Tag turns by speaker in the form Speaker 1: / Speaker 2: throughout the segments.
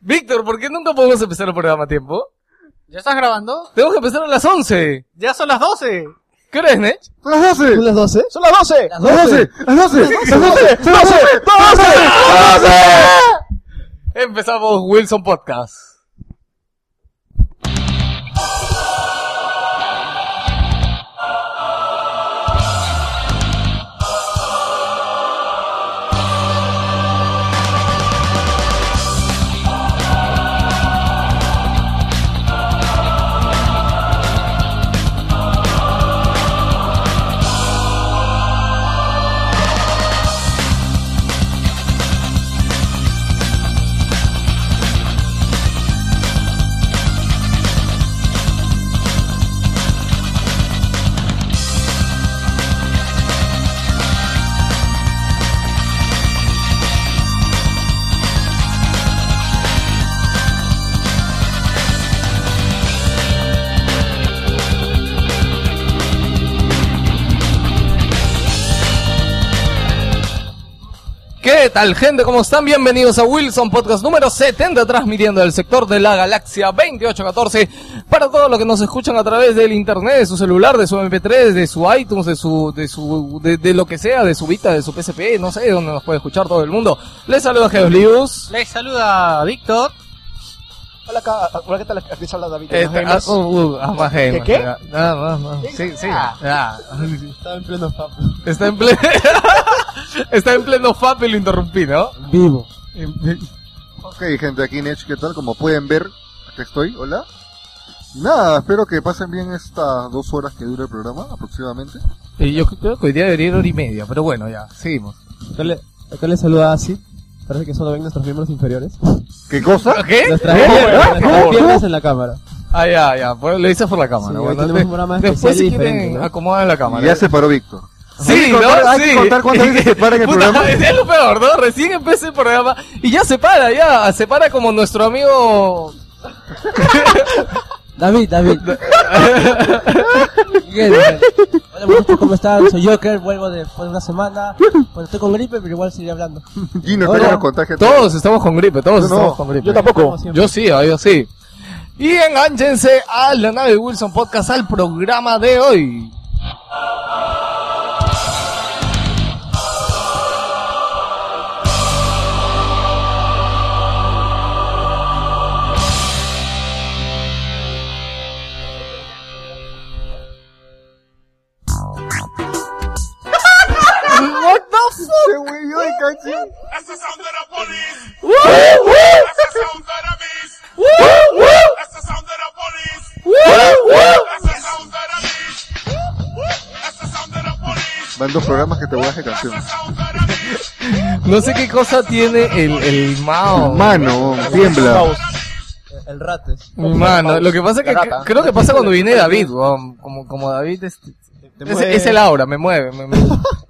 Speaker 1: Víctor, ¿por qué nunca podemos empezar el programa a tiempo?
Speaker 2: ¿Ya estás grabando?
Speaker 1: Tenemos que empezar a las 11.
Speaker 2: Ya son las 12.
Speaker 1: ¿Qué hora es, Nech?
Speaker 3: Son las 12.
Speaker 4: ¿Son las 12?
Speaker 3: Son las 12.
Speaker 4: Las 12.
Speaker 3: Las 12. Las 12. Las 12. Las 12.
Speaker 1: Empezamos Wilson Podcast. ¿Qué tal, gente? ¿Cómo están? Bienvenidos a Wilson Podcast número 70, transmitiendo del sector de la galaxia 2814 para todos los que nos escuchan a través del internet, de su celular, de su MP3, de su iTunes, de su, de su, de, de lo que sea, de su Vita, de su PSP, no sé, donde nos puede escuchar todo el mundo. Les saluda Geoslius.
Speaker 2: Les saluda Víctor.
Speaker 3: Hola, acá- ah, hola, ¿qué tal? Aquí habla David.
Speaker 1: Eh,
Speaker 3: Ajá,
Speaker 1: ah,
Speaker 3: más.
Speaker 1: uh, uh, ah, más
Speaker 3: ¿Qué,
Speaker 1: gamers.
Speaker 3: qué?
Speaker 1: Ah, ah, ah, sí, sí, ah.
Speaker 3: Estaba en pleno papo.
Speaker 1: Está en pleno, está en pleno FAP y lo interrumpí, ¿no?
Speaker 4: Vivo.
Speaker 5: Ok, gente, aquí Nech, ¿qué tal? Como pueden ver, acá estoy, hola. Y nada, espero que pasen bien estas dos horas que dura el programa, aproximadamente.
Speaker 1: Y yo creo que hoy día debería ir hora y media, pero bueno, ya, seguimos.
Speaker 4: Acá le, acá le saluda a Sid. Parece que solo ven nuestros miembros inferiores.
Speaker 5: ¿Qué cosa?
Speaker 1: ¿Qué?
Speaker 4: Nuestras
Speaker 1: ¿Qué?
Speaker 4: piernas,
Speaker 1: ¿Qué?
Speaker 4: nuestras piernas en la cámara.
Speaker 1: Ah, ya, ya, pues lo hice por la cámara.
Speaker 4: Sí, hoy
Speaker 1: bueno,
Speaker 4: tenemos
Speaker 1: de-
Speaker 4: un programa
Speaker 1: después
Speaker 4: especial
Speaker 1: si
Speaker 4: y
Speaker 1: quieren
Speaker 4: diferente, ¿no?
Speaker 1: acomodan la
Speaker 5: Y
Speaker 1: cámara.
Speaker 5: ya se paró Víctor.
Speaker 1: Sí,
Speaker 5: Hay que contar-
Speaker 1: ¿no?
Speaker 5: hay que
Speaker 1: Sí.
Speaker 5: contar cuántas veces se para en el
Speaker 1: Puta,
Speaker 5: programa.
Speaker 1: Es lo peor, ¿no? Recién empecé el programa y ya se para, ya. Se para como nuestro amigo...
Speaker 4: David, David. Miguel, Miguel. Hola muchachos, ¿cómo están? Soy Joker, vuelvo después de una semana. Bueno, estoy con gripe, pero igual seguiré hablando.
Speaker 5: Gino, espero
Speaker 1: Hola.
Speaker 5: que nos contagie a todos.
Speaker 1: Todos estamos con gripe, todos
Speaker 5: Yo no,
Speaker 1: estamos con gripe.
Speaker 3: Yo tampoco.
Speaker 4: Como siempre.
Speaker 1: Yo sí, ah, yo sí. Y enganchense a la nave Wilson Podcast, al programa de hoy. What the fuck?
Speaker 5: Se huyó de cancha.
Speaker 6: That's the sound of the police.
Speaker 1: Woo, woo,
Speaker 6: That's the sound of the beast.
Speaker 1: woo, woo,
Speaker 6: That's the sound of the police.
Speaker 1: woo, woo.
Speaker 6: That's the sound of the beast. That's the sound of the police.
Speaker 5: Van dos programas que te voy a hacer
Speaker 6: That's the
Speaker 5: canción.
Speaker 6: sound of the beast.
Speaker 1: No sé qué cosa tiene el, el Mao.
Speaker 5: Mano, Ah, tiembla.
Speaker 4: El rates.
Speaker 1: Mi mano. Lo que pasa es que
Speaker 3: La
Speaker 1: cre-
Speaker 3: rata.
Speaker 1: creo que pasa cuando viene David, weón. Como, como David es, es,
Speaker 3: mueve.
Speaker 1: es el aura, me mueve. me- me-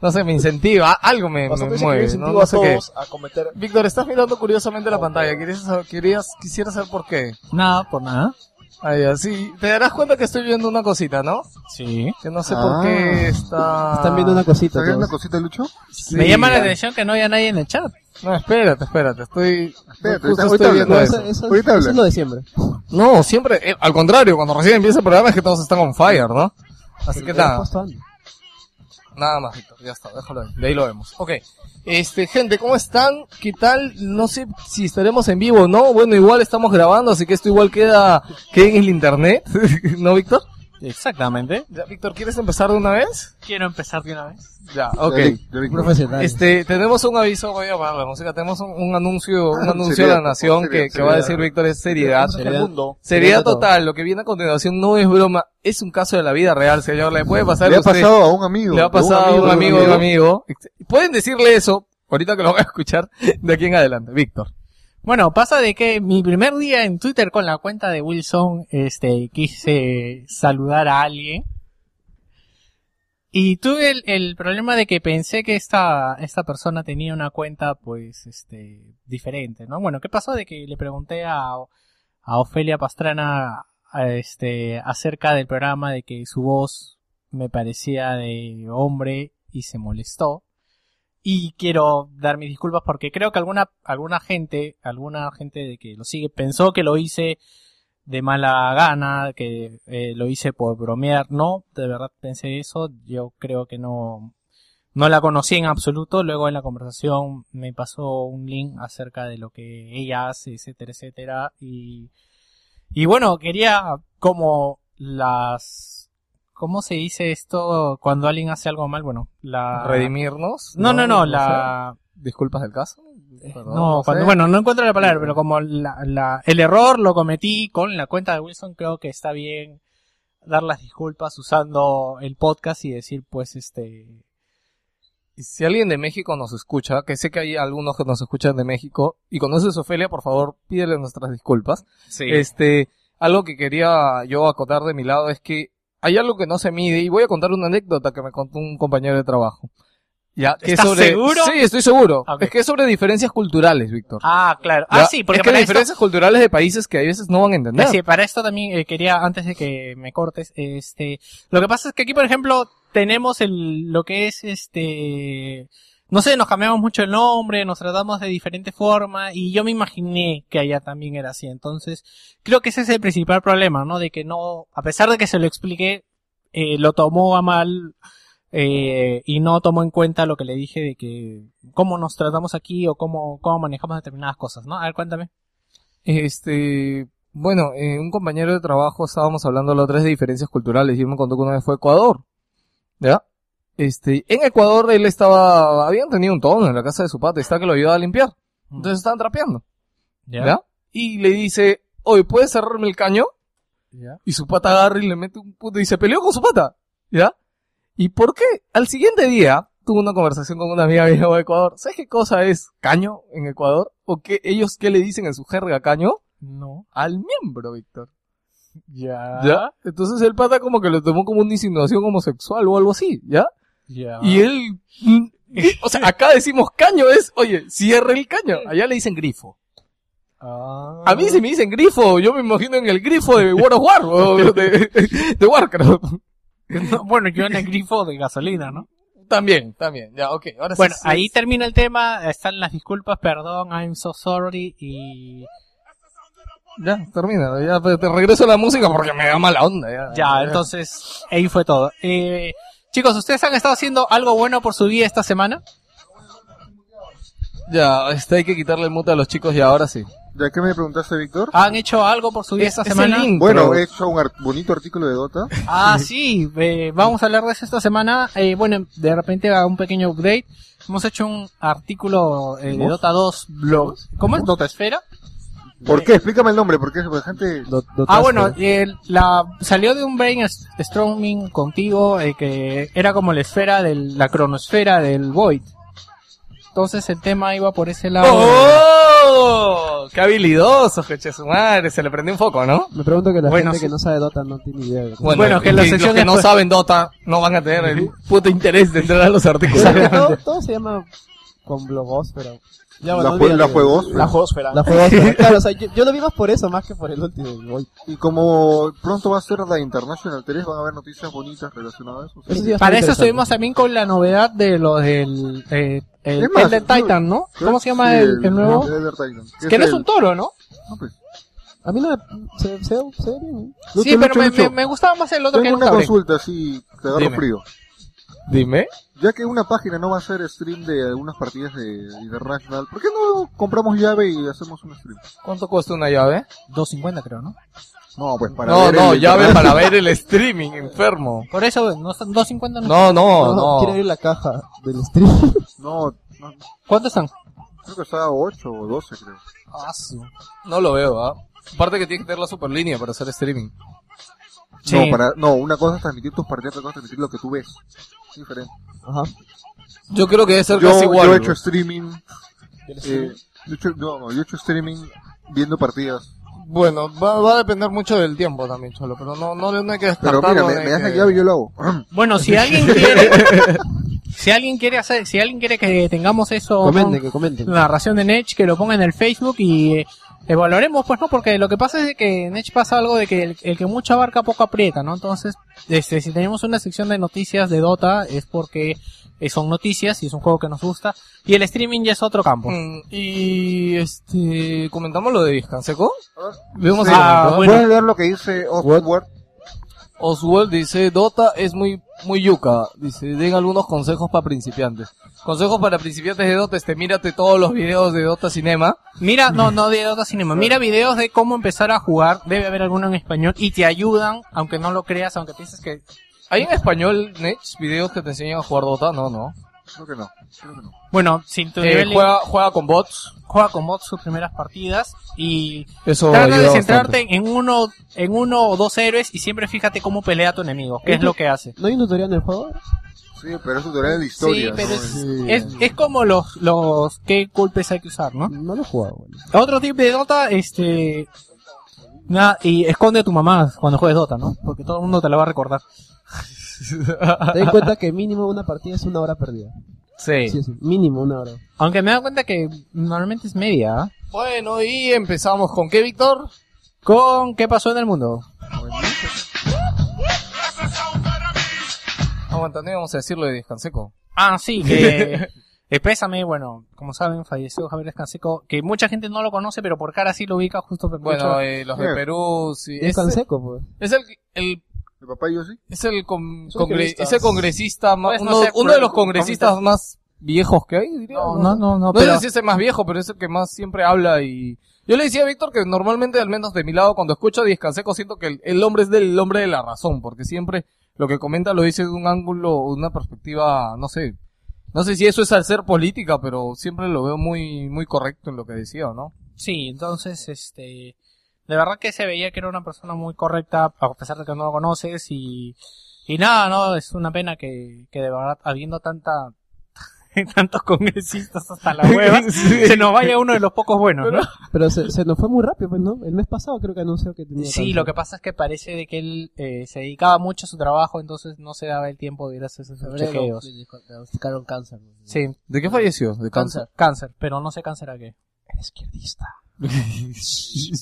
Speaker 1: no sé, me incentiva. a- Algo me, me
Speaker 3: Bastante
Speaker 1: mueve. No,
Speaker 3: incentivo
Speaker 1: no
Speaker 3: a
Speaker 1: sé qué.
Speaker 3: todos a cometer.
Speaker 1: Víctor, estás mirando curiosamente la pantalla. ¿Querías, saber- querías, quisiera saber por qué.
Speaker 2: Nada, por nada.
Speaker 1: Ahí, así. Te darás cuenta que estoy viendo una cosita, ¿no?
Speaker 2: Sí.
Speaker 1: Que no sé
Speaker 5: Ah.
Speaker 1: por qué está...
Speaker 4: Están viendo una cosita.
Speaker 5: ¿Estás viendo una
Speaker 4: todos.
Speaker 5: cosita, Lucho?
Speaker 1: Sí.
Speaker 2: Me llama la atención que no haya nadie en el chat.
Speaker 1: No, espérate, espérate. Estoy...
Speaker 5: Espérate,
Speaker 1: justo
Speaker 5: ahorita
Speaker 1: estoy
Speaker 5: hablas.
Speaker 1: viendo
Speaker 4: No,
Speaker 1: eso.
Speaker 4: eso, eso-
Speaker 5: Ahorita
Speaker 4: eso
Speaker 5: hablas.
Speaker 4: es lo de siempre.
Speaker 1: No, siempre, eh, al contrario, cuando recién empieza el programa es que todos están on fire, ¿no? Así que
Speaker 4: Lo hemos
Speaker 1: nada,
Speaker 4: puesto antes.
Speaker 1: nada más, Víctor, ya está, déjalo ahí, de ahí lo vemos. Ok, este, gente, ¿cómo están? ¿Qué tal? No sé si estaremos en vivo o no, bueno, igual estamos grabando, así que esto igual queda, queda en el internet, ¿no, Víctor?
Speaker 2: Exactamente.
Speaker 1: Ya, Víctor, ¿quieres empezar de una vez?
Speaker 2: Quiero empezar de una vez.
Speaker 1: Ya, ok.
Speaker 5: Ya vi, ya vi.
Speaker 4: Profesional.
Speaker 1: Este, tenemos un aviso, voy a parar la música, tenemos un, un anuncio, un anuncio
Speaker 5: Seriedad,
Speaker 1: a la nación
Speaker 5: seriedad,
Speaker 1: que, que
Speaker 5: seriedad.
Speaker 1: va a decir Víctor es seriedad.
Speaker 3: El mundo.
Speaker 1: Seriedad
Speaker 4: Seriedad total.
Speaker 1: total, lo que viene a continuación no es broma, es un caso de la vida real, señor. Le puede pasar
Speaker 5: Le
Speaker 1: a
Speaker 5: ha
Speaker 1: usted.
Speaker 5: pasado a un amigo.
Speaker 1: le ha
Speaker 5: de
Speaker 1: pasado a un amigo,
Speaker 5: de
Speaker 1: un amigo. Pueden decirle eso, ahorita que lo voy a escuchar, de aquí en adelante, Víctor.
Speaker 2: Bueno, pasa de que mi primer día en Twitter con la cuenta de Wilson, este, quise saludar a alguien. Y tuve el, el problema de que pensé que esta, esta persona tenía una cuenta, pues, este, diferente, ¿no? Bueno, ¿qué pasó? De que le pregunté a, a Ofelia Pastrana, a este, acerca del programa de que su voz me parecía de hombre y se molestó. Y quiero dar mis disculpas porque creo que alguna, alguna gente, alguna gente de que lo sigue pensó que lo hice de mala gana, que eh, lo hice por bromear. No, de verdad pensé eso. Yo creo que no, no la conocí en absoluto. Luego en la conversación me pasó un link acerca de lo que ella hace, etcétera, etcétera. Y, y bueno, quería como las, ¿cómo se dice esto cuando alguien hace algo mal? Bueno, la...
Speaker 1: ¿Redimirnos?
Speaker 2: Ah. No, no, no,
Speaker 1: sé.
Speaker 2: la... Eh,
Speaker 1: ¿Disculpas del caso? Perdón,
Speaker 2: No,
Speaker 1: sé.
Speaker 2: cuando- bueno, no encuentro la palabra, pero como la, la- el error lo cometí con la cuenta de Wilson, creo que está bien dar las disculpas usando el podcast y decir, pues, este...
Speaker 1: Si alguien de México nos escucha, que sé que hay algunos que nos escuchan de México, y conoces a Ofelia, por favor, pídele nuestras disculpas.
Speaker 2: Sí.
Speaker 1: Este, algo que quería yo acotar de mi lado es que hay algo que no se mide, y voy a contar una anécdota que me contó un compañero de trabajo. Ya, que es
Speaker 2: ¿Estás
Speaker 1: sobre...
Speaker 2: seguro?
Speaker 1: Sí, estoy seguro.
Speaker 2: Ok.
Speaker 1: Es que es sobre diferencias culturales, Víctor.
Speaker 2: Ah, claro.
Speaker 1: Ya,
Speaker 2: Ah, sí, porque
Speaker 1: es que
Speaker 2: para
Speaker 1: hay
Speaker 2: esto,
Speaker 1: diferencias culturales de países que a veces no van a entender.
Speaker 2: Pues Sí, para esto también eh, quería, antes de que me cortes, este, lo que pasa es que aquí, por ejemplo, tenemos el, lo que es este, no sé, nos cambiamos mucho el nombre, nos tratamos de diferente forma, y yo me imaginé que allá también era así. Entonces, creo que ese es el principal problema, ¿no? De que no, a pesar de que se lo expliqué, eh, lo tomó a mal, eh, y no tomó en cuenta lo que le dije de que, cómo nos tratamos aquí o cómo, cómo manejamos determinadas cosas, ¿no? A ver, cuéntame.
Speaker 1: Este, bueno, eh, un compañero de trabajo estábamos hablando la otra vez de diferencias culturales y él me contó que una vez fue a Ecuador. ¿Ya? Este, en Ecuador él estaba, habían tenido un tono en la casa de su pata, está que lo ayudaba a limpiar. Entonces estaban trapeando, ¿ya? Y le dice, oye, ¿puedes cerrarme el caño?
Speaker 2: Ya.
Speaker 1: Y su pata agarra y le mete un puto y se peleó con su pata, ¿ya? ¿Y por qué? Al siguiente día tuvo una conversación con una amiga que llegó a Ecuador. ¿Sabes qué cosa es caño en Ecuador? ¿O qué, ellos qué le dicen en su jerga caño?
Speaker 2: No.
Speaker 1: al miembro, Víctor.
Speaker 2: Ya.
Speaker 1: ¿Ya? Entonces el pata como que lo tomó como una insinuación homosexual o algo así, ¿ya?
Speaker 2: Ya.
Speaker 1: Y él... mm, y- o sea, acá decimos caño es, oye, cierre el caño. Allá le dicen grifo.
Speaker 2: Ah.
Speaker 1: A mí si me dicen grifo, yo me imagino en el grifo de World of War, o de, de Warcraft.
Speaker 2: No, bueno, yo en el grifo de gasolina, ¿no?
Speaker 1: También, también. Ya, ok. Ahora sí-
Speaker 2: Bueno,
Speaker 1: sí-
Speaker 2: ahí termina el tema. Están las disculpas, perdón, I'm so sorry. Y
Speaker 1: Ya, termina. Ya pero te regreso a la música porque me da mala onda. Ya,
Speaker 2: ya, entonces, ahí fue todo. Eh, chicos, ¿ustedes han estado haciendo algo bueno por su vida esta semana?
Speaker 1: Ya, este, hay que quitarle el mute a los chicos y ahora sí.
Speaker 5: ¿Ya qué me preguntaste, Víctor?
Speaker 2: ¿Han hecho algo por su vida esta semana?
Speaker 5: Bueno, eh. he hecho un ar- bonito artículo de Dota.
Speaker 2: Ah, sí, eh, vamos a hablar de eso esta semana. Eh, bueno, de repente hago un pequeño update. Hemos hecho un artículo eh, de Dota 2 blog. ¿Cómo es? ¿Dota Esfera?
Speaker 5: ¿Por qué? Explícame el nombre, porque la gente...
Speaker 2: Ah, bueno, el- la, salió de un brainstorming contigo eh, que era como la esfera, del, la cronosfera del Void. Entonces el tema iba por ese lado.
Speaker 1: ¡Oh! ¡Qué habilidoso, coche su madre! Se le prendió un foco, ¿no?
Speaker 4: Me pregunto que la
Speaker 2: Bueno,
Speaker 4: gente
Speaker 2: sí.
Speaker 4: que no sabe Dota no tiene idea. de-
Speaker 2: Bueno, que la sección
Speaker 1: los que no
Speaker 2: después-
Speaker 1: saben Dota no van a tener el puto interés de entrar a los artículos.
Speaker 4: Todo- todo, se llama con blogósfera.
Speaker 3: Ya, bueno,
Speaker 5: La jue- la
Speaker 3: olvídalo.
Speaker 5: juegos, pero-
Speaker 3: La juegosfera.
Speaker 4: La juegósfera. claro, o sea, yo, yo lo vi más por eso, más que por el último. Voy.
Speaker 5: Y como pronto va a ser la International 3, van a haber noticias bonitas relacionadas a eso.
Speaker 4: Eso sí va a estar
Speaker 2: Para eso
Speaker 4: interesante.
Speaker 2: estuvimos también con la novedad de lo del eh, el
Speaker 5: Es más,
Speaker 2: Elder
Speaker 5: yo-
Speaker 2: Titan, ¿no? ¿Cómo se llama
Speaker 5: Sí,
Speaker 2: el, el nuevo?
Speaker 5: el Elder Titan. ¿Qué
Speaker 2: Que no es
Speaker 5: el-
Speaker 2: un toro, ¿no?
Speaker 5: no, pues.
Speaker 4: A mí no me... Se, se, se ve bien. ¿eh?
Speaker 5: Lucho,
Speaker 2: sí, pero
Speaker 5: Lucho,
Speaker 2: me,
Speaker 5: Lucho,
Speaker 2: me- me gustaba más el otro que
Speaker 5: Tengo
Speaker 2: nunca
Speaker 5: una
Speaker 2: abrí.
Speaker 5: consulta, si te agarro
Speaker 1: Dime.
Speaker 5: frío.
Speaker 1: Dime.
Speaker 5: Ya que una página no va a hacer stream de algunas partidas de International, ¿por qué no compramos llave y hacemos un stream?
Speaker 1: ¿Cuánto cuesta una llave?
Speaker 2: 250 creo, ¿no?
Speaker 5: No, pues para
Speaker 1: No,
Speaker 5: ver
Speaker 1: no,
Speaker 5: el
Speaker 1: llave
Speaker 5: International.
Speaker 1: para ver el streaming, enfermo.
Speaker 2: Por eso, no, son 250
Speaker 1: No,
Speaker 2: no.
Speaker 1: no,
Speaker 4: Quiero
Speaker 1: no.
Speaker 4: abrir la caja del stream.
Speaker 5: No, no,
Speaker 2: ¿Cuántos están?
Speaker 5: creo que estaba 8 o 12, creo.
Speaker 1: Ah, su- No lo veo, ¿ah? Aparte que tiene que tener la superlínea para hacer streaming.
Speaker 2: Sí.
Speaker 5: No, para, no, una cosa es transmitir tus partidas, otra cosa es transmitir lo que tú ves. Es diferente.
Speaker 4: Ajá.
Speaker 1: Yo creo que debe ser
Speaker 5: Yo,
Speaker 1: casi igual.
Speaker 5: yo he
Speaker 1: bro.
Speaker 5: hecho streaming. eh, yo, he hecho- no, no, yo he hecho streaming viendo partidas.
Speaker 1: Bueno, va, va a depender mucho del tiempo también, Cholo, pero no, no, no hay que Ah,
Speaker 5: Pero
Speaker 1: descartarlo.
Speaker 5: mira,
Speaker 1: de
Speaker 5: me, me das la
Speaker 1: que-
Speaker 5: llave y yo lo hago.
Speaker 2: Bueno, si alguien quiere, Si alguien quiere hacer, si alguien quiere que tengamos eso,
Speaker 7: Comenten,
Speaker 2: con
Speaker 7: que comenten.
Speaker 2: narración de Nech, que lo ponga en el Facebook y eh, evaluaremos, pues no, porque lo que pasa es de que en Nech pasa algo de que el, el que mucho abarca poco aprieta, ¿no? Entonces, este, si tenemos una sección de noticias de Dota es porque eh, son noticias y es un juego que nos gusta y el streaming ya es otro campo.
Speaker 1: Mm, Y este comentamos lo de Vizcanseco.
Speaker 5: Ah,
Speaker 1: Vemos
Speaker 5: Sí.
Speaker 1: a
Speaker 2: Ah, bueno.
Speaker 5: Pueden leer lo que dice Oswald.
Speaker 1: Oswald dice Dota es muy muy yuca. Dice, den algunos consejos para principiantes. Consejos para principiantes de Dota, este mírate todos los videos de Dota Cinema.
Speaker 2: Mira, no,
Speaker 1: Mm.
Speaker 2: no de Dota Cinema. Mira videos de cómo empezar a jugar. Debe haber alguno en español y te ayudan, aunque no lo creas, aunque pienses que
Speaker 1: ¿Hay en español, Nech, videos que te enseñan a jugar Dota? No, no.
Speaker 5: Creo que no. Creo que no.
Speaker 2: Bueno, si tu
Speaker 1: Eh,
Speaker 2: nivel de- juega,
Speaker 1: juega, juega con bots.
Speaker 2: con bots sus primeras partidas y
Speaker 1: Eso
Speaker 2: trata de
Speaker 1: ayuda
Speaker 2: centrarte
Speaker 1: bastante.
Speaker 2: en uno, en uno o dos héroes y siempre fíjate cómo pelea tu enemigo, qué es lo que hace.
Speaker 7: ¿No hay un tutorial en el juego?
Speaker 5: Sí, pero es tutorial de historia.
Speaker 2: sí, pero
Speaker 5: ¿no?
Speaker 2: es,
Speaker 7: Sí.
Speaker 2: es, es como los, los qué golpes hay que usar, ¿no?
Speaker 7: No lo he jugado, güey.
Speaker 2: Otro tip de Dota, este nada, y esconde a tu mamá cuando juegues Dota, ¿no? Porque todo el mundo te la va a recordar.
Speaker 7: Ten en cuenta que mínimo una partida es una hora perdida.
Speaker 1: Sí.
Speaker 7: Sí, sí, mínimo una hora.
Speaker 2: Aunque me he dado cuenta que normalmente es media. ¿ah?
Speaker 1: Bueno, y empezamos con qué, Víctor?
Speaker 2: Con qué pasó en el mundo.
Speaker 6: Essa sound good to me.
Speaker 1: Aguanta, no íbamos a decirlo de Vizcanseco.
Speaker 2: Ah, sí, que eh, Pésame, bueno, como saben, falleció Javier Escanseco, que mucha gente no lo conoce, pero por cara sí lo ubica justo por-
Speaker 1: Bueno, eh, los de
Speaker 5: Bien.
Speaker 1: Perú, sí.
Speaker 7: Es
Speaker 1: Es,
Speaker 2: Este-
Speaker 7: tan seco, pues.
Speaker 1: es el, el-
Speaker 5: El papá y yo sí.
Speaker 1: es el, con-
Speaker 3: Son
Speaker 1: congre-
Speaker 3: juristas.
Speaker 1: es el congresista más,
Speaker 2: Pues, no
Speaker 1: uno,
Speaker 2: sé,
Speaker 1: uno
Speaker 2: pero-
Speaker 1: de los congresistas más viejos que hay, diría.
Speaker 2: No, no, no, no,
Speaker 1: No
Speaker 2: pero
Speaker 1: sé si es el más viejo, pero es el que más siempre habla y... Yo le decía a Víctor que normalmente, al menos de mi lado, cuando escucho a Discanseco, siento que el, el hombre es del hombre de la razón, porque siempre lo que comenta lo dice de un ángulo, una perspectiva, no sé. No sé si eso es al ser política, pero siempre lo veo muy, muy correcto en lo que decía, ¿no?
Speaker 2: sí, entonces, este, de verdad que se veía que era una persona muy correcta, a pesar de que no lo conoces, y, y nada, no, es una pena que, que de verdad, habiendo tanta, tantos congresistas hasta la hueva, se nos vaya uno de los pocos buenos, ¿no?
Speaker 7: Pero se, se nos fue muy rápido, pues, ¿no? El mes pasado creo que anunció que tenía
Speaker 2: Sí,
Speaker 7: cáncer.
Speaker 2: lo que pasa es que parece de que él eh, se dedicaba mucho a su trabajo, entonces no se daba el tiempo de ir a hacer sus
Speaker 4: Febrero
Speaker 2: chequeos.
Speaker 4: le dijo- le diagnosticaron cáncer. güey.
Speaker 2: Sí,
Speaker 1: ¿De qué falleció? ¿De
Speaker 2: cáncer. Cáncer, pero no sé cáncer a qué.
Speaker 7: Izquierdista.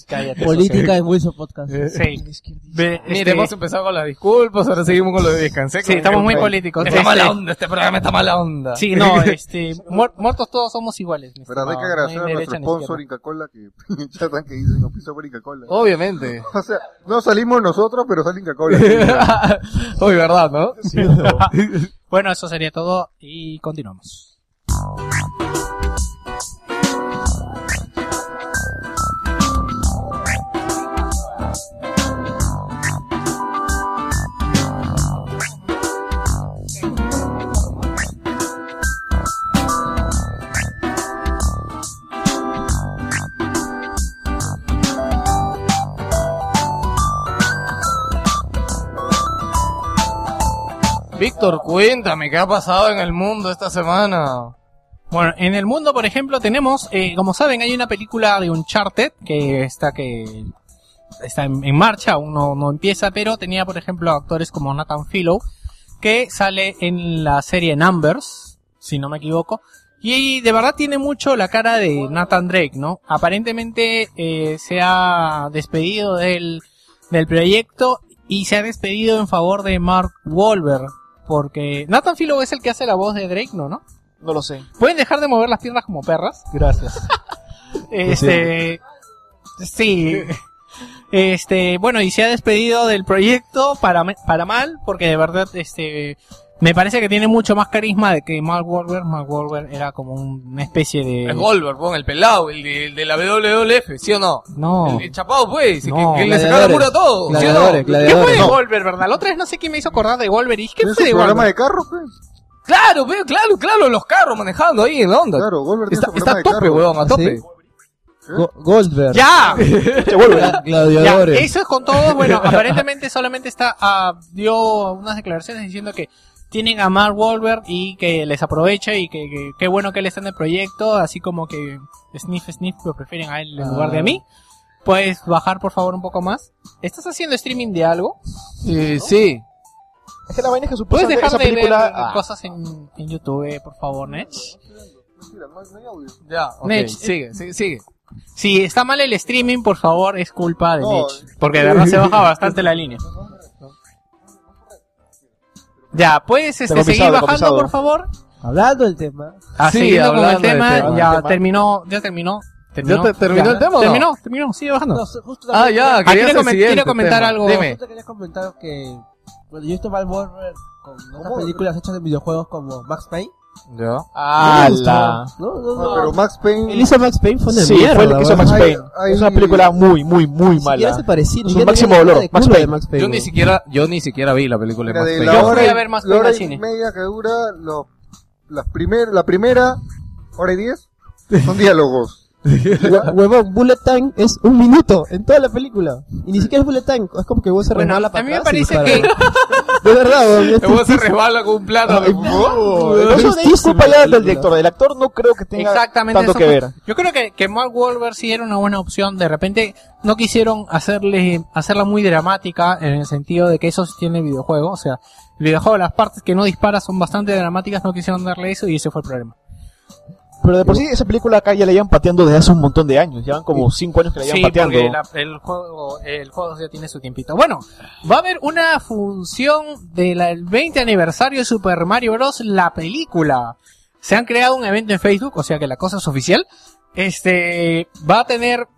Speaker 2: Cállate.
Speaker 4: Política en Wilson Podcast.
Speaker 7: Eh,
Speaker 2: Sí. Ve, este,
Speaker 1: Mire, hemos empezado con las disculpas, ahora seguimos con lo de Discanseco.
Speaker 2: sí, estamos muy políticos.
Speaker 1: Está
Speaker 2: Este,
Speaker 1: mala onda, este programa está mala onda.
Speaker 2: Sí, no, este, muer- muertos todos somos iguales. mi
Speaker 5: Pero hay que
Speaker 2: estimado.
Speaker 5: agradecer
Speaker 2: No
Speaker 5: a
Speaker 2: hay
Speaker 5: nuestro
Speaker 2: derecha ni
Speaker 5: sponsor
Speaker 2: izquierda.
Speaker 5: Inca Cola que chatan que dicen no piso por Inca Cola.
Speaker 1: Oh. Obviamente.
Speaker 5: O sea, no salimos nosotros, pero sale Inca Cola.
Speaker 1: Hoy, ¿verdad, no?
Speaker 2: Bueno, eso sería todo y continuamos.
Speaker 1: Víctor, cuéntame qué ha pasado en el mundo esta semana.
Speaker 2: Bueno, en el mundo, por ejemplo, tenemos, eh, como saben, hay una película de Uncharted que está que está en, en marcha, aún no, no empieza, pero tenía, por ejemplo, actores como Nathan Fillow, que sale en la serie Numbers, si no me equivoco, y de verdad tiene mucho la cara de Nathan Drake, ¿no? Aparentemente eh, se ha despedido del, del proyecto y se ha despedido en favor de Mark Wahlberg, porque Nathan Fillow es el que hace la voz de Drake, ¿no? ¿No?
Speaker 3: No lo sé.
Speaker 2: ¿Pueden dejar de mover las piernas como perras?
Speaker 7: Gracias.
Speaker 2: Este. Sí. Este, bueno, y se ha despedido del proyecto para, me- para mal, porque de verdad, este. Me parece que tiene mucho más carisma de que Mark Wahlberg. Mark Wahlberg era como un- una especie
Speaker 1: Es
Speaker 2: de.
Speaker 1: Goldberg, pon el pelado, el de, el de la WWF, ¿sí o no?
Speaker 2: No.
Speaker 1: El, el chapado, pues,
Speaker 2: No,
Speaker 1: que, que le sacaba la mura a todo, ¿sí o no?
Speaker 4: Gladiadores, gladiadores.
Speaker 2: ¿Qué fue de
Speaker 5: No.
Speaker 2: Wahlberg, verdad? La otra vez no sé quién me hizo acordar de Wahlberg. Y dije, ¿qué
Speaker 5: ¿Tienes
Speaker 2: fue
Speaker 5: un
Speaker 2: de
Speaker 5: programa
Speaker 2: Wahlberg?
Speaker 5: de carros, pues?
Speaker 1: Claro, pues, claro, claro, los carros manejando ahí, ¿en onda?
Speaker 5: Claro, Goldberg tiene
Speaker 1: está
Speaker 5: su
Speaker 1: está
Speaker 5: programa
Speaker 1: a tope, huevón, a
Speaker 5: de carros.
Speaker 7: ¿Ah,
Speaker 1: tope.
Speaker 4: ¿Sí? Go- Goldberg.
Speaker 2: ¡Ya!
Speaker 4: Gla-
Speaker 2: Ya,
Speaker 4: Gladiadores.
Speaker 2: eso es con todo. Bueno, aparentemente solamente está ah, dio unas declaraciones diciendo que tienen a Mark Wahlberg y que les aprovecha y que que- qué bueno que él está en el proyecto, así como que sniff sniff lo prefieren a él en
Speaker 4: Ah.
Speaker 2: lugar de a mí. Puedes bajar por favor un poco más. ¿Estás haciendo streaming de algo?
Speaker 1: Eh, sí.
Speaker 3: Es que la vaina es que
Speaker 2: ¿Puedes
Speaker 3: supuestamente
Speaker 2: dejar
Speaker 3: esa
Speaker 2: de ver
Speaker 3: película... ah,
Speaker 2: cosas en, en YouTube, eh, por favor, Nech?
Speaker 5: Mentira, no hay- no hay audio.
Speaker 1: Ya, ok,
Speaker 2: Nech.
Speaker 1: sigue, sigue, sigue.
Speaker 2: Si está mal el streaming, por favor, es culpa de
Speaker 5: No,
Speaker 2: Nech. Porque de verdad se baja bastante la línea. Ya, ¿puedes este,
Speaker 3: Decomisado,
Speaker 2: seguir bajando,
Speaker 3: decomisado.
Speaker 2: por favor?
Speaker 4: Hablando del tema,
Speaker 2: Ah,
Speaker 1: Sí,
Speaker 2: siguiendo con el
Speaker 1: hablando del
Speaker 2: tema,
Speaker 1: tema.
Speaker 2: ya
Speaker 3: Tema.
Speaker 2: terminó, ya terminó. terminó
Speaker 1: te- terminó el tema o no?
Speaker 2: Terminó, terminó, sigue bajando.
Speaker 4: no, sé, justo
Speaker 1: Ah, ya,
Speaker 2: Ah,
Speaker 1: querías
Speaker 2: quiero
Speaker 1: el
Speaker 2: comen- quiero
Speaker 1: siguiente
Speaker 2: comentar
Speaker 1: tema.
Speaker 2: algo.
Speaker 1: Dime.
Speaker 4: Yo quería comentar que cuando yo estuve al Warner con otras
Speaker 5: ¿Cómo?
Speaker 4: películas hechas de videojuegos como Max Payne,
Speaker 1: Ya.
Speaker 3: ¡Hala!
Speaker 4: no, no,
Speaker 5: Ah,
Speaker 4: no,
Speaker 5: pero Max Payne.
Speaker 7: Él hizo Max Payne, fue una
Speaker 3: Sí,
Speaker 7: mierda.
Speaker 3: fue lo que hizo
Speaker 7: weón.
Speaker 3: Max
Speaker 5: Ay,
Speaker 3: Payne.
Speaker 5: ay.
Speaker 3: es una película muy, muy, muy
Speaker 7: Ni siquiera
Speaker 3: mala.
Speaker 7: se parecía. ni
Speaker 3: Su
Speaker 7: siquiera
Speaker 3: máximo
Speaker 7: tenía nada
Speaker 3: dolor,
Speaker 7: de
Speaker 3: Max
Speaker 7: culo de
Speaker 3: Payne.
Speaker 7: Max Payne,
Speaker 1: Yo ni
Speaker 7: weón.
Speaker 1: siquiera, yo ni siquiera vi la película de
Speaker 5: Mira,
Speaker 1: Max
Speaker 5: de
Speaker 1: Payne.
Speaker 5: la
Speaker 2: Yo
Speaker 5: hora,
Speaker 2: fui a
Speaker 5: y-
Speaker 2: ver Max
Speaker 5: la hora
Speaker 2: Payne al
Speaker 5: y
Speaker 2: cine.
Speaker 5: media que dura, lo- las primer- la primera hora y diez son diálogos.
Speaker 7: Hue- Huevón, Bullet Time es un minuto en toda la película. Y ni siquiera es Bullet Time. Es como que vos se
Speaker 2: Bueno,
Speaker 7: resbala
Speaker 2: a
Speaker 7: para
Speaker 2: mí me
Speaker 7: atrás y
Speaker 2: parece
Speaker 7: dispara,
Speaker 2: que-
Speaker 7: weón. De verdad, este weón. es
Speaker 1: El huevón se resbala con un plátano.
Speaker 3: Ay, no, no, eso es disculpa ya del director. Del actor no creo que tenga
Speaker 2: Exactamente.
Speaker 3: tanto
Speaker 2: eso
Speaker 3: que
Speaker 2: fue-
Speaker 3: ver.
Speaker 2: Yo creo que, que Mark Wahlberg sí era una buena opción. De repente no quisieron hacerle hacerla muy dramática en el sentido de que eso sí tiene el videojuego. O sea, el videojuego las partes que no dispara son bastante dramáticas, no quisieron darle eso y ese fue el problema.
Speaker 3: Pero de por sí, esa película acá ya la llevan pateando desde hace un montón de años. Llevan como 5 años que la llevan
Speaker 2: Sí,
Speaker 3: pateando.
Speaker 2: porque la- el, juego, el juego ya tiene su tiempito. Bueno, va a haber una función del 20 aniversario de Super Mario Bros. La película. Se han creado un evento en Facebook, o sea que la cosa es oficial. Este va a tener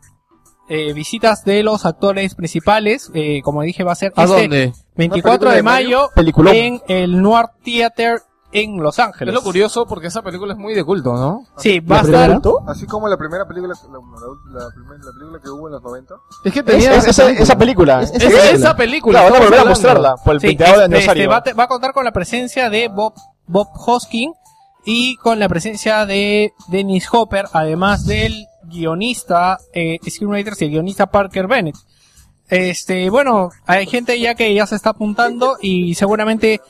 Speaker 2: eh, visitas de los actores principales. Eh, como dije, va a ser
Speaker 1: ¿A
Speaker 2: este
Speaker 1: dónde?
Speaker 2: 24
Speaker 5: ¿Una película
Speaker 2: de
Speaker 5: de Mario?
Speaker 2: mayo
Speaker 3: Peliculón.
Speaker 2: en el Noir Theater en Los
Speaker 1: Es
Speaker 2: Ángeles.
Speaker 1: lo curioso porque esa película es muy de culto, ¿no?
Speaker 2: Sí, va a
Speaker 7: ¿La primera?
Speaker 2: estar.
Speaker 5: Así como la primera película, la, la- la primer- la película que hubo en los 90.
Speaker 1: Es que
Speaker 3: Es-
Speaker 1: tenía
Speaker 3: es- esa, esa película.
Speaker 7: Es-
Speaker 1: Es-
Speaker 7: es-
Speaker 1: esa,
Speaker 7: película.
Speaker 1: película.
Speaker 3: Claro, van a
Speaker 1: estamos
Speaker 3: volver a
Speaker 1: hablando.
Speaker 3: mostrarla por el
Speaker 2: Sí,
Speaker 3: 20 de
Speaker 2: este,
Speaker 3: aniversario.
Speaker 2: este, va, a te- va a contar con la presencia de Bob, Bob Hoskin y con la presencia de Dennis Hopper, además del guionista, eh, screenwriter y el guionista Parker Bennett. Este, bueno, hay gente ya que ya se está apuntando y seguramente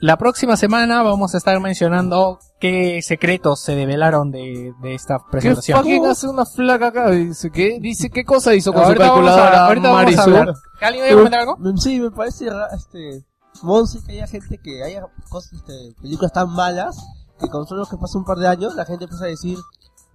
Speaker 2: la próxima semana vamos a estar mencionando qué secretos se develaron de, de esta
Speaker 1: ¿Qué
Speaker 2: presentación.
Speaker 1: fucking hace una flaca acá? Dice, ¿qué, dice, ¿qué cosa hizo con
Speaker 2: Ahorita
Speaker 1: su
Speaker 2: vamos a-
Speaker 1: calculadora
Speaker 2: ahorita vamos a
Speaker 1: Marisol?
Speaker 2: hablar. ¿Alguien quiere comentar algo?
Speaker 4: Mm, Sí, me parece raro, este, monse que haya gente que haya cosas, este, películas tan malas que con solo que pasa un par de años la gente empieza a decir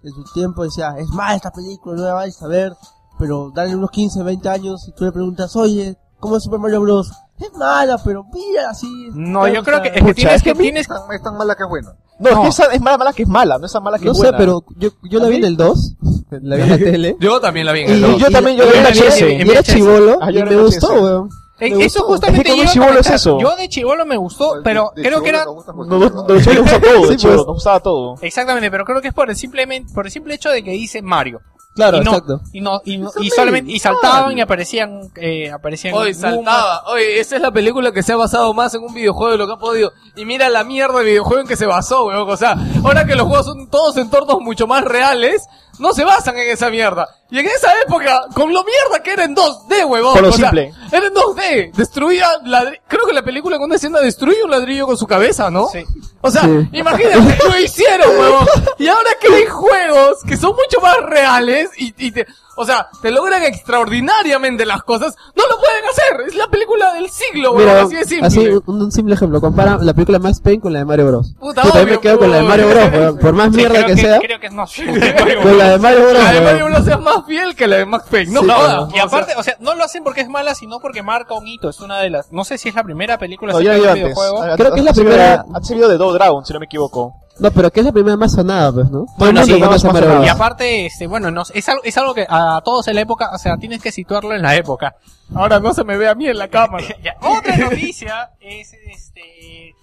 Speaker 4: en su tiempo decía es mala esta película no la vais a ver pero dale unos 15, 20 años y tú le preguntas oye cómo es Super Mario Bros es mala pero mira así
Speaker 2: No,
Speaker 4: te va
Speaker 2: yo
Speaker 4: a
Speaker 2: creo que,
Speaker 4: gustar".
Speaker 3: Pucha,
Speaker 2: es que
Speaker 3: es
Speaker 2: tienes
Speaker 3: que
Speaker 2: que
Speaker 3: a mí-
Speaker 2: tienes
Speaker 5: Es tan, es tan mala que es buena.
Speaker 3: No,
Speaker 2: no.
Speaker 3: Es, que esa es mala, mala que es mala. No es esa mala que
Speaker 7: No
Speaker 3: es
Speaker 7: sé,
Speaker 3: buena.
Speaker 7: pero yo, yo la vi en el 2, la vi en la tele.
Speaker 1: Yo también la vi en
Speaker 7: Y
Speaker 1: el dos.
Speaker 3: yo también, yo
Speaker 7: y
Speaker 3: vi en la
Speaker 7: era-
Speaker 3: VHS.
Speaker 7: y era chivolo
Speaker 3: Ah,
Speaker 7: y
Speaker 3: yo era
Speaker 7: me
Speaker 3: VHS.
Speaker 7: gustó, weón.
Speaker 2: Eh,
Speaker 7: Me
Speaker 2: eso
Speaker 7: gustó.
Speaker 2: justamente
Speaker 3: Es que como
Speaker 2: iba a
Speaker 3: chibolo es
Speaker 2: comentar.
Speaker 3: eso.
Speaker 2: Yo de chivolo me gustó,
Speaker 1: Pues,
Speaker 5: De-
Speaker 2: pero
Speaker 5: Pues, de
Speaker 2: creo
Speaker 5: chibolo
Speaker 2: que era
Speaker 5: nos gusta
Speaker 3: No,
Speaker 5: cualquier
Speaker 3: no, no,
Speaker 5: cosa.
Speaker 3: nos gusta todo,
Speaker 7: Sí,
Speaker 3: de chivolo,
Speaker 7: pues.
Speaker 3: nos gustaba todo.
Speaker 2: exactamente, pero creo que es por el simplemente por el simple hecho de que dice Mario.
Speaker 7: Claro,
Speaker 2: y no,
Speaker 7: exacto.
Speaker 2: Y no y, no- y solamente y saltaban y aparecían eh, aparecían
Speaker 1: Hoy
Speaker 2: Goombas.
Speaker 1: saltaba. Hoy esa es la película que se ha basado más en un videojuego de lo que ha podido. Y mira la mierda de videojuego en que se basó, weón. O sea, ahora que los juegos son todos entornos mucho más reales, no se basan en esa mierda. Y en esa época, con lo mierda que era en 2D, weón.
Speaker 3: Por lo
Speaker 1: o sea,
Speaker 3: simple.
Speaker 1: era en 2D. Destruía ladri- Creo que la película en una escena destruye un ladrillo con su cabeza, ¿no?
Speaker 2: Sí.
Speaker 1: O sea, imagínate, lo hicieron, huevón. Y ahora que hay juegos que son mucho más reales y, y te, o sea, te logran extraordinariamente las cosas, no lo pueden hacer. Es la película del siglo, huevón.
Speaker 7: Mira,
Speaker 1: así de simple.
Speaker 7: un, un simple ejemplo, compara la película Max Payne con la de Mario Bros.
Speaker 1: Puta,
Speaker 7: Yo también
Speaker 1: obvio,
Speaker 7: me quedo con la de
Speaker 1: pues.
Speaker 7: Mario Bros, weón. por más
Speaker 2: Sí,
Speaker 7: mierda
Speaker 2: creo
Speaker 7: que, sea,
Speaker 2: creo que es más fiel que Mario
Speaker 7: con la de Mario Bros.
Speaker 1: La de
Speaker 7: weón.
Speaker 1: Mario Bros es más fiel que la de Max Payne, no
Speaker 7: Sí,
Speaker 1: jodas.
Speaker 2: Y aparte, o sea, no lo hacen porque es mala, sino porque marca un hito. Es una de las, no sé si es la primera película
Speaker 3: No,
Speaker 2: acerca
Speaker 3: yo la
Speaker 2: de
Speaker 3: vi
Speaker 2: un
Speaker 3: antes.
Speaker 2: videojuego.
Speaker 3: Ah,
Speaker 7: Creo que es la
Speaker 3: antes había-
Speaker 7: primera-
Speaker 3: Antes había de Do Dragon, si no me equivoco.
Speaker 7: No, pero que es la primera más sonada, pues, ¿no? Todo el
Speaker 2: Bueno,
Speaker 7: mundo
Speaker 2: sí,
Speaker 7: conoce a
Speaker 3: más
Speaker 7: Mario
Speaker 3: sonada.
Speaker 2: Y
Speaker 7: Bros.
Speaker 2: aparte, este, bueno, no, es, algo, es algo que a todos en la época, o sea, tienes que situarlo en la época.
Speaker 1: Ahora no se me ve a mí en la cámara.
Speaker 2: Ya, Otra noticia es este.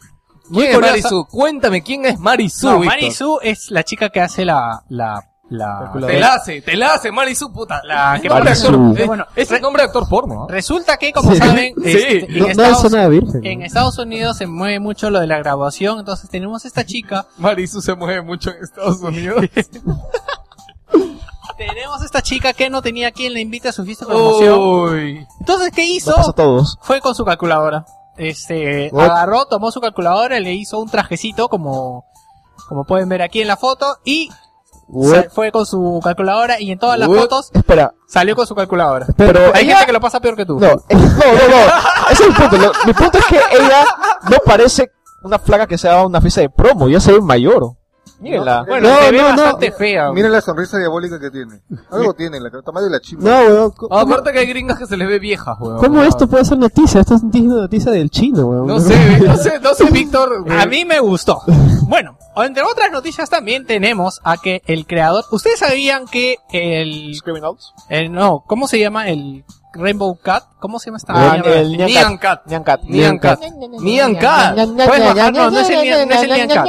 Speaker 1: Muy
Speaker 2: curiosa.
Speaker 1: Marisu, cuéntame quién es Marisu.
Speaker 2: No,
Speaker 1: Víctor?
Speaker 2: Marisu es la chica que hace la. la, la
Speaker 1: Te la hace, te la hace Marisu, puta.
Speaker 2: La-
Speaker 1: Es nombre de
Speaker 3: Marisu.
Speaker 1: actor- es-
Speaker 2: eh, Bueno,
Speaker 1: es el nombre de actor porno. ¿ah?
Speaker 2: Resulta que, como
Speaker 7: Sí.
Speaker 2: saben,
Speaker 1: Sí.
Speaker 2: este, en,
Speaker 7: No, no es
Speaker 2: Estados,
Speaker 7: sonada virgen.
Speaker 2: en Estados Unidos se mueve mucho lo de la grabación. Entonces, tenemos esta chica.
Speaker 1: Marisu se mueve mucho en Estados Unidos.
Speaker 2: Tenemos esta chica que no tenía quien le invite a su fiesta de
Speaker 1: Oh.
Speaker 2: promoción.
Speaker 1: Uy.
Speaker 2: Entonces, ¿qué hizo?
Speaker 3: Nos pasa a todos.
Speaker 2: Fue con su calculadora. Este,
Speaker 3: Oh.
Speaker 2: agarró, tomó su calculadora, le hizo un trajecito como, como pueden ver aquí en la foto y Sa- Fue con su calculadora y en todas las
Speaker 1: What?
Speaker 2: fotos
Speaker 3: Espera,
Speaker 2: salió con su calculadora.
Speaker 3: pero...
Speaker 2: Hay
Speaker 3: ella-
Speaker 2: gente que lo pasa peor que tú.
Speaker 3: No, eh, no, no, no. Ese es el punto. Lo- mi punto es que ella no parece una flaca que se daba una fiesta de promo. Ya se ve mayor. Mírenla.
Speaker 2: Bueno,
Speaker 7: No,
Speaker 2: se ve
Speaker 7: no, no.
Speaker 2: bastante fea.
Speaker 5: Miren Ah, la sonrisa diabólica que tiene. Algo tiene, la tamaño de la chica.
Speaker 7: No, weón. co-
Speaker 1: Ah,
Speaker 7: ¿Cómo,
Speaker 1: Aparte que hay gringas que se les ve viejas, weón.
Speaker 7: cómo esto puede ser noticia? Esto es noticia del chino, weón.
Speaker 1: No sé, no sé, no sé, Víctor.
Speaker 2: A mí me gustó. Bueno, entre otras noticias también tenemos a que el creador... ¿Ustedes sabían que el... el- no, ¿cómo se llama? El Rainbow Cat. ¿Cómo se llama esta?
Speaker 3: Ah,
Speaker 2: mierda?
Speaker 3: el Nyan
Speaker 1: Nyan Cat.
Speaker 3: Nyan Cat.
Speaker 1: Nyan Cat. Nyan Cat.
Speaker 2: Puedes bajar, no, no es el Nyan- no es el Nyan Cat.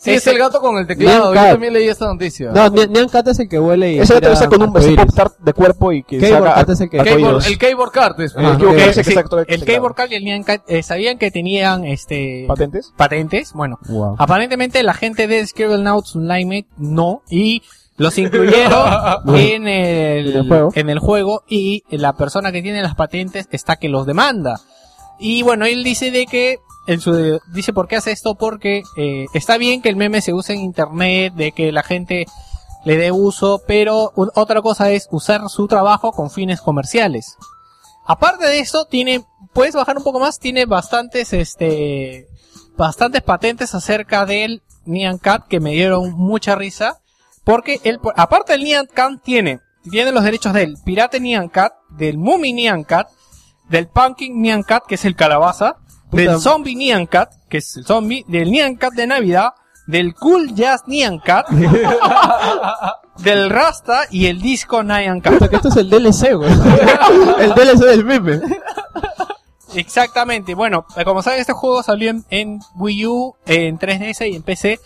Speaker 1: Sí, es el gato con el
Speaker 7: Nyan
Speaker 1: teclado. Yo
Speaker 7: Cat.
Speaker 1: también leí esta noticia.
Speaker 7: No, Ni- Nyan Cat es el que huele y.
Speaker 3: Esa
Speaker 7: tira
Speaker 3: entrevista con un ese
Speaker 7: arcoíris.
Speaker 3: popstar de cuerpo y que
Speaker 7: Cable
Speaker 3: saca
Speaker 7: Cat es el que-
Speaker 1: Keyboard-
Speaker 3: arcoíris.
Speaker 1: el keyboard card es-
Speaker 3: Eh, me equivoqué,
Speaker 2: Ok,
Speaker 3: ese que
Speaker 2: sí.
Speaker 3: se actó- que
Speaker 2: El
Speaker 3: se
Speaker 2: Keyboard
Speaker 3: grabó.
Speaker 2: Cat y el Nyan Cat eh, sabían que tenían este
Speaker 3: ¿Patentes?
Speaker 2: patentes. Bueno,
Speaker 7: Wow.
Speaker 2: aparentemente la gente de Scribblenauts Unlimited no y los incluyeron en el,
Speaker 7: En el juego.
Speaker 2: en el juego y la persona que tiene las patentes está que los demanda. Y bueno, él dice de que en su dice por qué hace esto porque eh, está bien que el meme se use en internet, de que la gente le dé uso, pero u- otra cosa es usar su trabajo con fines comerciales. Aparte de esto, tiene, puedes bajar un poco más, tiene bastantes, este, bastantes patentes acerca del Nyan Cat que me dieron mucha risa, porque él, po- aparte del Nyan Cat tiene, tiene los derechos del Pirate Nyan Cat, del Mummy Nyan Cat, del Pumpkin Nyan Cat, que es el calabaza, del Zombie Nyan Cat, que es el zombie, del Nyan Cat de Navidad, del Cool Jazz Nyan Cat, del Rasta y el Disco Nyan Cat.
Speaker 7: Puta, que esto es el DLC, weón. el DLC del meme.
Speaker 2: Exactamente. Bueno, eh, como saben, este juego salió en, en Wii U, eh, en 3DS y en PC.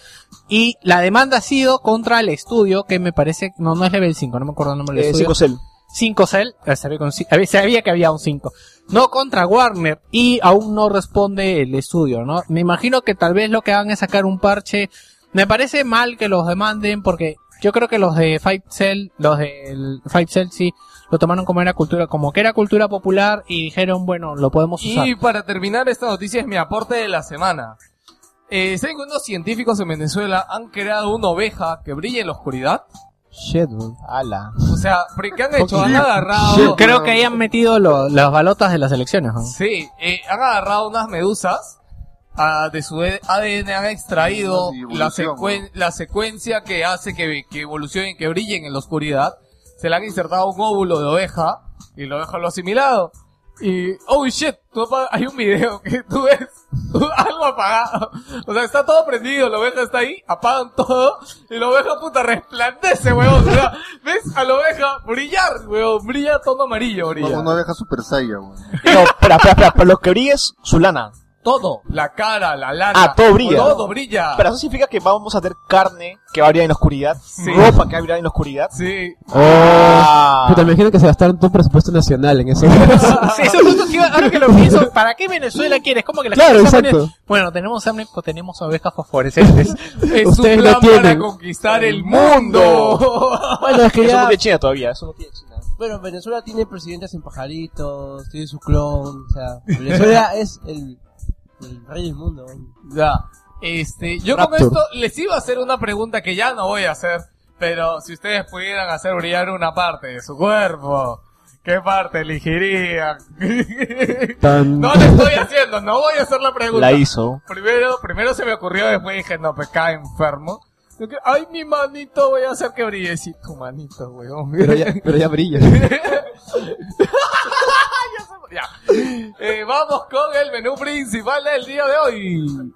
Speaker 2: Y la demanda ha sido contra el estudio, que me parece, no, no es Level 5, no me acuerdo el nombre del
Speaker 3: Eh,
Speaker 2: estudio.
Speaker 3: 5 cel.
Speaker 2: 5 Cell, eh, sabía, con ci- había- sabía que había un 5. No contra Warner y aún no responde el estudio, ¿no? Me imagino que tal vez lo que hagan es sacar un parche. Me parece mal que los demanden porque yo creo que los de Five Cell, los de Five Cell sí lo tomaron como era cultura, como que era cultura popular y dijeron, bueno, lo podemos usar.
Speaker 1: Y para terminar esta noticia es mi aporte de la semana. Eh, ¿Saben que unos científicos en Venezuela han creado una oveja que brilla en la oscuridad?
Speaker 7: Shit, weón.
Speaker 3: Ala.
Speaker 1: O sea, pre- ¿qué han hecho? Han agarrado...
Speaker 5: Shit.
Speaker 2: Creo que hayan metido lo- las balotas de las elecciones, ¿no?
Speaker 1: Sí, eh, han agarrado unas medusas, ah, de su e- ADN han extraído
Speaker 5: Y evolución,
Speaker 1: la, secuen-
Speaker 5: ¿no?
Speaker 1: la secuencia que hace que, que evolucionen, que brillen en la oscuridad, se le han insertado un óvulo de oveja y la oveja lo ha asimilado. Y, oh shit, tú apa- hay un video que tú ves algo apagado. O sea, está todo prendido, la oveja está ahí, apagan todo y la oveja puta resplandece, weón. O sea, ves a la oveja brillar, weón, brilla tono amarillo, brilla.
Speaker 5: Como una oveja super saiya, weón.
Speaker 3: No, espera, espera, espera. Para los que brilles, su lana.
Speaker 1: Todo. La cara, la lana.
Speaker 3: Ah, todo brilla.
Speaker 1: Todo brilla.
Speaker 3: Pero eso significa que vamos a tener carne que va a brillar en la oscuridad,
Speaker 1: Sí. Oh,
Speaker 3: ropa que va a brillar en la oscuridad.
Speaker 1: Sí.
Speaker 3: Ah.
Speaker 7: Puta, me imagino que se gastaron todo el presupuesto nacional en eso.
Speaker 2: Ah, Sí, eso es justo que iba- ahora que lo pienso, ¿para qué Venezuela quieres? Como que la
Speaker 7: Claro,
Speaker 2: gente se pone-
Speaker 7: exacto.
Speaker 2: Bueno, tenemos hambre, pues tenemos ovejas fosforescentes.
Speaker 1: Es un
Speaker 7: Ustedes no
Speaker 1: plan para
Speaker 7: tienen.
Speaker 1: conquistar el mundo.
Speaker 7: bueno, es que
Speaker 3: Eso no
Speaker 7: ya...
Speaker 3: tiene China todavía. Eso no tiene China.
Speaker 4: Bueno, Venezuela tiene presidentes en pajaritos, tiene su clon, o sea, Venezuela es el, el rey del mundo.
Speaker 1: ya. Este, yo con
Speaker 7: Raptor.
Speaker 1: esto les iba a hacer una pregunta que ya no voy a hacer. Pero si ustedes pudieran hacer brillar una parte de su cuerpo, ¿qué parte elegirían?
Speaker 7: Tan-
Speaker 1: no lo estoy haciendo, no voy a hacer la pregunta.
Speaker 3: La hizo.
Speaker 1: Primero, primero se me ocurrió, después dije, no, pues cae enfermo. Yo que- Ay, mi manito, voy a hacer que brille. Sí, tu manito, weón.
Speaker 7: Pero ya, pero ya brilla.
Speaker 1: Ya. Eh, vamos con el menú principal del día de hoy.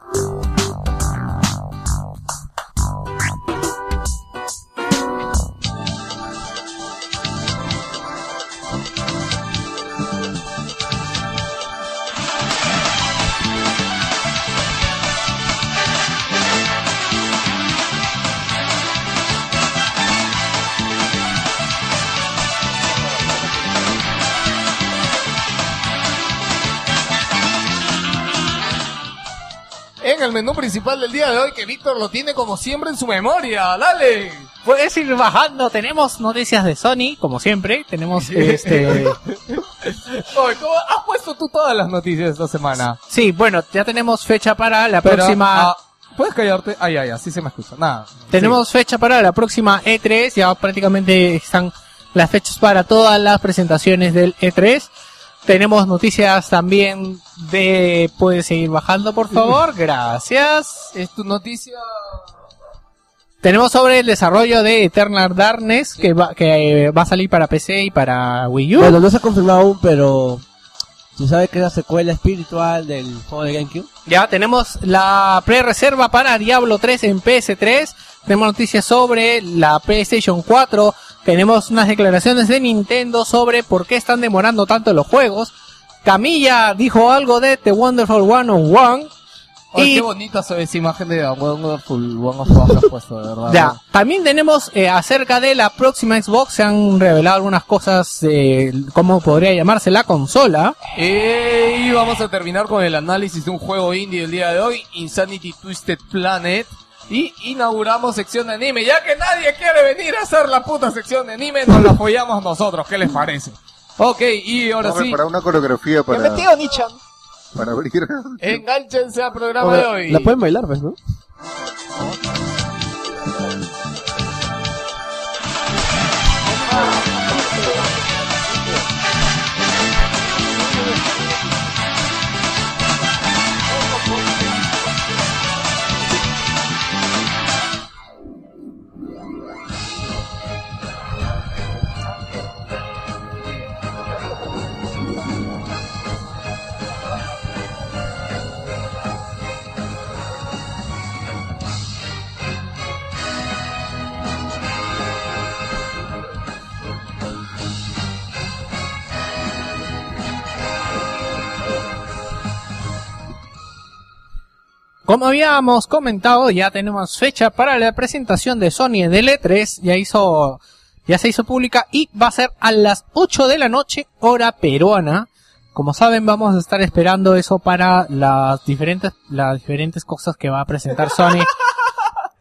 Speaker 1: En el menú principal del día de hoy, que Víctor lo tiene como siempre en su memoria. Dale.
Speaker 2: Puedes Pues ir bajando, tenemos noticias de Sony, como siempre, tenemos este...
Speaker 1: Oye, ¿cómo has puesto tú todas las noticias esta semana?
Speaker 2: Sí, bueno, ya tenemos fecha para la
Speaker 1: Pero,
Speaker 2: próxima...
Speaker 1: ah, ¿Puedes callarte? Ay, ay, así se me escucha. Nada.
Speaker 2: Tenemos fecha para la próxima E3, ya prácticamente están las fechas para todas las presentaciones del E3. Tenemos noticias también de... Puedes seguir bajando, por favor. Gracias.
Speaker 1: Es tu noticia.
Speaker 2: Tenemos sobre el desarrollo de Eternal Darkness, que va, que eh, va a salir para PC y para Wii U.
Speaker 4: Bueno, no se ha confirmado aún, pero se sabe que es la secuela espiritual del juego de GameCube.
Speaker 2: Ya tenemos la pre-reserva para Diablo 3 en PS3. Tenemos noticias sobre la PlayStation 4. Tenemos unas declaraciones de Nintendo sobre por qué están demorando tanto los juegos. Camilla dijo algo de The Wonderful One on One.
Speaker 1: Ay,
Speaker 2: Y-
Speaker 1: qué bonita se ve esa imagen de Wonderful One of One que has puesto, de verdad.
Speaker 2: Ya, también tenemos eh, acerca de la próxima Xbox, se han revelado algunas cosas, eh, cómo podría llamarse la consola.
Speaker 1: Eh, Y vamos a terminar con el análisis de un juego indie del día de hoy, Insanity Twisted Planet. Y inauguramos sección de anime. Ya que nadie quiere venir a hacer la puta sección de anime, nos la apoyamos nosotros. ¿Qué les parece? Ok, y ahora
Speaker 5: Vamos a
Speaker 1: sí,
Speaker 5: preparar una coreografía
Speaker 3: Me
Speaker 5: para,
Speaker 3: metido Nichan.
Speaker 5: para abrir.
Speaker 2: Eh,
Speaker 1: enganchense al programa de hoy.
Speaker 7: La pueden bailar, pues, ¿no?
Speaker 2: Como habíamos comentado, ya tenemos fecha para la presentación de Sony en el E3, ya hizo, ya se hizo pública y va a ser a las 8 de la noche, hora peruana. Como saben, vamos a estar esperando eso para las diferentes, las diferentes cosas que va a presentar Sony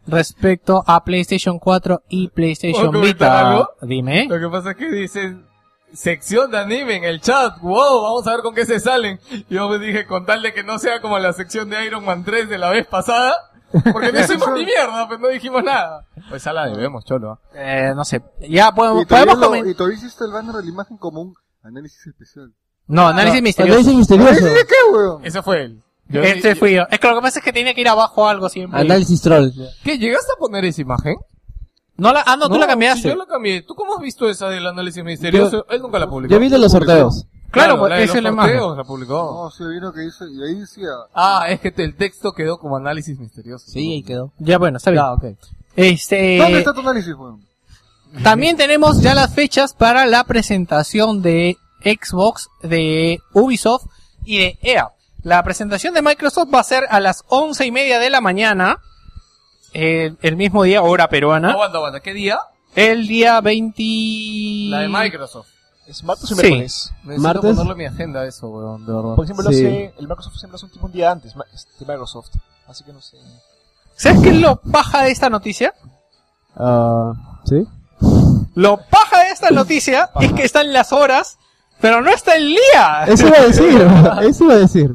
Speaker 2: respecto a PlayStation 4 y PlayStation
Speaker 1: ¿Puedo comentar
Speaker 2: Vita.
Speaker 1: algo?
Speaker 2: Dime.
Speaker 1: Lo que pasa es que dicen sección de anime en el chat. Wow, vamos a ver con qué se salen. Yo me dije, con tal de que no sea como la sección de Iron Man 3 de la vez pasada. Porque no hicimos ni mierda, pero no dijimos nada. Pues ya la debemos, cholo.
Speaker 2: Eh, no sé. Ya podemos,
Speaker 5: Y todavía,
Speaker 2: podemos
Speaker 5: lo-
Speaker 2: comentar.
Speaker 5: y todavía hiciste el banner de la imagen como un análisis especial.
Speaker 1: Ah,
Speaker 2: No, análisis misterioso.
Speaker 7: Análisis misterioso.
Speaker 5: ¿De qué, weón?
Speaker 1: Ese fue él. Yo-
Speaker 2: Este
Speaker 1: y-
Speaker 2: fui yo. Es que lo que pasa es que tenía que ir abajo algo siempre.
Speaker 4: Análisis troll.
Speaker 1: ¿Qué? ¿Llegaste a poner esa imagen?
Speaker 2: No la, ah, no, tú la
Speaker 1: si
Speaker 2: cambiaste.
Speaker 1: yo la cambié. ¿Tú cómo has visto esa del análisis misterioso? Él nunca la publicó.
Speaker 7: Yo vi de los sorteos.
Speaker 2: Claro, pues,
Speaker 1: la de
Speaker 2: esa
Speaker 1: los
Speaker 2: es la imagen.
Speaker 1: sorteos la publicó.
Speaker 5: No, sí, vino que dice, y ahí decía,
Speaker 1: Ah, es que te- el texto quedó como análisis misterioso.
Speaker 4: Sí, ahí quedó.
Speaker 2: Ya bueno, está bien.
Speaker 4: Ah, ok.
Speaker 2: Este,
Speaker 5: ¿dónde está tu análisis, weón?
Speaker 2: también tenemos ya las fechas para la presentación de Xbox, de Ubisoft y de EA. La presentación de Microsoft va a ser a las once y media de la mañana, eh, el mismo día, hora peruana,
Speaker 1: Aguanta, aguanta. ¿Qué día?
Speaker 2: el día 20...
Speaker 1: La de Microsoft.
Speaker 3: Es martes
Speaker 2: Sí.
Speaker 3: o miércoles.
Speaker 1: Necesito
Speaker 7: ¿Martes?
Speaker 1: ponerlo en mi agenda eso, weón, de verdad.
Speaker 3: Por ejemplo,
Speaker 7: Sí.
Speaker 3: lo hace, el Microsoft siempre lo hace un tipo un día antes, ma- este, Microsoft. Así que no sé.
Speaker 2: ¿Sabes qué es lo paja de esta noticia?
Speaker 7: Ah, ¿sí?
Speaker 2: Lo paja de esta noticia es que están las horas, pero no está el día.
Speaker 7: Eso iba a decir, eso iba a decir.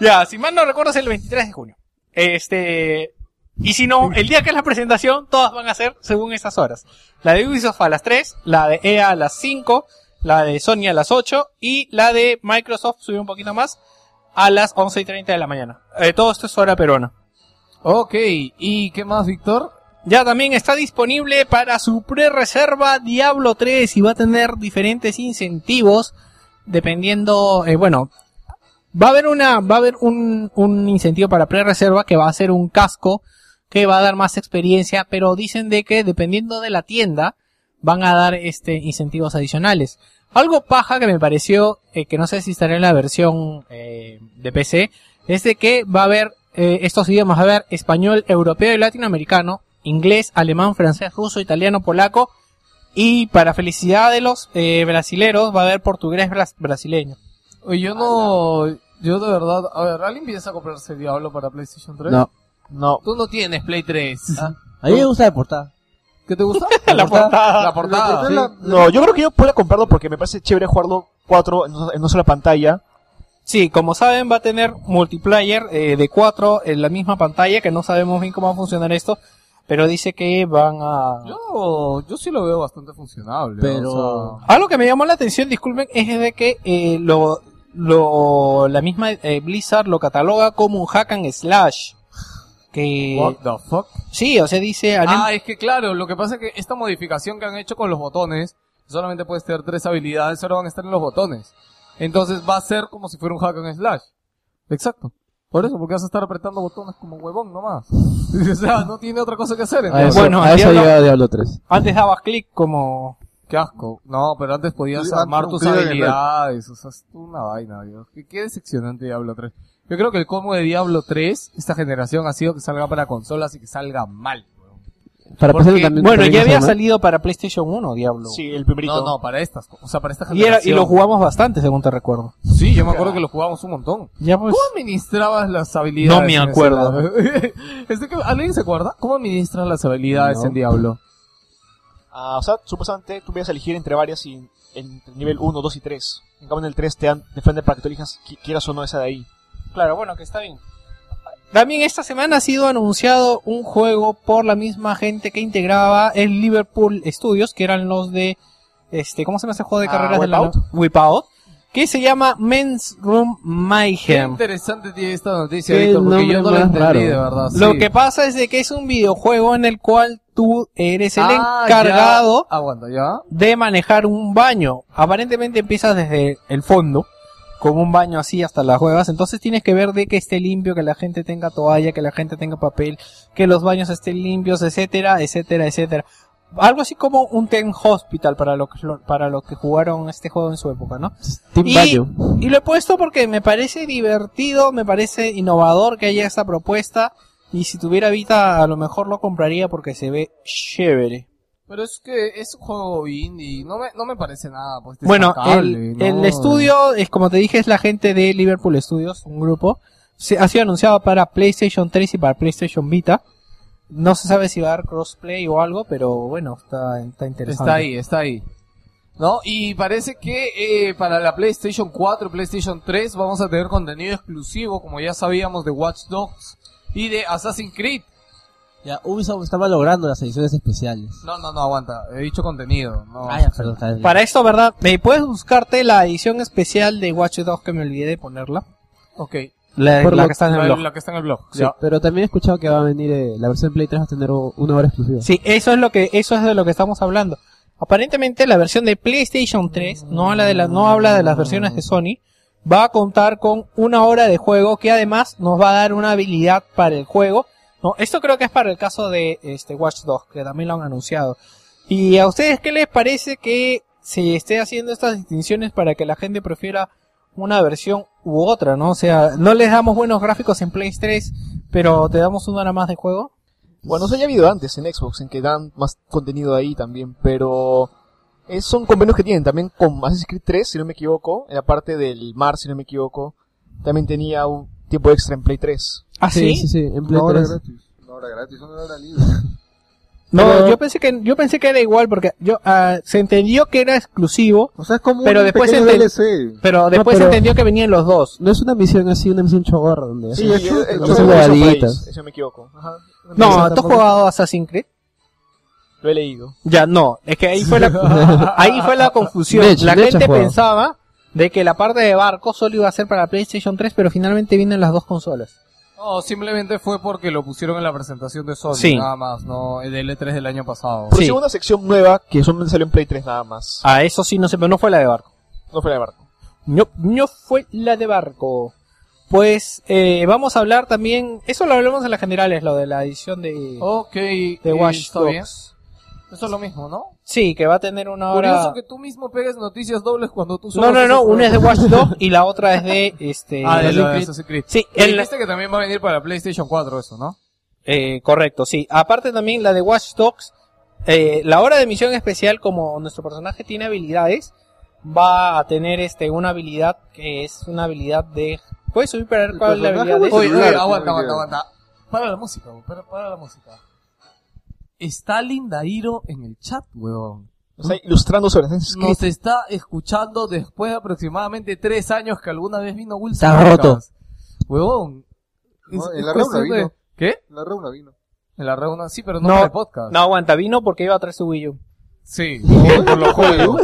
Speaker 2: Ya, si mal no recuerdo es el 23 de junio. Este, y si no, el día que es la presentación, todas van a ser según estas horas. La de Ubisoft a las 3, la de EA a las 5, la de Sony a las 8 y la de Microsoft, subió un poquito más, a las 11 y 30 de la mañana. Eh, todo esto es hora peruana.
Speaker 1: Ok, ¿y qué más, Víctor?
Speaker 2: Ya también está disponible para su pre-reserva Diablo 3 y va a tener diferentes incentivos dependiendo, eh, bueno, va a haber una, va a haber un, un incentivo para pre-reserva que va a ser un casco que va a dar más experiencia, pero dicen de que dependiendo de la tienda van a dar este incentivos adicionales. Algo paja que me pareció, eh, que no sé si estará en la versión eh, de PC, es de que va a haber eh, estos idiomas, va a haber español, europeo y latinoamericano, inglés, alemán, francés, ruso, italiano, polaco, y para felicidad de los eh, brasileros va a haber portugués bras- brasileño.
Speaker 1: Oye, yo no... Yo de verdad... A ver, ¿alguien piensa comprarse Diablo para PlayStation 3?
Speaker 7: No.
Speaker 3: No.
Speaker 1: Tú no tienes Play 3.
Speaker 7: Ah,
Speaker 4: A mí me gusta de portada.
Speaker 1: ¿Qué te gusta?
Speaker 2: La portada.
Speaker 1: La portada.
Speaker 5: La-
Speaker 1: sí.
Speaker 3: No, yo creo que yo puedo comprarlo porque me parece chévere jugarlo cuatro en, una- en una sola pantalla.
Speaker 2: Sí, como saben va a tener multiplayer eh, de cuatro en la misma pantalla, que no sabemos bien cómo va a funcionar esto, pero dice que van a...
Speaker 1: Yo, yo sí lo veo bastante funcionable.
Speaker 4: Pero-
Speaker 1: o sea,
Speaker 2: Algo Ah, que me llamó la atención, disculpen, es de que eh, lo, lo, la misma eh, Blizzard lo cataloga como un hack and slash. Que,
Speaker 1: What the fuck?
Speaker 2: sí, o sea, dice...
Speaker 1: Ah, es que claro, lo que pasa es que esta modificación que han hecho con los botones, solamente puedes tener tres habilidades, solo van a estar en los botones. Entonces va a ser como si fuera un hack and slash. Exacto. Por eso, porque vas a estar apretando botones como huevón nomás. o sea, no tiene otra cosa que hacer.
Speaker 3: A
Speaker 4: Ah,
Speaker 1: entonces.
Speaker 3: eso,
Speaker 2: Bueno,
Speaker 3: a eso
Speaker 2: entiendo.
Speaker 3: llega Diablo 3.
Speaker 2: Antes dabas clic como...
Speaker 1: Qué asco. No, pero antes podías
Speaker 5: Sí,
Speaker 1: armar
Speaker 5: antes
Speaker 1: tus
Speaker 5: un clic en el-
Speaker 1: habilidades. O sea, es una vaina, Dios. Qué, qué decepcionante Diablo 3. Yo creo que el combo de Diablo 3, esta generación, ha sido que salga para consolas y que salga mal. huevón.
Speaker 7: Para
Speaker 1: Porque-
Speaker 7: PC también.
Speaker 2: Bueno, ya
Speaker 7: también
Speaker 2: había
Speaker 7: se arma.
Speaker 2: salido para PlayStation 1, Diablo.
Speaker 3: el primerito.
Speaker 1: No, no, para estas. co- O sea, para esta
Speaker 2: Y, era,
Speaker 1: generación.
Speaker 2: y lo jugamos bastante, según te recuerdo.
Speaker 1: Sí, yo me acuerdo que lo jugábamos un montón.
Speaker 2: Ya pues...
Speaker 1: ¿Cómo administrabas las habilidades?
Speaker 2: No me
Speaker 1: en ese
Speaker 2: acuerdo.
Speaker 1: lado? Este que- ¿Alguien se acuerda? ¿Cómo administras las habilidades
Speaker 3: No.
Speaker 1: en Diablo?
Speaker 3: Ah, o sea, supuestamente tú puedes elegir entre varias y entre el nivel 1, 2 y 3. En cambio, en el 3 te dan defender para que tú elijas qui- quieras o no esa de ahí.
Speaker 2: Claro, bueno, que está bien. También esta semana ha sido anunciado un juego por la misma gente que integraba el Liverpool Studios, que eran los de este, ¿cómo se llama ese juego de
Speaker 3: Ah,
Speaker 2: carreras de la
Speaker 3: Wipeout.
Speaker 2: no- Wipeout, que se llama Men's Room
Speaker 1: Qué
Speaker 2: Mayhem.
Speaker 1: interesante tiene esta noticia,
Speaker 7: Qué
Speaker 1: Víctor, porque
Speaker 7: nombre
Speaker 1: yo no la
Speaker 7: más
Speaker 1: entendí,
Speaker 7: raro.
Speaker 1: de verdad.
Speaker 2: Lo
Speaker 1: sí.
Speaker 2: que pasa es de que es un videojuego en el cual tú eres el
Speaker 1: Ah, ya.
Speaker 2: encargado
Speaker 1: Aguanta, ya.
Speaker 2: de manejar un baño. Aparentemente empiezas desde el fondo, con un baño así hasta las huevas. Entonces tienes que ver de que esté limpio, que la gente tenga toalla, que la gente tenga papel, que los baños estén limpios, etcétera, etcétera, etcétera. Algo así como un Ten Hospital para los que, lo- para los que jugaron este juego en su época, ¿no?
Speaker 7: Team
Speaker 2: Y-
Speaker 7: Bayo.
Speaker 2: Y lo he puesto porque me parece divertido, me parece innovador que haya esta propuesta. Y si tuviera Vita, a lo mejor lo compraría porque se ve chévere.
Speaker 1: Pero es que es un juego indie, no me, no me parece nada. Pues,
Speaker 2: Bueno,
Speaker 1: destacable,
Speaker 2: el,
Speaker 1: ¿no?
Speaker 2: el estudio, es como te dije, es la gente de Liverpool Studios, un grupo. Se, ha sido anunciado para PlayStation 3 y para PlayStation Vita. No se sabe si va a dar crossplay o algo, pero bueno, está, está interesante.
Speaker 1: Está ahí, está ahí. ¿No? Y parece que eh, para la PlayStation 4, PlayStation 3 vamos a tener contenido exclusivo, como ya sabíamos, de Watch Dogs y de Assassin's Creed.
Speaker 4: Ya, Ubisoft está malogrando las ediciones especiales.
Speaker 1: No, no, no, aguanta, he dicho contenido. No.
Speaker 4: Ay, perdón, está bien.
Speaker 2: Para esto, ¿verdad? ¿Me puedes buscarte la edición especial de Watch Dogs que me olvidé de ponerla?
Speaker 1: Ok,
Speaker 2: La,
Speaker 7: Por
Speaker 2: la
Speaker 7: lo-
Speaker 2: que está en el
Speaker 1: la,
Speaker 2: blog.
Speaker 1: la que está en el blog.
Speaker 7: Sí,
Speaker 1: ya.
Speaker 7: pero también he escuchado que va a venir eh, la versión Play 3 va a tener o- una hora exclusiva.
Speaker 2: Sí, eso es lo que eso es de lo que estamos hablando. Aparentemente la versión de PlayStation 3 no habla de las no habla de las versiones de Sony, va a contar con una hora de juego que además nos va a dar una habilidad para el juego. No, esto creo que es para el caso de este Watch Dogs que también lo han anunciado. ¿Y a ustedes qué les parece que se esté haciendo estas distinciones para que la gente prefiera una versión u otra, ¿no? O sea, no les damos buenos gráficos en Play 3, pero te damos una hora más de juego.
Speaker 3: Bueno, eso ya ha habido antes en Xbox, en que dan más contenido ahí también, pero es- son convenios que tienen. También con Assassin's Creed 3, si no me equivoco, en la parte del mar, si no me equivoco, también tenía un tiempo extra en Play 3.
Speaker 2: ¿Ah,
Speaker 7: sí, sí, sí, en Play
Speaker 5: Una hora
Speaker 7: 3.
Speaker 5: gratis. Una hora gratis, una hora libre.
Speaker 2: No,
Speaker 7: Pero-
Speaker 2: yo pensé que yo pensé que era igual porque yo ah, se entendió que era exclusivo,
Speaker 5: O sea, es como
Speaker 2: Pero
Speaker 5: un
Speaker 2: después
Speaker 5: pequeño
Speaker 2: ente-
Speaker 5: DLC.
Speaker 2: pero después se
Speaker 7: pero-
Speaker 2: entendió que venían los dos.
Speaker 7: No es una misión así, una misión chogorra donde
Speaker 5: Sí, es
Speaker 3: yo- eh,
Speaker 5: shooter,
Speaker 3: yo-
Speaker 5: ¿no?
Speaker 3: yo-
Speaker 7: Son
Speaker 3: yo- yo-
Speaker 7: huevaditas.
Speaker 3: Play, Si no me equivoco. Ajá.
Speaker 2: No, ¿tú has
Speaker 7: tampoco-
Speaker 2: jugado Assassin's Creed?
Speaker 3: Lo he leído.
Speaker 2: Ya no, es que ahí fue la ahí fue la confusión.
Speaker 7: De hecho,
Speaker 2: la
Speaker 7: de hecho
Speaker 2: gente
Speaker 7: he jugado.
Speaker 2: pensaba de que la parte de barco solo iba a ser para PlayStation 3, pero finalmente vienen las dos consolas.
Speaker 1: No, simplemente fue porque lo pusieron en la presentación de Sony,
Speaker 2: Sí.
Speaker 1: nada más, no el L3 del año pasado.
Speaker 3: Pero
Speaker 2: Sí.
Speaker 3: según una sección nueva que solamente salió en Play 3 nada más.
Speaker 2: Ah, eso sí no sé, pero no fue la de barco.
Speaker 3: No fue la de barco.
Speaker 2: No, no fue la de barco. Pues eh, vamos a hablar también, eso lo hablamos en las generales, lo de la edición de,
Speaker 1: Ok,
Speaker 2: de
Speaker 1: eh,
Speaker 2: Watch
Speaker 1: está bien.
Speaker 2: Dogs.
Speaker 1: Eso es lo mismo, ¿no?
Speaker 2: Sí, que va a tener una hora.
Speaker 1: Curioso que tú mismo pegues noticias dobles cuando tú solo
Speaker 2: No, no,
Speaker 1: haces
Speaker 2: no,
Speaker 1: el
Speaker 2: una es de
Speaker 1: programa.
Speaker 2: Watch Dogs y la otra es de este
Speaker 1: Ah, de lo de
Speaker 2: Assassin's Creed.
Speaker 1: Assassin's Creed.
Speaker 2: Sí,
Speaker 1: Y
Speaker 2: en la-
Speaker 1: dijiste que también va a venir para PlayStation 4 eso, ¿no?
Speaker 2: eh, correcto, sí. Aparte también la de Watch Dogs, eh, la hora de misión especial como nuestro personaje tiene habilidades, va a tener este una habilidad que es una habilidad de puedes subir para ver
Speaker 5: El
Speaker 2: cuál es la
Speaker 5: personaje
Speaker 2: habilidad de
Speaker 5: Pues
Speaker 1: Oye,
Speaker 5: celular,
Speaker 1: oye,
Speaker 5: tiene
Speaker 1: aguanta,
Speaker 5: que
Speaker 1: aguanta,
Speaker 5: ver.
Speaker 1: aguanta. Para la música, para, para la música. Está Lindairo en el chat, weón.
Speaker 8: O sea, ilustrando sobre las Assassin's Creed.
Speaker 1: Nos está escuchando después de aproximadamente tres años que alguna vez vino Wilson.
Speaker 4: Está roto.
Speaker 1: Podcast. Huevón.
Speaker 5: No,
Speaker 1: Es-
Speaker 5: en
Speaker 1: es
Speaker 5: la
Speaker 1: cuestión
Speaker 5: reunión
Speaker 1: de-
Speaker 5: vino.
Speaker 1: ¿Qué?
Speaker 5: La reunión vino.
Speaker 1: En la reunión, sí, pero no,
Speaker 2: No,
Speaker 1: para el podcast.
Speaker 2: No aguanta, vino porque iba a traer su Wii U.
Speaker 1: Sí.
Speaker 5: Por los juegos.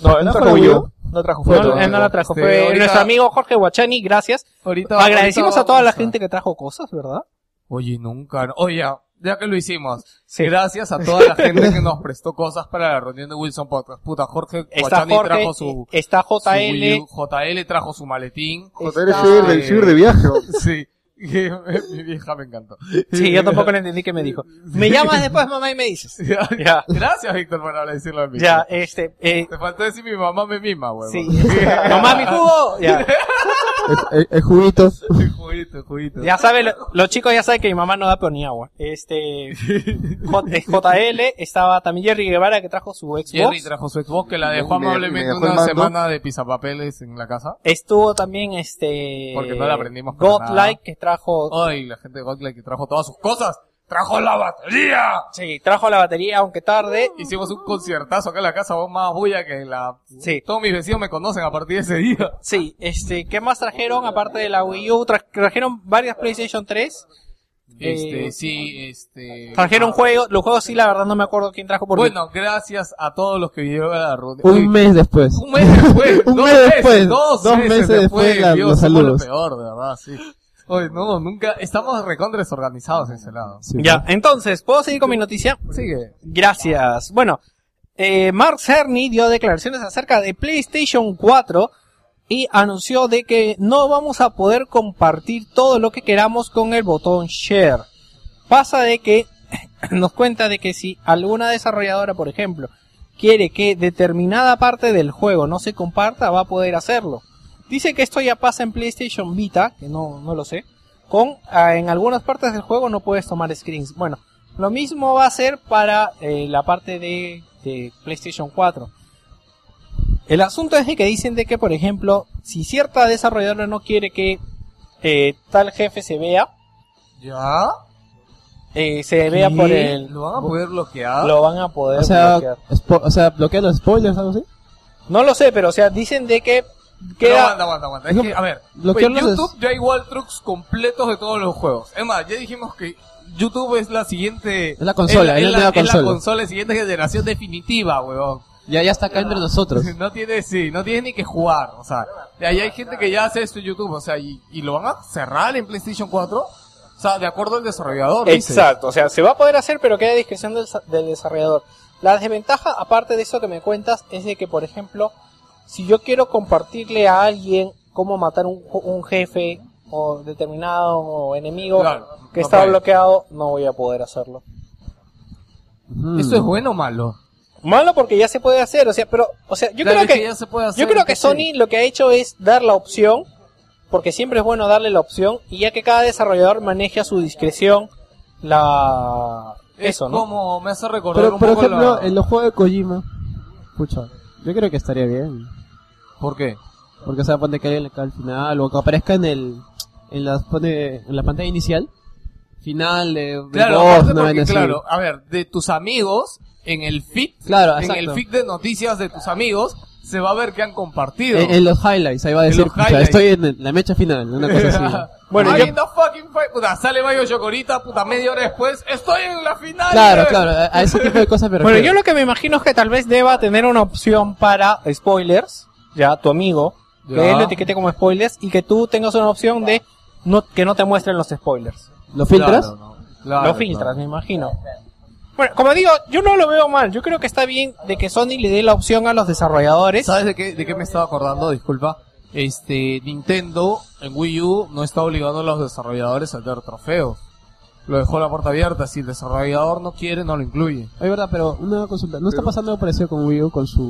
Speaker 8: No, él no
Speaker 4: ¿No
Speaker 8: trajo
Speaker 4: fue
Speaker 8: Wii U.
Speaker 4: Wii
Speaker 8: No trajo
Speaker 2: No,
Speaker 8: fue
Speaker 2: él
Speaker 8: otro.
Speaker 2: no, la trajo.
Speaker 1: Este,
Speaker 2: Fue
Speaker 1: ahorita-
Speaker 2: nuestro amigo Jorge Guachani, gracias.
Speaker 1: Ahorita
Speaker 2: Agradecimos
Speaker 1: ahorita
Speaker 2: a toda la
Speaker 1: vamos
Speaker 2: gente que trajo cosas, ¿verdad?
Speaker 1: Oye, nunca. no- Oye, ya que lo hicimos.
Speaker 2: Sí.
Speaker 1: Gracias a toda la gente que nos prestó cosas para la reunión de Wilson Podcast. Puta, Jorge
Speaker 2: Está
Speaker 1: Guachani
Speaker 2: Jorge, eh,
Speaker 1: trajo su,
Speaker 2: está
Speaker 1: su Wii
Speaker 2: JL,
Speaker 1: U, JL trajo su maletín.
Speaker 5: Joder, ese es del ciber de viaje. ¿no?
Speaker 1: Sí. Mi vieja me encantó.
Speaker 2: Sí, yo tampoco le entendí qué me dijo. Me llamas después, mamá, y me dices. Ya.
Speaker 1: Gracias, Víctor, por decirlo a mí.
Speaker 2: Ya, este, eh,
Speaker 1: Te faltó decir mi mamá me mima, huevón.
Speaker 2: sí. Mamá, mi jugo. Ya,
Speaker 4: El, el juguito.
Speaker 1: juguito, juguito.
Speaker 2: ya saben, lo- los chicos ya saben que mi mamá no da por ni agua. Este, J- eh, JL, estaba también Jerry Guevara que trajo su Xbox.
Speaker 1: Jerry trajo su Xbox que la dejó
Speaker 5: Me- me
Speaker 1: amablemente
Speaker 5: dejó el
Speaker 1: una
Speaker 5: mando.
Speaker 1: semana de pisapapeles en la casa.
Speaker 2: Estuvo también este,
Speaker 1: Porque no la aprendimos para
Speaker 2: Godlike que trajo
Speaker 1: Ay, la gente de Godlike que trajo todas sus cosas. ¡Trajo la batería!
Speaker 2: Sí, trajo la batería, aunque tarde. y-
Speaker 1: Hicimos un conciertazo acá en la casa, vos más bulla que en la...
Speaker 2: Sí.
Speaker 1: Todos mis vecinos me conocen a partir de ese día.
Speaker 2: Sí, este, ¿qué más trajeron aparte de la Wii U? Tra- trajeron varias PlayStation 3.
Speaker 1: Este,
Speaker 2: Eh,
Speaker 1: sí, este...
Speaker 2: Trajeron juegos, los juegos sí, la verdad no me acuerdo quién trajo porque
Speaker 1: Bueno, gracias a todos los que vinieron a la reunión. Uy,
Speaker 4: Un mes después.
Speaker 1: Un mes después.
Speaker 4: Un
Speaker 1: dos
Speaker 4: mes
Speaker 1: meses,
Speaker 4: después,
Speaker 1: Dos,
Speaker 4: dos
Speaker 1: meses,
Speaker 4: meses
Speaker 1: después.
Speaker 4: después, la-
Speaker 1: Dios,
Speaker 4: los
Speaker 1: somos
Speaker 4: saludos.
Speaker 1: lo peor, de verdad, sí. Oye, no, nunca... Estamos recontra desorganizados en ese lado.
Speaker 4: Sí,
Speaker 2: ya, entonces, ¿puedo seguir con mi noticia?
Speaker 1: Sigue.
Speaker 2: Gracias. Bueno, eh, Mark Cerny dio declaraciones acerca de PlayStation 4 y anunció de que no vamos a poder compartir todo lo que queramos con el botón share. Pasa de que nos cuenta de que si alguna desarrolladora, por ejemplo, quiere que determinada parte del juego no se comparta, va a poder hacerlo. Dice que esto ya pasa en PlayStation Vita, que no, no lo sé, con ah, en algunas partes del juego no puedes tomar screens. Bueno, lo mismo va a ser para eh, la parte de, de PlayStation 4. El asunto es de que dicen de que, por ejemplo, si cierta desarrolladora no quiere que eh, tal jefe se vea,
Speaker 1: ¿Ya?
Speaker 2: eh, se vea
Speaker 1: ¿Qué?
Speaker 2: por el...
Speaker 1: ¿Lo van a poder bloquear?
Speaker 2: Lo van a poder
Speaker 4: O sea,
Speaker 2: bloquear.
Speaker 4: spo- o sea, bloquea los spoilers, algo así.
Speaker 2: No lo sé, pero o sea, dicen de que
Speaker 1: Pero
Speaker 2: queda...
Speaker 1: aguanta, aguanta, aguanta. Es
Speaker 4: No,
Speaker 1: que, a ver, pues,
Speaker 4: bloquearlos
Speaker 1: en
Speaker 4: es-
Speaker 1: YouTube ya hay wall trucks completos de todos los juegos. Es más, ya dijimos que YouTube es la siguiente...
Speaker 4: Es la consola, es la nueva
Speaker 1: Es la
Speaker 4: consola.
Speaker 1: consola de siguiente generación definitiva, huevón.
Speaker 4: Ya, ya está acá entre nosotros.
Speaker 1: No tiene, sí, no tiene ni que jugar, o sea, de ahí hay gente que ya hace esto en YouTube, o sea, y, y lo van a cerrar en PlayStation 4, o sea, de acuerdo al desarrollador. dices.
Speaker 2: Exacto, o sea, se va a poder hacer, pero queda a discreción del, sa- del desarrollador. La desventaja, aparte de eso que me cuentas, es de que, por ejemplo, si yo quiero compartirle a alguien cómo matar un, ju- un jefe o determinado enemigo
Speaker 1: Claro,
Speaker 2: que
Speaker 1: no
Speaker 2: está
Speaker 1: puede.
Speaker 2: bloqueado, no voy a poder hacerlo.
Speaker 1: ¿Eso Mm. es bueno o malo?
Speaker 2: Malo porque ya se puede hacer, o sea, pero, o sea, yo
Speaker 1: Claro,
Speaker 2: creo
Speaker 1: es
Speaker 2: que,
Speaker 1: ya se puede hacer,
Speaker 2: yo creo que
Speaker 1: sí.
Speaker 2: Sony lo que ha hecho es dar la opción, porque siempre es bueno darle la opción, y ya que cada desarrollador maneje a su discreción la...
Speaker 1: Es
Speaker 2: Eso, ¿no?
Speaker 1: como me hace recordar
Speaker 4: Pero,
Speaker 1: un
Speaker 4: por
Speaker 1: poco
Speaker 4: ejemplo,
Speaker 1: la-
Speaker 4: en los juegos de Kojima, pucha, yo creo que estaría bien.
Speaker 1: ¿Por qué?
Speaker 4: Porque, o sea, ponte que alguien acá al final, o que aparezca en el, en la, pone, en la pantalla inicial, final de, del
Speaker 1: Claro,
Speaker 4: boss,
Speaker 1: aparte
Speaker 4: una
Speaker 1: porque,
Speaker 4: vaina así.
Speaker 1: claro, a ver, de tus amigos, en el feed,
Speaker 4: Claro,
Speaker 1: en
Speaker 4: exacto.
Speaker 1: el feed de noticias de tus amigos, se va a ver que han compartido.
Speaker 4: En, en los highlights, ahí va a
Speaker 1: En
Speaker 4: decir,
Speaker 1: los
Speaker 4: pucha,
Speaker 1: highlights.
Speaker 4: estoy en el- la mecha final, una cosa así.
Speaker 1: bueno,
Speaker 2: Bueno,
Speaker 1: yo...
Speaker 2: yo-
Speaker 1: fucking fight, puta, sale Mayo Chocorita, puta, media hora después, estoy en la final.
Speaker 4: Claro,
Speaker 1: eh.
Speaker 4: claro, a, a ese tipo de cosas me
Speaker 2: Bueno,
Speaker 4: refiero.
Speaker 2: yo lo que me imagino es que tal vez deba tener una opción para spoilers, ya tu amigo,
Speaker 1: Ya.
Speaker 2: que él lo etiquete como spoilers y que tú tengas una opción de no, que no te muestren los spoilers.
Speaker 4: ¿Lo filtras?
Speaker 1: Claro, no. Claro,
Speaker 2: lo filtras,
Speaker 1: claro.
Speaker 2: me imagino. Bueno, como digo, yo no lo veo mal. Yo creo que está bien de que Sony le dé la opción a los desarrolladores.
Speaker 1: ¿Sabes de qué, de qué me estaba acordando? Disculpa. Este, Nintendo en Wii U no está obligando a los desarrolladores a dar trofeos. Lo dejó la puerta abierta. Si el desarrollador no quiere, no lo incluye.
Speaker 4: Es verdad, pero una consulta, ¿no está
Speaker 5: Pero-
Speaker 4: pasando algo parecido con Wii U, con su...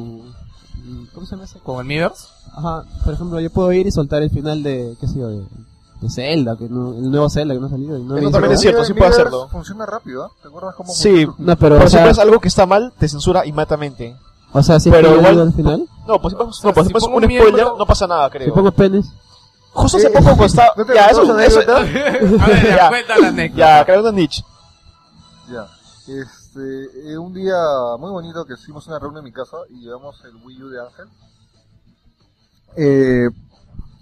Speaker 4: mm, ¿Cómo se llama ese?
Speaker 1: Con el Miiverse.
Speaker 4: Ajá, por ejemplo, yo puedo ir y soltar el final de, qué sé yo, de, de Zelda, que no, el nuevo Zelda que no ha salido. Y no
Speaker 8: Eso
Speaker 4: me
Speaker 8: también
Speaker 4: hizo-
Speaker 8: es cierto, sí puedo
Speaker 5: Miiverse
Speaker 8: hacerlo.
Speaker 5: Funciona rápido, ¿ah? ¿Te acuerdas cómo
Speaker 8: Sí,
Speaker 4: No, pero,
Speaker 8: pero
Speaker 4: o
Speaker 8: si
Speaker 4: sea,
Speaker 8: pones algo que está mal, te censura inmediatamente.
Speaker 4: o sea, si es
Speaker 8: pero
Speaker 4: que yo
Speaker 8: igual-
Speaker 4: digo al final,
Speaker 8: No, pues si pones, no, pues si
Speaker 1: si
Speaker 8: pones
Speaker 1: pongo
Speaker 8: un
Speaker 1: un
Speaker 8: spoiler,
Speaker 1: miembro-
Speaker 8: no pasa nada,
Speaker 4: si
Speaker 8: creo.
Speaker 4: pongo penes,
Speaker 8: Justo hace
Speaker 5: Eh,
Speaker 8: poco costaba.
Speaker 5: ¿no te
Speaker 8: ya,
Speaker 5: acuerdas
Speaker 8: eso,
Speaker 5: de
Speaker 8: eso,
Speaker 5: anécdota?
Speaker 1: a ver, ya,
Speaker 8: Ya.
Speaker 1: cuenta la anécdota.
Speaker 8: ya, creando un niche.
Speaker 5: Ya. Es- este, eh, un día muy bonito que hicimos una reunión en mi casa y llevamos el Wii U de Ángel. Eh,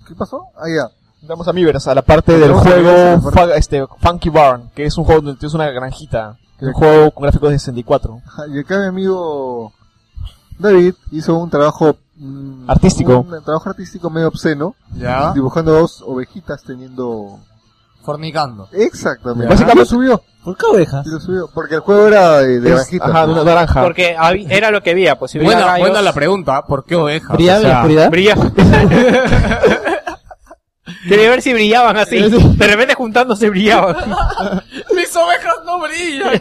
Speaker 5: ¿Qué pasó? Ah, ya.
Speaker 8: Vamos a Miiverse, a la parte del
Speaker 5: Vamos a
Speaker 8: juego
Speaker 5: Miiverse, la
Speaker 8: fa- este, Funky Barn, que es un juego donde tienes una granjita, que es
Speaker 5: Sí.
Speaker 8: un juego con gráficos de 64.
Speaker 5: Y acá mi amigo David hizo un trabajo... mm,
Speaker 8: Artístico.
Speaker 5: Un trabajo artístico medio obsceno,
Speaker 1: Ya.
Speaker 5: dibujando dos ovejitas teniendo...
Speaker 1: Fornicando.
Speaker 5: Exactamente.
Speaker 8: Básicamente-
Speaker 5: Lo subió,
Speaker 9: ¿Por qué ovejas?
Speaker 5: lo subió, porque el juego era de, de
Speaker 8: Es-
Speaker 5: granjitas.
Speaker 8: ajá, de una naranja.
Speaker 2: Porque hab- era lo que había, pues si veía
Speaker 1: Buena,
Speaker 2: gallos-
Speaker 1: buena la pregunta, ¿por qué ovejas?
Speaker 4: ¿Brillaba en la oscuridad?
Speaker 2: Brilla. Quería ver si brillaban así. De repente juntándose brillaban.
Speaker 1: Mis ovejas no brillan.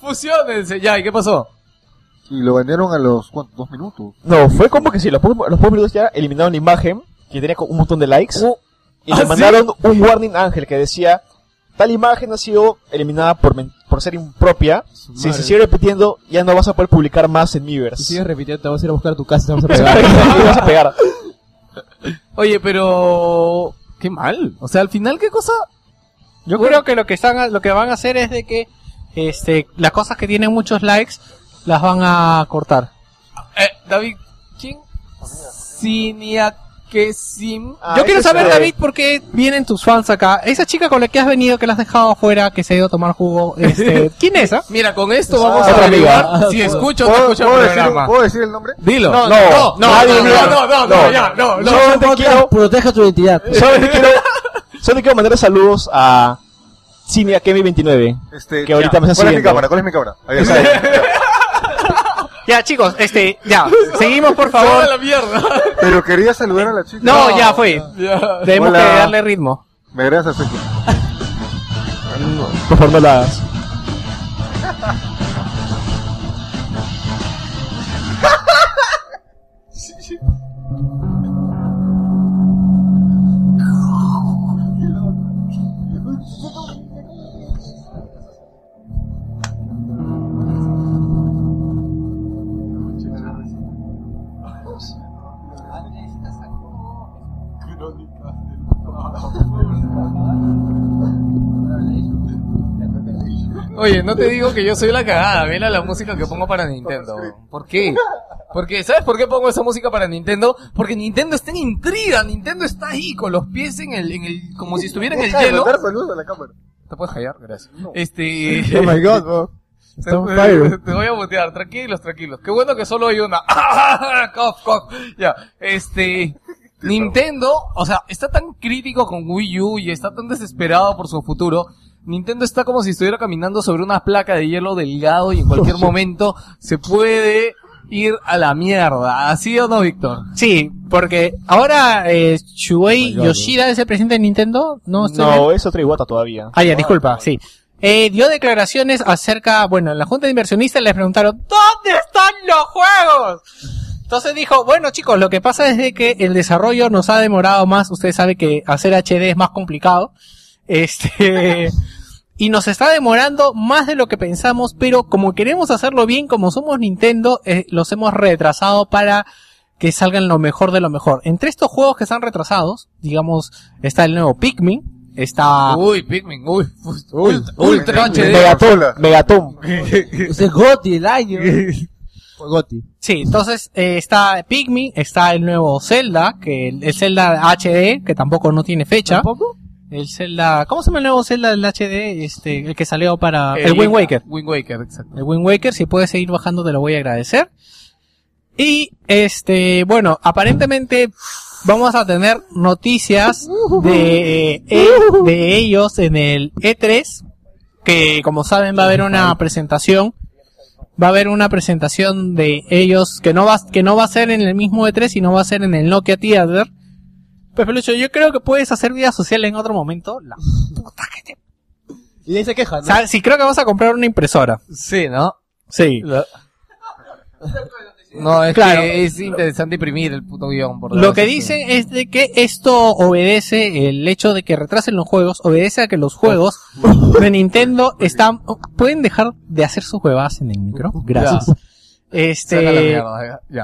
Speaker 1: Fusionense. Ya, ¿y qué pasó?
Speaker 5: Y lo vendieron a los, ¿cuántos? Dos minutos.
Speaker 8: No, fue como que sí, los, pocos- los pocos minutos ya eliminaron la imagen, que tenía co- un montón de likes, y
Speaker 1: ¿ah,
Speaker 8: le
Speaker 1: sí?
Speaker 8: mandaron un warning ángel que decía, tal imagen ha sido eliminada por, men- por ser impropia, si se sigue repitiendo ya no vas a poder publicar más en Miiverse.
Speaker 4: Si sigues repitiendo, te vamos a ir a buscar a tu casa y te vamos a
Speaker 8: Y
Speaker 4: pegar.
Speaker 8: vas a pegar.
Speaker 1: Oye, pero... Qué mal. O sea, al final, ¿qué cosa?
Speaker 2: Yo creo que lo que están a- lo que van a hacer es de que este las cosas que tienen muchos likes las van a cortar.
Speaker 1: Eh, David, ¿quién? Siniakesim.
Speaker 8: Ah,
Speaker 2: Yo quiero
Speaker 8: ese
Speaker 2: saber
Speaker 8: sí.
Speaker 2: David por qué vienen tus fans acá. Esa chica con la que has venido que la has dejado afuera, que se ha ido a tomar jugo, este, ¿quién es esa?
Speaker 1: Mira, con esto vamos a
Speaker 8: otra
Speaker 1: averiguar si escucho o no
Speaker 5: ¿Puedo,
Speaker 1: escucho
Speaker 5: puedo
Speaker 1: el
Speaker 5: decir,
Speaker 8: Ah.
Speaker 1: programa.
Speaker 5: ¿Puedo decir el nombre?
Speaker 1: Dilo.
Speaker 8: No, no,
Speaker 1: no,
Speaker 8: nadie,
Speaker 1: no,
Speaker 8: mira.
Speaker 1: no, no, no,
Speaker 8: No.
Speaker 1: ya, no, no.
Speaker 8: Solamente quiero,
Speaker 9: Proteja tu identidad.
Speaker 8: solamente quiero, solamente quiero mandarle saludos a Cinia Kemi 29.
Speaker 5: Este,
Speaker 8: Que ahorita me está
Speaker 5: ¿Cuál es mi
Speaker 8: siguiendo.
Speaker 5: cámara? ¿Cuál es mi cámara? Ahí está.
Speaker 2: Ya, chicos, este, ya, seguimos por
Speaker 1: Se va a
Speaker 2: favor.
Speaker 1: la mierda.
Speaker 5: Pero quería saludar a la chica.
Speaker 2: No, ya fue.
Speaker 1: Ya.
Speaker 2: Tenemos
Speaker 5: Hola.
Speaker 2: que darle ritmo.
Speaker 5: Me agradece hacer que-
Speaker 8: Por favor, no la hagas.
Speaker 1: Oye, no te digo que yo soy la cagada, vela la música que pongo para Nintendo. ¿Por qué? Porque, ¿sabes por qué pongo esa música para Nintendo? Porque Nintendo está en intriga, Nintendo está ahí con los pies en el, en el, como si estuviera en el
Speaker 5: Deja de
Speaker 1: hielo.
Speaker 5: mandar saludos a la cámara.
Speaker 1: ¿Te puedes callar? Gracias. Este... Oh my
Speaker 4: God, bro.
Speaker 1: Te,
Speaker 4: fire.
Speaker 1: Eh, te voy a botear, tranquilos, tranquilos. Qué bueno que solo hay una. cough, cough. Ya, este. Nintendo, o sea, está tan crítico con Wii U y está tan desesperado por su futuro. Nintendo está como si estuviera caminando sobre una placa de hielo delgado y en cualquier momento se puede ir a la mierda. ¿Así o no, Víctor?
Speaker 2: Sí, porque ahora eh, Shuei Yoshida es el presidente de Nintendo, ¿no? estoy bien?
Speaker 8: No, es otra iguata todavía.
Speaker 2: Ah, ya, disculpa, sí. Eh, dio declaraciones acerca, bueno, en la junta de inversionistas les preguntaron, ¿dónde están los juegos? Entonces dijo, bueno chicos, lo que pasa es de que el desarrollo nos ha demorado más, ustedes saben que hacer HD es más complicado, este, y nos está demorando más de lo que pensamos, pero como queremos hacerlo bien, como somos Nintendo, eh, los hemos retrasado para que salgan lo mejor de lo mejor. Entre estos juegos que están retrasados, digamos, está el nuevo Pikmin, está...
Speaker 1: Uy, Pikmin, uy, ult- ultra HD.
Speaker 8: Megaton, Megaton.
Speaker 9: Ese es Gotti el año.
Speaker 4: Goti.
Speaker 2: Sí, entonces eh, está Pikmin, está el nuevo Zelda, que el, el Zelda HD, que tampoco no tiene fecha.
Speaker 4: ¿Tampoco?
Speaker 2: El Zelda, ¿cómo se llama el nuevo Zelda del HD? Este, el que salió para el,
Speaker 1: Eh,
Speaker 2: Wind Waker.
Speaker 1: Wind Waker, exacto.
Speaker 2: El Wind Waker, si puedes seguir bajando te lo voy a agradecer. Y este, bueno, aparentemente vamos a tener noticias de, eh, de ellos en el E3, que como saben va a haber una presentación va a haber una presentación de ellos que no va que no va a ser en el mismo E3 sino va a ser en el Nokia Theater. Pues Pelucho, yo creo que puedes hacer vida social en otro momento. La-
Speaker 4: Y de ahí se quejan,
Speaker 2: o
Speaker 4: ¿no?
Speaker 2: sea, si creo que vas a comprar una impresora.
Speaker 1: Sí, ¿no?
Speaker 2: Sí.
Speaker 1: No, es
Speaker 2: Claro.
Speaker 1: que es interesante imprimir el puto guión. Por
Speaker 2: Lo que dicen es de que esto obedece el hecho de que retrasen los juegos, obedece a que los juegos de Nintendo están pueden dejar de hacer sus huevadas en el micro. Gracias. Este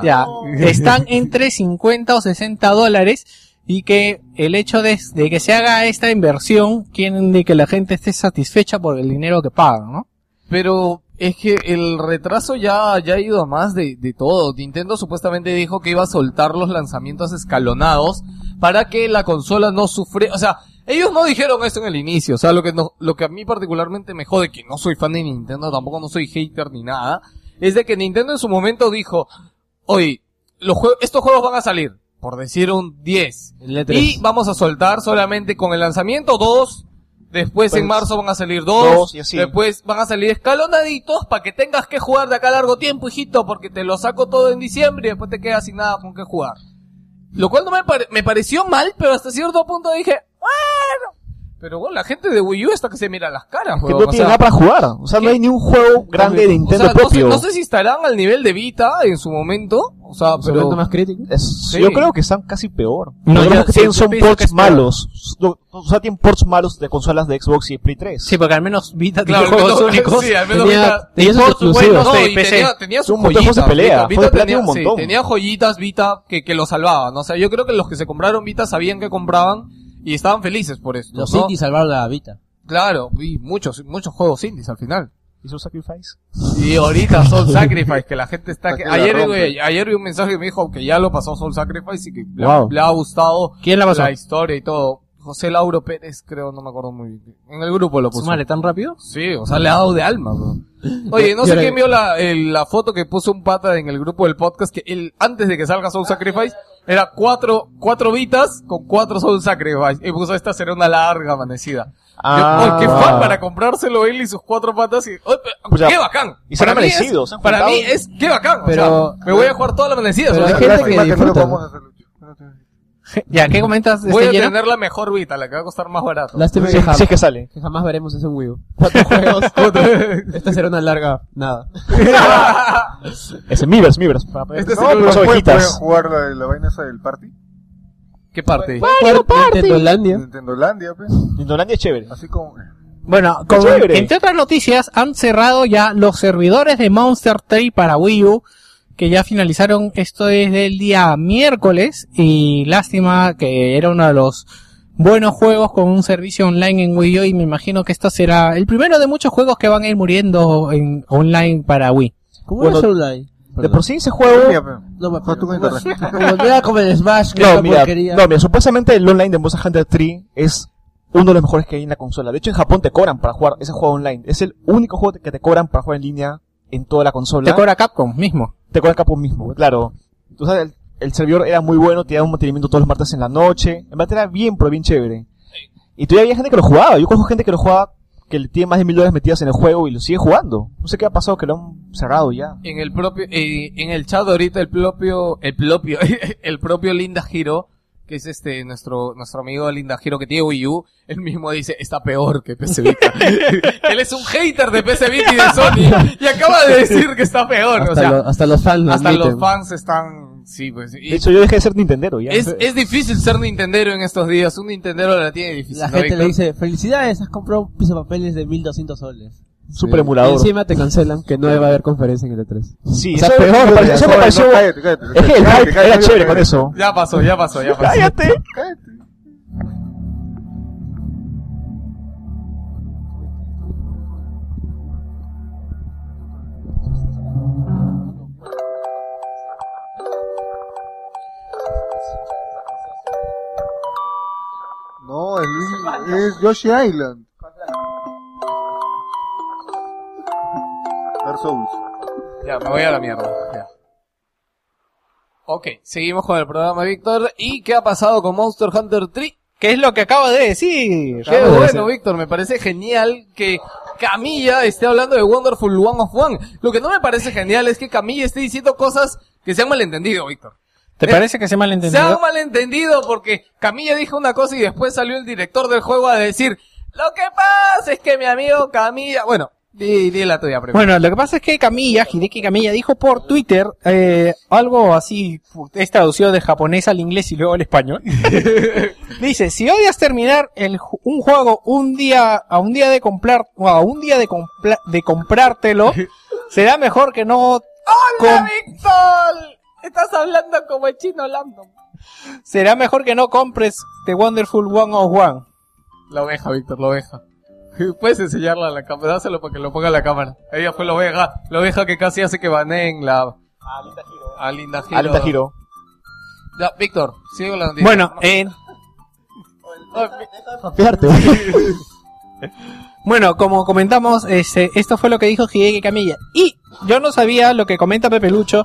Speaker 2: ya, están entre 50 o 60 dólares y que el hecho de, de que se haga esta inversión quieren de que la gente esté satisfecha por el dinero que pagan, ¿no?
Speaker 1: Pero es que el retraso ya, ya ha ido a más de, de todo. Nintendo supuestamente dijo que iba a soltar los lanzamientos escalonados para que la consola no sufre, o sea, ellos no dijeron esto en el inicio, o sea, lo que no- lo que a mí particularmente me jode, que no soy fan de Nintendo, tampoco no soy hater ni nada, es de que Nintendo en su momento dijo, oye, los jue- estos juegos van a salir, por decir un 10,
Speaker 4: El E3.
Speaker 1: y vamos a soltar solamente con el lanzamiento dos, después en
Speaker 8: Pues,
Speaker 1: marzo van a salir dos,
Speaker 8: dos y así.
Speaker 1: después van a salir escalonaditos para que tengas que jugar de acá a largo tiempo, hijito, porque te lo saco todo en diciembre y después te quedas sin nada con qué jugar. Lo cual no me, pare- me pareció mal, pero hasta cierto punto dije, bueno. Pero bueno, la gente de Wii U está que se mira las caras,
Speaker 8: Que
Speaker 1: huevón,
Speaker 8: no
Speaker 1: o
Speaker 8: tiene
Speaker 1: sea,
Speaker 8: nada para jugar. O sea, no hay ni un juego grande de
Speaker 1: o sea,
Speaker 8: Nintendo
Speaker 1: no sé,
Speaker 8: propio.
Speaker 1: no sé si estarán al nivel de Vita en su momento, o sea,
Speaker 4: ¿Se vuelve
Speaker 1: pero...
Speaker 4: más crítico?
Speaker 8: Es-
Speaker 1: Sí.
Speaker 8: Yo creo que están casi peor. No,
Speaker 2: No, ya,
Speaker 8: que
Speaker 2: sí,
Speaker 8: tienen
Speaker 2: yo
Speaker 8: son
Speaker 2: pienso que
Speaker 8: ports
Speaker 2: está-
Speaker 8: malos. No, O sea, tienen ports malos de consolas de Xbox y Play 3.
Speaker 2: Sí, porque al menos Vita
Speaker 1: Claro,
Speaker 2: tiene
Speaker 1: al
Speaker 2: juegos
Speaker 1: menos-
Speaker 2: únicos.
Speaker 1: sí, al menos
Speaker 2: tenía,
Speaker 1: Vita-
Speaker 2: tenía sus
Speaker 4: Ports
Speaker 2: exclusivos
Speaker 1: No,
Speaker 2: de
Speaker 1: y
Speaker 2: PC.
Speaker 1: tenía, tenía sus
Speaker 8: Un montón de
Speaker 1: joyitas.
Speaker 8: juegos de pelea,
Speaker 1: Vita, Vita tenía,
Speaker 8: juegos de pelea tiene un
Speaker 1: sí,
Speaker 8: montón.
Speaker 1: tenía joyitas Vita que, que lo salvaban. O sea, yo creo que los que se compraron Vita sabían que compraban y estaban felices por esto.
Speaker 10: Los
Speaker 1: ¿no?
Speaker 10: indies salvaron la Vita.
Speaker 1: Claro, y muchos, muchos juegos indies al final.
Speaker 8: ¿Y su Sacrifice?
Speaker 1: Y ahorita Soul Sacrifice, que la gente está... Que...
Speaker 5: Que la
Speaker 1: Ayer,
Speaker 5: rompe.
Speaker 1: güey, ayer vi un mensaje que me dijo que ya lo pasó Soul Sacrifice y que le,
Speaker 4: Wow.
Speaker 1: le ha gustado
Speaker 2: ¿Quién la pasó?
Speaker 1: la historia y todo. José Lauro Pérez, creo, no me acuerdo muy bien. En el grupo lo puso.
Speaker 2: Sumale, ¿tan rápido?
Speaker 1: Sí, o sea, le ha dado de alma, bro. Oye, no sé quién vio la, el- la foto que puso un pata en el grupo del podcast que él, antes de que salga Soul Sacrifice, era cuatro, cuatro vitas con cuatro Soul Sacrifice. Y puso esta será una larga amanecida.
Speaker 4: Ah,
Speaker 8: Ah.
Speaker 1: Yo, oh, qué fan para comprárselo él y sus cuatro patas y, oh, pe-
Speaker 8: Pues ya,
Speaker 1: qué bacán.
Speaker 8: y se han
Speaker 1: Para mí es-
Speaker 8: amanecido, se han
Speaker 1: Para
Speaker 8: juntado.
Speaker 1: mí es, qué bacán. o
Speaker 4: Pero-
Speaker 1: sea, me voy a jugar toda la amanecida. Soul
Speaker 4: pero hay
Speaker 1: Sacrifice.
Speaker 4: gente que
Speaker 5: Lástima no lo
Speaker 4: disfruta.
Speaker 5: podamos hacer, Lucho.
Speaker 2: Ya, ¿qué comentas?
Speaker 1: voy a
Speaker 2: Este, Yera?
Speaker 1: tener la mejor vita, la que va a costar más barato.
Speaker 4: Lástima
Speaker 8: Si
Speaker 4: que,
Speaker 8: es que-
Speaker 4: jam-
Speaker 8: si es que sale.
Speaker 4: que jamás veremos eso en Wii U. Cuatro juegos. Esta será una larga nada.
Speaker 8: Es en Miiverse, Miiverse. Para poder-
Speaker 5: Este
Speaker 8: No,
Speaker 5: no,
Speaker 8: pero
Speaker 5: pero
Speaker 8: son
Speaker 5: pueden pueden
Speaker 8: ovejitas.
Speaker 5: jugar la, la vaina esa del party.
Speaker 1: ¿Qué parte?
Speaker 4: Nintendolandia.
Speaker 5: Nintendo Landia, pues.
Speaker 8: Nintendolandia es chévere.
Speaker 5: Así como.
Speaker 2: Bueno, como-
Speaker 8: chévere.
Speaker 2: entre otras noticias, han cerrado ya los servidores de Monster Tree para Wii U, que ya finalizaron esto desde el día miércoles, y lástima que era uno de los buenos juegos con un servicio online en Wii U, y me imagino que esto será el primero de muchos juegos que van a ir muriendo en online para Wii.
Speaker 10: ¿Cómo
Speaker 8: Bueno,
Speaker 10: era online?
Speaker 8: De por sí ese
Speaker 5: Mira,
Speaker 8: juego...
Speaker 5: pues,
Speaker 10: No me
Speaker 5: Juega tú con internet.
Speaker 10: Como no era como el Smash, que era
Speaker 8: No
Speaker 10: una
Speaker 8: mira,
Speaker 10: porquería.
Speaker 8: no, mira, supuestamente el online de Monster Hunter 3 es uno de los mejores que hay en la consola. De hecho, en Japón te cobran para jugar ese juego online. Es el único juego que te cobran para jugar en línea en toda la consola.
Speaker 2: Te cobra Capcom mismo.
Speaker 8: te acuerdas Capcom mismo, claro. Entonces el, el servidor era muy bueno, te daba un mantenimiento todos los martes en la noche. En verdad era bien, pero bien chévere. Y todavía había gente que lo jugaba. Yo conozco gente que lo jugaba, que le tiene más de mil dólares metidas en el juego y lo sigue jugando. No sé qué ha pasado, que lo han cerrado ya.
Speaker 1: en el propio eh, en el chat ahorita el propio el propio el propio Linda Giro que es este nuestro nuestro amigo Linda Giro que tiene Wii U él mismo dice está peor que PC Vita él es un hater de PC Vita y de Sony y acaba de decir que está peor
Speaker 4: Hasta,
Speaker 1: o sea
Speaker 4: lo- hasta los fans lo
Speaker 1: hasta
Speaker 4: admiten.
Speaker 1: los fans están sí pues y
Speaker 8: De hecho, yo dejé de ser Nintendero ya.
Speaker 1: es, es difícil ser nintendero en estos días un nintendero la tiene difícil
Speaker 10: La
Speaker 1: ¿no,
Speaker 10: gente le
Speaker 1: Víctor?
Speaker 10: dice, felicidades, has comprado un piso de papeles de 1200 soles.
Speaker 8: Super
Speaker 4: Y
Speaker 8: emulador.
Speaker 4: encima te cancelan que no va a haber conferencia en el E E3.
Speaker 8: Sí,
Speaker 4: O sea,
Speaker 8: eso me
Speaker 4: peor,
Speaker 8: pareció-
Speaker 4: ya,
Speaker 8: eso me
Speaker 5: Oye, no,
Speaker 8: pareció...
Speaker 5: cállate, cállate,
Speaker 8: Es que el
Speaker 5: cállate,
Speaker 8: hype
Speaker 5: cállate,
Speaker 8: era chévere
Speaker 5: cállate,
Speaker 8: con eso.
Speaker 1: ya pasó ya pasó ya pasó
Speaker 8: ¡Cállate!
Speaker 5: cállate. No, es, Luigi- es Yoshi Island. Dark Souls.
Speaker 1: Ya, me voy a la mierda. Ya. Ok, seguimos con el programa, Víctor. ¿Y qué ha pasado con Monster Hunter 3?
Speaker 2: Que es lo que acaba de decir.
Speaker 1: Qué bueno, Víctor. Me parece genial que Camilla esté hablando de Wonderful One of One. Lo que no me parece genial es que Camilla esté diciendo cosas que se han malentendido, Víctor.
Speaker 2: ¿Te
Speaker 1: Eh,
Speaker 2: parece que se
Speaker 1: Se han
Speaker 2: malentendido?
Speaker 1: malentendido porque Camilla dijo una cosa y después salió el director del juego a decir, lo que pasa es que mi amigo Camilla... Bueno, di, di la tuya primero.
Speaker 2: Bueno, lo que pasa es que Camilla, Hideki Camilla, dijo por Twitter eh, algo así, es traducido de japonés al inglés y luego al español. Dice, si odias terminar el ju- un juego un día, a un día de comprar, o a un día de, compla- de comprártelo, será mejor que no,
Speaker 1: ¡Hola,
Speaker 2: com-
Speaker 1: Víctor! Estás hablando como el chino Lando.
Speaker 2: será mejor que no compres The Wonderful One of One.
Speaker 1: La oveja, Víctor, la oveja. Puedes enseñarla a la cámara, dáselo para que lo ponga a la cámara. Ella fue la oveja, la oveja que casi hace que baneen la... A Linda Giro.
Speaker 8: Alta giro.
Speaker 1: Ya, Víctor, sigue con la noticia.
Speaker 2: Bueno, eh,
Speaker 8: Papearte,
Speaker 2: Bueno, como comentamos, este, esto fue lo que dijo Hideki Camilla. Y yo no sabía lo que comenta Pepe Lucho,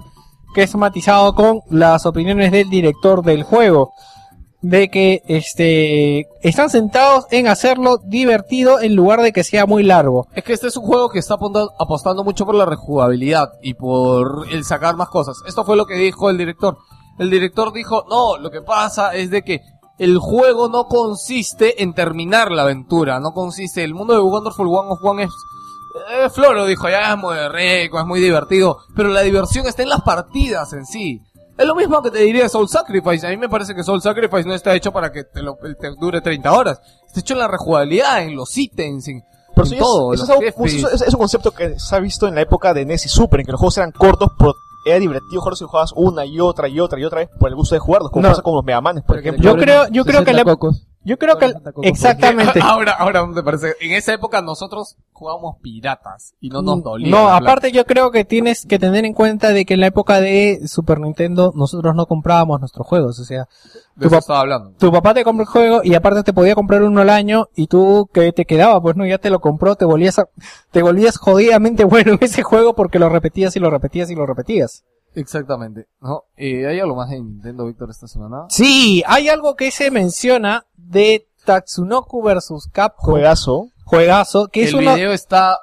Speaker 2: que es matizado con las opiniones del director del juego. De que este, están sentados en hacerlo divertido en lugar de que sea muy largo.
Speaker 1: Es que este es un juego que está apunta- apostando mucho por la rejugabilidad y por el sacar más cosas. Esto fue lo que dijo el director. El director dijo, no, lo que pasa es de que el juego no consiste en terminar la aventura, no consiste, el mundo de Wonderful One of One es... eh, Floro dijo, ya es muy rico, es muy divertido, pero la diversión está en las partidas en sí. Es lo mismo que te diría de Soul Sacrifice. A mí me parece que Soul Sacrifice no está hecho para que te, lo- te dure 30 horas. Está hecho en la rejugabilidad, en los ítems, en,
Speaker 8: Pero
Speaker 1: en
Speaker 8: sí, es-
Speaker 1: todo.
Speaker 8: eso es,
Speaker 1: los
Speaker 8: algo-
Speaker 1: jefes.
Speaker 8: eso- eso es un concepto que se ha visto en la época de NES y Super, en que los juegos eran cortos, pero era divertido jugarlos y los jugabas una y otra y otra y otra vez por el gusto de jugarlos, como
Speaker 4: No.
Speaker 8: pasa con los Mega Manes, por ejemplo.
Speaker 2: Yo creo, yo creo que la,
Speaker 4: 60 cocos.
Speaker 2: yo creo que, exactamente.
Speaker 1: Ahora, ahora me parece, en esa época nosotros jugábamos piratas y no
Speaker 8: Mm,
Speaker 1: nos dolía.
Speaker 2: No,
Speaker 1: la plata.
Speaker 2: aparte yo creo que tienes que tener en cuenta de que en la época de Super Nintendo nosotros no comprábamos nuestros juegos, o
Speaker 1: de
Speaker 2: sea,
Speaker 1: eso
Speaker 2: tu pap-
Speaker 1: estaba hablando.
Speaker 2: tu papá te compra el juego y aparte te podía comprar uno al año y tú que te quedaba, pues no, ya te lo compró, te volvías, a- te volvías jodidamente bueno en ese juego porque lo repetías y lo repetías y lo repetías.
Speaker 1: Exactamente. No, eh, hay algo más de Nintendo Víctor esta semana.
Speaker 2: Sí, hay algo que se menciona de Tatsunoku vs Capcom,
Speaker 8: Juegazo.
Speaker 2: juegazo, que es
Speaker 1: el
Speaker 2: una...
Speaker 1: video está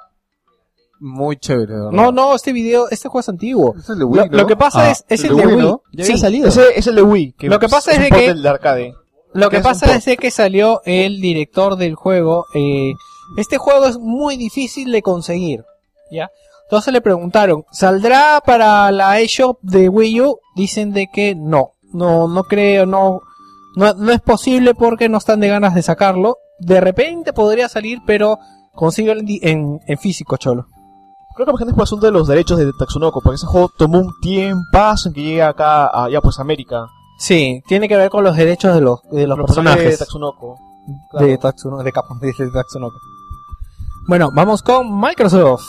Speaker 1: muy chévere, de ¿verdad?
Speaker 2: No, no, este video, este juego es antiguo.
Speaker 5: Es el de Wii,
Speaker 2: Lo,
Speaker 5: ¿no?
Speaker 2: lo que pasa
Speaker 8: Ah,
Speaker 2: es, es
Speaker 5: el
Speaker 2: el
Speaker 5: de
Speaker 2: de
Speaker 5: Wii,
Speaker 2: Wii.
Speaker 5: ¿no?
Speaker 4: Ya
Speaker 2: Sí,
Speaker 4: había salido.
Speaker 8: Ese es el de Wii. Que
Speaker 2: Lo que pasa es
Speaker 8: un
Speaker 2: de
Speaker 8: port
Speaker 2: que-
Speaker 8: del arcade.
Speaker 2: Lo que
Speaker 8: Es un
Speaker 2: pasa
Speaker 8: port.
Speaker 2: es de que salió el director del juego. eh, este juego es muy difícil de conseguir. ¿ya? Entonces le preguntaron, ¿saldrá para la eShop de Wii U? Dicen de que no. No, no creo, no, no, no es posible porque no están de ganas de sacarlo. De repente podría salir, pero consigo en, di- en- en físico, cholo.
Speaker 8: Creo que más que nada es por asunto de los derechos de Tatsunoko, porque ese juego tomó un tiempazo en que llega acá, a, ya pues América.
Speaker 2: Sí, tiene que ver con los derechos de los, de los
Speaker 8: Los
Speaker 2: personajes.
Speaker 8: de Tatsunoko.
Speaker 2: de Tatsuno, de Capcom, de, de Tatsunoko. Bueno, vamos con Microsoft.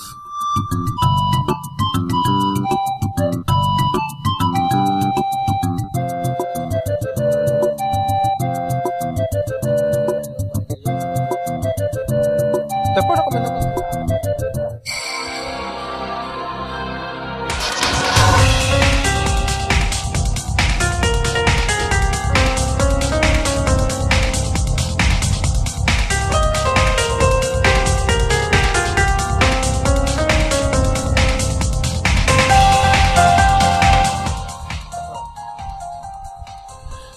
Speaker 2: Después lo comentamos.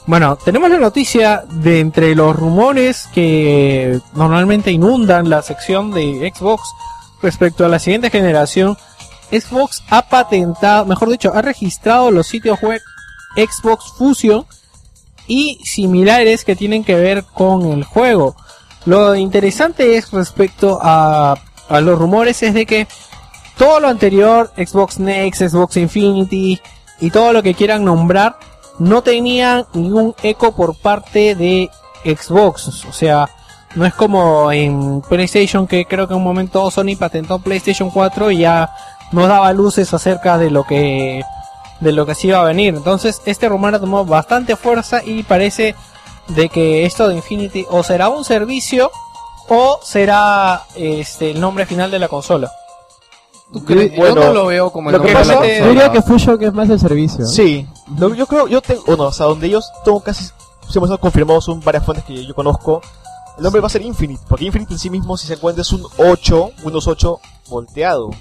Speaker 2: Bueno, tenemos la noticia de entre los rumores que normalmente inundan la sección de Xbox respecto a la siguiente generación. Xbox ha patentado, mejor dicho, ha registrado los sitios web Xbox Fusion y similares que tienen que ver con el juego. Lo interesante es respecto a, a los rumores es de que todo lo anterior, Xbox Next, Xbox Infinity y todo lo que quieran nombrar, no tenían ningún eco por parte de Xbox. O sea, no es como en PlayStation que creo que en un momento Sony patentó PlayStation 4 y ya nos daba luces acerca de lo que de lo que se iba a venir. Entonces, este rumor ha tomado bastante fuerza y parece de que esto de Infinity o será un servicio o será este el nombre final de la consola.
Speaker 1: ¿Tú crees?
Speaker 8: Bueno,
Speaker 1: yo no lo veo como el
Speaker 8: lo que
Speaker 1: nombre de la
Speaker 8: pasa-
Speaker 1: consola.
Speaker 4: Yo diría que Fusion es más el servicio.
Speaker 8: Sí, Lo- yo creo, yo tengo, bueno, hasta donde ellos tengo casi, se hemos confirmado, son varias fuentes que yo conozco. El nombre va a ser Infinite, porque Infinite en sí mismo, si se encuentra, es un 8, Windows 8 volteado.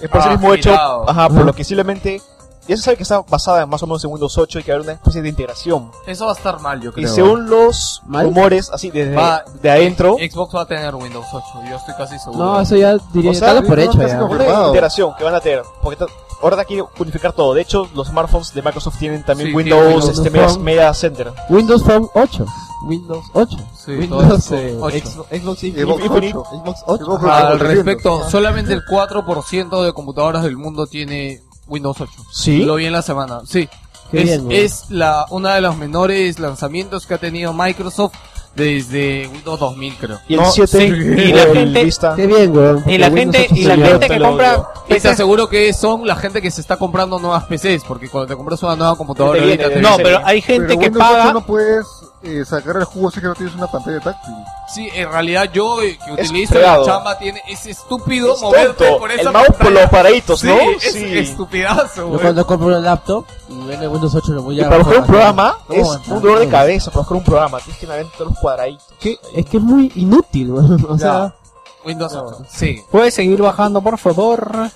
Speaker 8: Es por
Speaker 1: Ah,
Speaker 8: ese mismo hecho,
Speaker 1: girado.
Speaker 8: ajá, por lo que simplemente, ya se sabe que está basada más o menos en Windows 8 y que va a haber una especie de integración.
Speaker 1: Eso va a estar mal, yo creo.
Speaker 8: Y según los
Speaker 4: ¿Mal?
Speaker 8: rumores, así, desde
Speaker 1: Va- Eh,
Speaker 8: de adentro,
Speaker 1: Xbox va a tener Windows 8, yo estoy casi seguro.
Speaker 4: No, eso ya diría,
Speaker 8: o sea,
Speaker 4: dalo por
Speaker 5: no,
Speaker 4: hecho
Speaker 5: casi
Speaker 4: ya.
Speaker 5: no.
Speaker 8: una
Speaker 5: Confirmado.
Speaker 8: integración que van a tener, porque ta- ahora aquí unificar todo. De hecho, los smartphones de Microsoft tienen también
Speaker 1: Sí,
Speaker 8: Windows,
Speaker 1: tienen Windows
Speaker 8: este,
Speaker 4: Phone.
Speaker 8: Media- Media Center.
Speaker 4: Windows Phone 8. Windows 8.
Speaker 1: Sí,
Speaker 4: Windows
Speaker 1: todo
Speaker 4: eh,
Speaker 1: eso. Ocho.
Speaker 4: Xbox- Xbox
Speaker 5: Evox
Speaker 4: Infinite.
Speaker 5: ocho.
Speaker 4: Xbox 8.
Speaker 5: Evox
Speaker 1: Al
Speaker 5: ocho.
Speaker 1: respecto, solamente el 4% de computadoras del mundo tiene Windows 8.
Speaker 8: Sí.
Speaker 1: Lo vi en la semana, sí.
Speaker 4: Qué
Speaker 1: es
Speaker 4: bien, güey.
Speaker 1: es la, una de los menores lanzamientos que ha tenido Microsoft desde Windows 2000 creo.
Speaker 11: Y el
Speaker 2: No,
Speaker 11: 7
Speaker 2: sí, y la
Speaker 11: el
Speaker 2: gente-
Speaker 11: Vista.
Speaker 12: Qué bien, weón.
Speaker 2: Y la
Speaker 11: Windows
Speaker 2: gente,
Speaker 11: es tu
Speaker 2: y la
Speaker 11: celular,
Speaker 2: gente
Speaker 11: te
Speaker 2: que
Speaker 11: lo
Speaker 2: compra
Speaker 11: digo.
Speaker 1: Y te
Speaker 2: PC
Speaker 1: aseguro que son la gente que se está comprando nuevas PCs, porque cuando te compras una nueva computadora
Speaker 11: Te viene,
Speaker 1: ahorita te
Speaker 2: No,
Speaker 1: dice-
Speaker 2: pero hay gente
Speaker 5: eh, Pero
Speaker 2: que
Speaker 5: Windows 8
Speaker 2: paga.
Speaker 5: no puedes eh, sacar el jugo si es que no tienes una pantalla táctil.
Speaker 1: Sí, en realidad yo eh, que
Speaker 8: Es
Speaker 1: utilizo la
Speaker 8: fregado.
Speaker 1: chamba tiene es estúpido
Speaker 8: Es
Speaker 1: moverte
Speaker 8: tonto.
Speaker 1: por esa
Speaker 8: El mouse por
Speaker 1: pantalla.
Speaker 8: los paraditos,
Speaker 1: Sí,
Speaker 8: ¿no?
Speaker 1: es estupidazo.
Speaker 12: Yo
Speaker 1: güey.
Speaker 12: cuando compro una laptop y venga Windows 8 lo voy
Speaker 8: Y
Speaker 12: a...
Speaker 8: para buscar un programa
Speaker 12: No,
Speaker 8: es
Speaker 12: no,
Speaker 8: un dolor de
Speaker 12: no.
Speaker 8: cabeza. Para buscar un programa tienes que navegar todos los cuadraditos.
Speaker 4: Que- es que es muy inútil, weón. O sea,
Speaker 1: Windows 8. Sí.
Speaker 2: Puedes seguir bajando, por favor.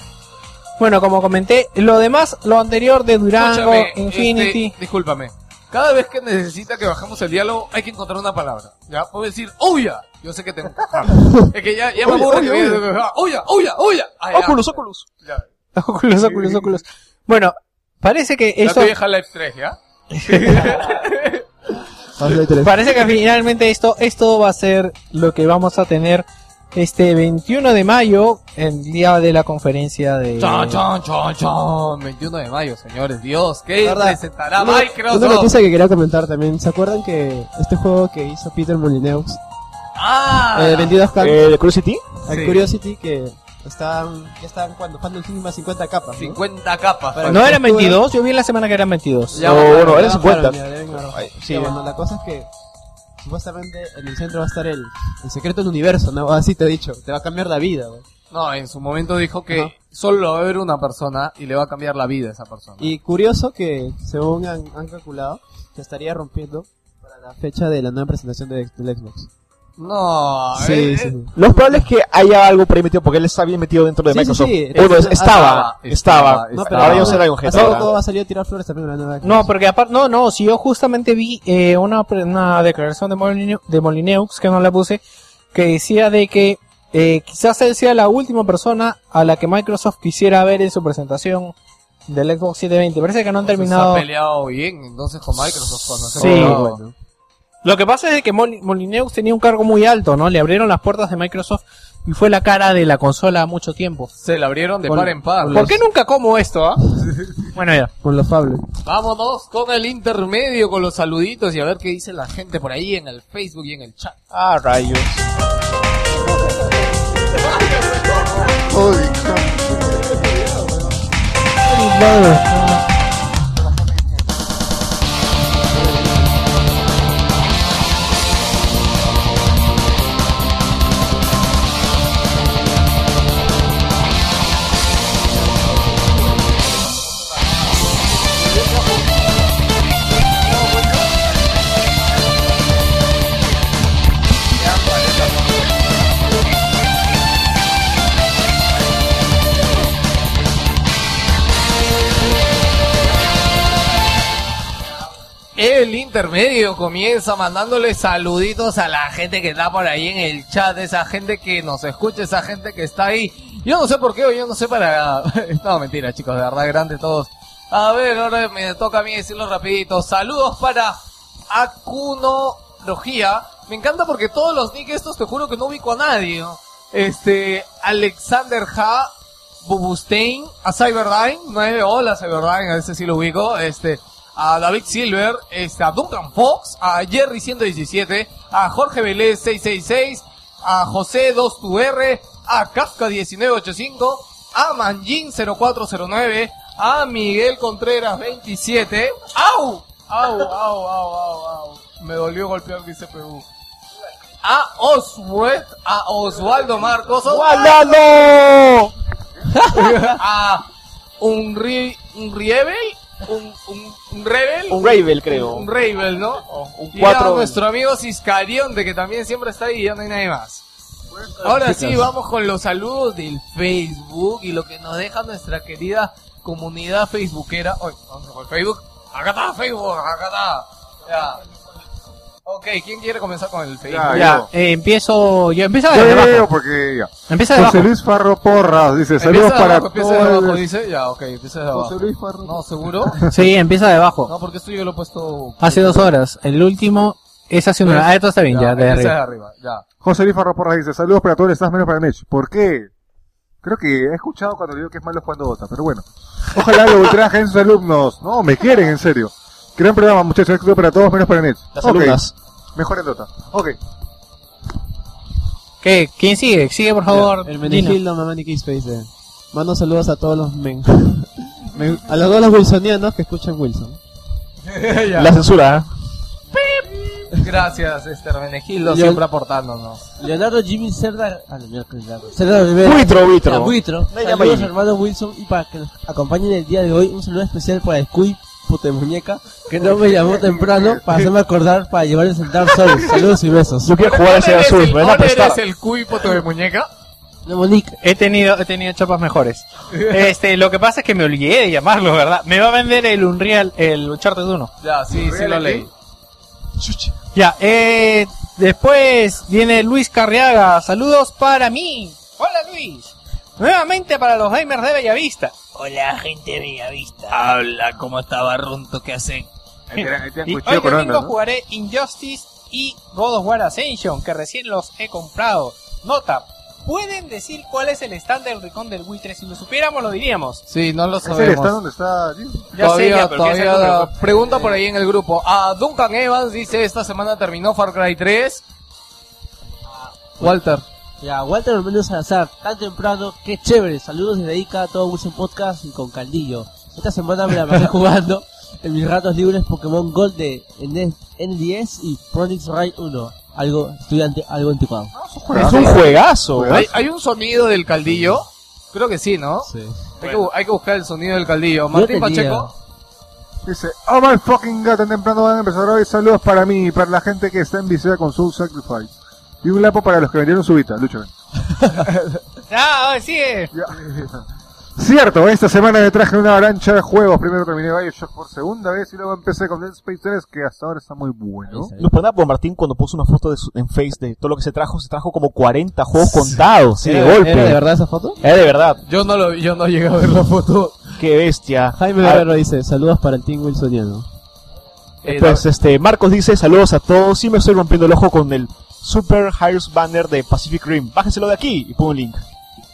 Speaker 2: Bueno, como comenté, lo demás, lo anterior de Durango,
Speaker 1: Escúchame,
Speaker 2: Infinity.
Speaker 1: este, discúlpame. Cada vez que necesita que bajemos el diálogo, hay que encontrar una palabra. Ya, puedo decir, ¡Uya! Yo sé que tengo. Ah, es que ya, ya me aburre. que me- ah, ¡Uya! ¡Uya! ¡Uya! Ah, ya.
Speaker 8: Oculus, Oculus.
Speaker 1: Ya.
Speaker 2: Óculos, óculos, óculos. Bueno, parece que
Speaker 1: este, La
Speaker 2: esto,
Speaker 1: tu vieja Live 3, ¿ya?
Speaker 2: parece que finalmente esto, esto va a ser lo que vamos a tener este 21 de mayo, el día de la conferencia de.
Speaker 1: Chon, chon, chon, chon. 21 de mayo, señores. Dios, ¿qué
Speaker 4: ¿Verdad?
Speaker 1: presentará
Speaker 4: Una-
Speaker 1: Microsoft?
Speaker 4: Una noticia que quería comentar también. ¿Se acuerdan que este juego que hizo Peter eh, Molyneux,
Speaker 1: Ah,
Speaker 4: eh, 22 Cam-
Speaker 8: Eh, ¿De Curiosity?
Speaker 4: a
Speaker 1: sí.
Speaker 4: Curiosity, que están, ya están cuando Phantom Cinema 50 capas, ¿no?
Speaker 1: 50 capas.
Speaker 4: Para
Speaker 2: No
Speaker 4: que
Speaker 2: eran
Speaker 4: tú veas-
Speaker 2: 22, yo vi en la semana que eran 22.
Speaker 1: Ya,
Speaker 8: No,
Speaker 1: bueno,
Speaker 8: Ah, bueno,
Speaker 4: Ya,
Speaker 8: eran 50.
Speaker 4: bueno, ya, venga, no.
Speaker 8: Ay, sí,
Speaker 4: Ya, bueno, la cosa es que supuestamente en el centro va a estar el, el secreto del universo, ¿no? Así te he dicho, te va a cambiar la vida, güey.
Speaker 1: No, en su momento dijo que
Speaker 4: Ajá.
Speaker 1: solo va a haber una persona y le va a cambiar la vida a esa persona.
Speaker 4: Y curioso que, según han, han calculado, se estaría rompiendo para la fecha de la nueva presentación de, del Xbox.
Speaker 1: No,
Speaker 4: Sí,
Speaker 1: eh,
Speaker 4: sí,
Speaker 1: eh,
Speaker 4: sí.
Speaker 8: Lo probable es que haya algo por ahí metido porque él está bien metido dentro de
Speaker 4: Sí, sí,
Speaker 8: Microsoft.
Speaker 4: sí.
Speaker 8: Bueno, es-
Speaker 4: Ah,
Speaker 8: estaba,
Speaker 1: estaba,
Speaker 8: estaba.
Speaker 1: estaba.
Speaker 8: Ahora yo será un
Speaker 4: Hace poco ha salido a tirar flores también la nueva Xbox.
Speaker 2: No, porque aparte, no, no, si yo justamente vi eh, una, pre- una declaración de, Molineux, de Molineux, que no la puse, que decía de que eh, quizás él sea la última persona a la que Microsoft quisiera ver en su presentación del Xbox 720. Parece que no han terminado.
Speaker 1: Se ha peleado bien entonces con Microsoft cuando se
Speaker 2: Sí,
Speaker 1: compró.
Speaker 4: bueno.
Speaker 2: Lo que pasa es de que Mol- Molineux tenía un cargo muy alto, ¿no? Le abrieron las puertas de Microsoft y fue la cara de la consola mucho tiempo.
Speaker 1: Se la abrieron de
Speaker 4: Con-
Speaker 1: par en par.
Speaker 2: ¿Por qué nunca como esto, ah? bueno, ya.
Speaker 4: Con los fables.
Speaker 1: Vámonos con el intermedio, con los saluditos y a ver qué dice la gente por ahí en el Facebook y en el chat.
Speaker 8: Ah, rayos.
Speaker 5: Ay, ca-
Speaker 1: El intermedio comienza mandándole saluditos a la gente que está por ahí en el chat, esa gente que nos escucha, esa gente que está ahí. Yo no sé por qué, o yo no sé para... No, mentira, chicos, de verdad, grandes todos. A ver, ahora me toca a mí decirlo rapidito. Saludos para Acuno Rojía. Me encanta porque todos los nick estos, te juro que no ubico a nadie. ¿no? Este, Alexander Ja, Bubustein, a Cyberdyne, nueve hola Cyberdyne, a ese sí lo ubico, este, a David Silver, este, a Duncan Fox, a Jerry 117, a Jorge Vélez 666, a José 2QR, a Kafka 1985, a Manjin 0409, a Miguel Contreras 27, ¡au! ¡au, au, au, au, au! Me dolió golpear mi CPU. A Oswald, a Oswaldo Marcos,
Speaker 8: ¡Guardalo!
Speaker 1: a un ri, un riebel, un, un, un rebel,
Speaker 8: Un Ravel, creo.
Speaker 1: un rebel, ¿no?
Speaker 5: Oh,
Speaker 8: un
Speaker 1: Y a
Speaker 8: cuatro-
Speaker 1: nuestro amigo Ciscarionte que también siempre está ahí, ya no hay nadie más. Ahora sí, vamos con los saludos del Facebook y lo que nos deja nuestra querida comunidad facebookera. Oye, vamos con Facebook. Acá está Facebook, acá está. Ya. Ok, ¿quién quiere comenzar con el Facebook?
Speaker 5: Ya,
Speaker 2: Ya, eh, empiezo yo, empieza
Speaker 5: yo
Speaker 2: desde
Speaker 5: leo
Speaker 2: abajo.
Speaker 5: porque ya. Pues
Speaker 2: Empieza de
Speaker 5: José
Speaker 2: abajo.
Speaker 5: Luis Farro Porras dice
Speaker 1: Empieza
Speaker 5: saludos
Speaker 1: de
Speaker 5: para
Speaker 1: abajo, empieza de abajo,
Speaker 5: todos.
Speaker 1: dice. Ya, ok, empieza de abajo.
Speaker 5: José Luis Farro.
Speaker 1: No, seguro.
Speaker 2: Sí, empieza de abajo.
Speaker 1: No, porque esto yo lo he puesto.
Speaker 2: Hace dos horas. El último es hace una hora. Ah, esto está bien, ya, de
Speaker 1: empieza
Speaker 2: arriba.
Speaker 1: de arriba,
Speaker 5: José Luis Farro Porras dice saludos para todos, estás menos para Nech. ¿Por qué? Creo que he escuchado cuando digo que es malo cuando vota, pero bueno. Ojalá lo ultrajen sus alumnos. No, me quieren, en serio. Gran programa, muchachos. Éxito para todos, menos para Nech.
Speaker 8: Las
Speaker 5: Ok.
Speaker 8: alumnas.
Speaker 5: Mejor nota. Ok.
Speaker 2: ¿Qué? ¿Quién sigue? Sigue, por favor.
Speaker 7: El
Speaker 2: Gino.
Speaker 7: Menegildo Mamani Kingspace. eh. Mando saludos a todos los men. men- a los todos los wilsonianos que escuchan Wilson.
Speaker 1: Ya.
Speaker 8: La censura,
Speaker 1: Gracias, este Hermenegildo,
Speaker 4: Yo-
Speaker 1: siempre aportándonos.
Speaker 4: Leonardo Jimmy Cerda. Ah, no, mira, Leonardo. Cerda
Speaker 8: ¿eh?
Speaker 4: Rivera.
Speaker 8: Buitro,
Speaker 4: Ah,
Speaker 8: buitro.
Speaker 4: Buitro.
Speaker 8: Nadie llama
Speaker 4: Saludos
Speaker 8: Jimmy.
Speaker 4: hermanos Wilson. Y para que nos acompañen el día de hoy, un saludo especial para Scuy, puta muñeca, que no me llamó temprano para hacerme acordar para llevarles el Dark Souls. Saludos y besos.
Speaker 8: Yo quiero jugar a ese
Speaker 13: ¿Eres
Speaker 8: azul,
Speaker 13: el-
Speaker 8: me van a
Speaker 13: ahora
Speaker 8: prestar.
Speaker 13: eres el cuipo de muñeca?
Speaker 4: No, Monique.
Speaker 2: He tenido, he tenido chapas mejores. Este, lo que pasa es que me olvidé de llamarlo, ¿verdad? Me va a vender el Unreal, el Uncharted 1.
Speaker 13: Ya, sí, sí lo leí.
Speaker 2: Ya, eh, después viene Luis Carriaga. Saludos para mí. Hola Luis. Nuevamente para los gamers de Bellavista. Hola gente de Bellavista. Habla, ¿cómo está Barrunto? ¿Qué hace?
Speaker 5: Ahí te- ahí te han
Speaker 2: Y hoy
Speaker 5: cuchillo
Speaker 2: domingo
Speaker 5: con onda, ¿no?
Speaker 2: jugaré Injustice y God of War Ascension, que recién los he comprado. Nota, ¿pueden decir cuál es el stand del Ricón del Buitre? Si lo supiéramos lo diríamos.
Speaker 1: Sí, no lo
Speaker 5: ¿Es el está
Speaker 1: sabemos.
Speaker 5: donde está? Dios?
Speaker 2: Ya
Speaker 1: todavía,
Speaker 2: sé, ya, pero ¿qué es
Speaker 1: todavía
Speaker 2: el número?
Speaker 1: pregunta por ahí en el grupo. A Duncan Evans dice, esta semana terminó Far Cry 3. Walter.
Speaker 4: Ya, Walter Ormeño Salazar, tan temprano, qué chévere. Saludos desde Ica, todo Wilson Podcast y con Caldillo. Esta semana me la pasé jugando en mis ratos libres Pokémon Gold de N- N10 y Pronix Ray 1. Algo estudiante, algo anticuado.
Speaker 8: Es un juegazo.
Speaker 5: Juegazo.
Speaker 1: ¿Hay, hay un sonido del caldillo? Creo que sí, ¿no?
Speaker 4: Sí.
Speaker 1: Hay, que, bu- hay que buscar el sonido del caldillo. Martín
Speaker 4: tenía.
Speaker 1: Pacheco.
Speaker 5: Dice, oh my fucking god, tan temprano van a empezar hoy. Saludos para mí y para la gente que está en visita con Soul Sacrifice. Y un lapo para los que vendieron su vida, Lucho. ven.
Speaker 2: Ah, sigue.
Speaker 5: Cierto, esta semana me traje una avalancha de juegos. Primero terminé Bioshock por segunda vez y luego empecé con Dead Space 3, que hasta ahora está muy bueno.
Speaker 8: Nos preguntaba por Martín cuando puso una foto de su- en Face de todo lo que se trajo, se trajo como 40 juegos contados, sí, de
Speaker 7: ¿Era-
Speaker 8: golpe.
Speaker 7: ¿Era de verdad esa foto?
Speaker 8: Era de verdad.
Speaker 1: Yo no lo vi, yo no llegué a ver la foto.
Speaker 8: Qué bestia.
Speaker 7: Jaime
Speaker 8: Ah,
Speaker 7: Guerrero dice, saludos para el Team Wilsoniano.
Speaker 1: Eh,
Speaker 8: Pues este, Marcos dice, saludos a todos, sí me estoy rompiendo el ojo con el Super Hires Banner de Pacific Rim. Bájenselo de aquí y pon un link.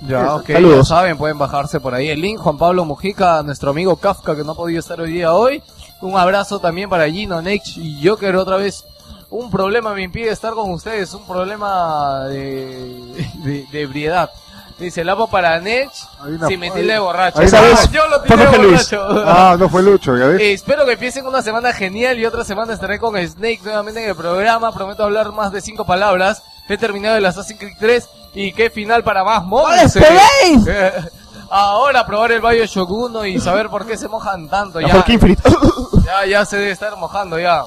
Speaker 1: Ya, ok,
Speaker 8: Saludos.
Speaker 1: ya saben, pueden bajarse por ahí el link. Juan Pablo Mujica, nuestro amigo Kafka, que no ha podido estar hoy día hoy. Un abrazo también para Gino, Nex y Joker otra vez. Un problema me impide estar con ustedes, un problema de, de, de ebriedad. Dice, lapo para Nech,
Speaker 5: Hay una-
Speaker 1: si me tilde de borracho.
Speaker 5: hay una
Speaker 1: Ah,
Speaker 5: vez.
Speaker 1: yo lo
Speaker 8: Fue
Speaker 1: tilde
Speaker 8: Jorge Luis.
Speaker 1: borracho.
Speaker 5: Ah, no fue Lucho, ya ves.
Speaker 1: Eh, espero que empiecen una semana genial y otra semana estaré con Snake nuevamente en el programa. Prometo hablar más de cinco palabras. He terminado el Assassin's Creed 3 y qué final para más monstruos. Ahora probar el Bioshock 1 y saber por qué se mojan tanto. Ya,
Speaker 8: Mejor que Infinite.
Speaker 1: ya, ya se debe estar mojando ya.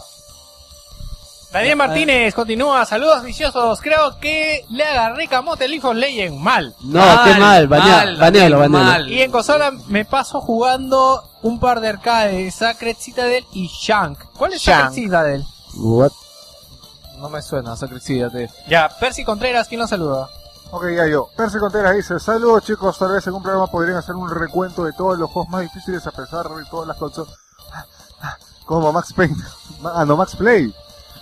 Speaker 2: Daniel Martínez continúa. Saludos viciosos. Creo que le agarré camote el hijo Legend mal.
Speaker 7: No, qué mal, baña-
Speaker 1: mal,
Speaker 7: banealo, banealo.
Speaker 1: mal.
Speaker 2: Y en consola me paso jugando un par de arcades, Sacred Citadel y Shank. ¿Cuál es Sacred
Speaker 8: Shank.
Speaker 2: Citadel?
Speaker 7: What?
Speaker 1: No me suena, sacrificate.
Speaker 2: Ya, Percy Contreras, ¿quién lo saluda?
Speaker 5: Ok, ya yo. Percy Contreras dice, saludos chicos, tal vez en un programa podrían hacer un recuento de todos los juegos más difíciles a pesar de todas las consolas. Como Max Payne. Ma- Ah, no, Max Play.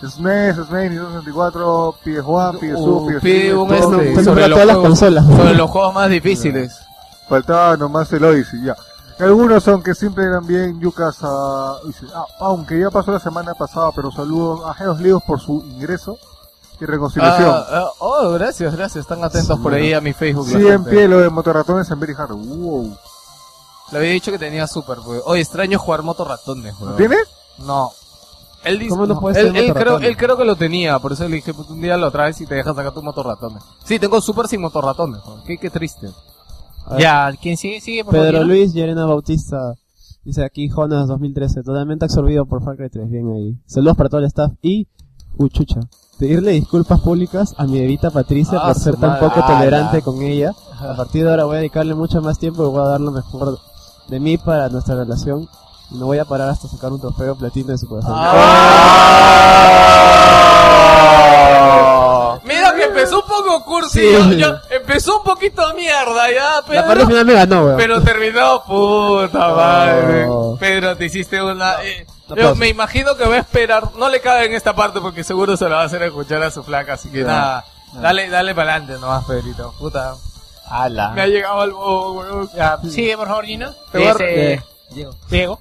Speaker 5: SNES, SNES, Nintendo 64, PS1,
Speaker 1: Uh,
Speaker 5: PS2,
Speaker 1: pide un
Speaker 5: PS3.
Speaker 1: este,
Speaker 7: Saludos
Speaker 1: sobre
Speaker 7: a
Speaker 1: los
Speaker 7: todas las
Speaker 1: juegos-
Speaker 7: consolas.
Speaker 1: Sobre los juegos más difíciles.
Speaker 5: Faltaba nomás el Odyssey, ya. Algunos, aunque siempre eran bien yucas, a... dice, ah, aunque ya pasó la semana pasada, pero saludos a Geos Leos por su ingreso y reconciliación.
Speaker 1: Ah, ah, oh, gracias, gracias. Están atentos por ahí a mi Facebook. la
Speaker 5: Sí, en
Speaker 1: gente.
Speaker 5: pie lo de motorratones en Berry Hard. Wow.
Speaker 1: Le había dicho que tenía super, güey. Oye, extraño jugar motorratones, güey.
Speaker 5: ¿Tienes?
Speaker 1: No. Él dice,
Speaker 7: ¿Cómo no
Speaker 1: no,
Speaker 7: puedes
Speaker 1: él,
Speaker 7: tener
Speaker 1: él creo,
Speaker 7: motorratones?
Speaker 1: él creo que lo tenía, por eso le dije, "Puta, un día lo traes y te dejas sacar tu motorratones. Sí, tengo super sin motorratones, güey. Qué, qué triste.
Speaker 7: A ver.
Speaker 2: Ya, ¿quién sigue? Sigue por
Speaker 7: Pedro
Speaker 2: favor, ¿no?
Speaker 7: Luis Yerena Bautista. Dice aquí Jonas 2013, totalmente absorbido por Far Cry 3, bien ahí. Saludos para todo el staff y Uchucha. Pedirle disculpas públicas a mi bebita Patricia
Speaker 1: Ah,
Speaker 7: por
Speaker 1: su
Speaker 7: ser tan
Speaker 1: madre.
Speaker 7: poco
Speaker 1: Ah,
Speaker 7: tolerante con ella. A partir de ahora voy a dedicarle mucho más tiempo y voy a dar lo mejor de mí para nuestra relación. Y no voy a parar hasta sacar un trofeo platino de su corazón.
Speaker 1: Mira que empezó un poco cursi,
Speaker 7: Sí.
Speaker 1: yo- yo- empezó un poquito de mierda ya,
Speaker 7: La parte
Speaker 1: Pedro.
Speaker 7: final me ganó, weón.
Speaker 1: Pero terminó, puta madre.
Speaker 7: Oh.
Speaker 1: Pedro, te hiciste una... eh, yo
Speaker 7: aplauso.
Speaker 1: me imagino que va a esperar, no le cabe en esta parte porque seguro se la va a hacer escuchar a su flaca, así que nada. Dale, dale para adelante nomás, Pedrito. Puta.
Speaker 7: Ah.
Speaker 1: Me ha llegado al bobo, weón.
Speaker 2: Ya, sigue por favor, Gino.
Speaker 1: Te va a-
Speaker 2: Ese-
Speaker 4: Diego.
Speaker 2: Diego.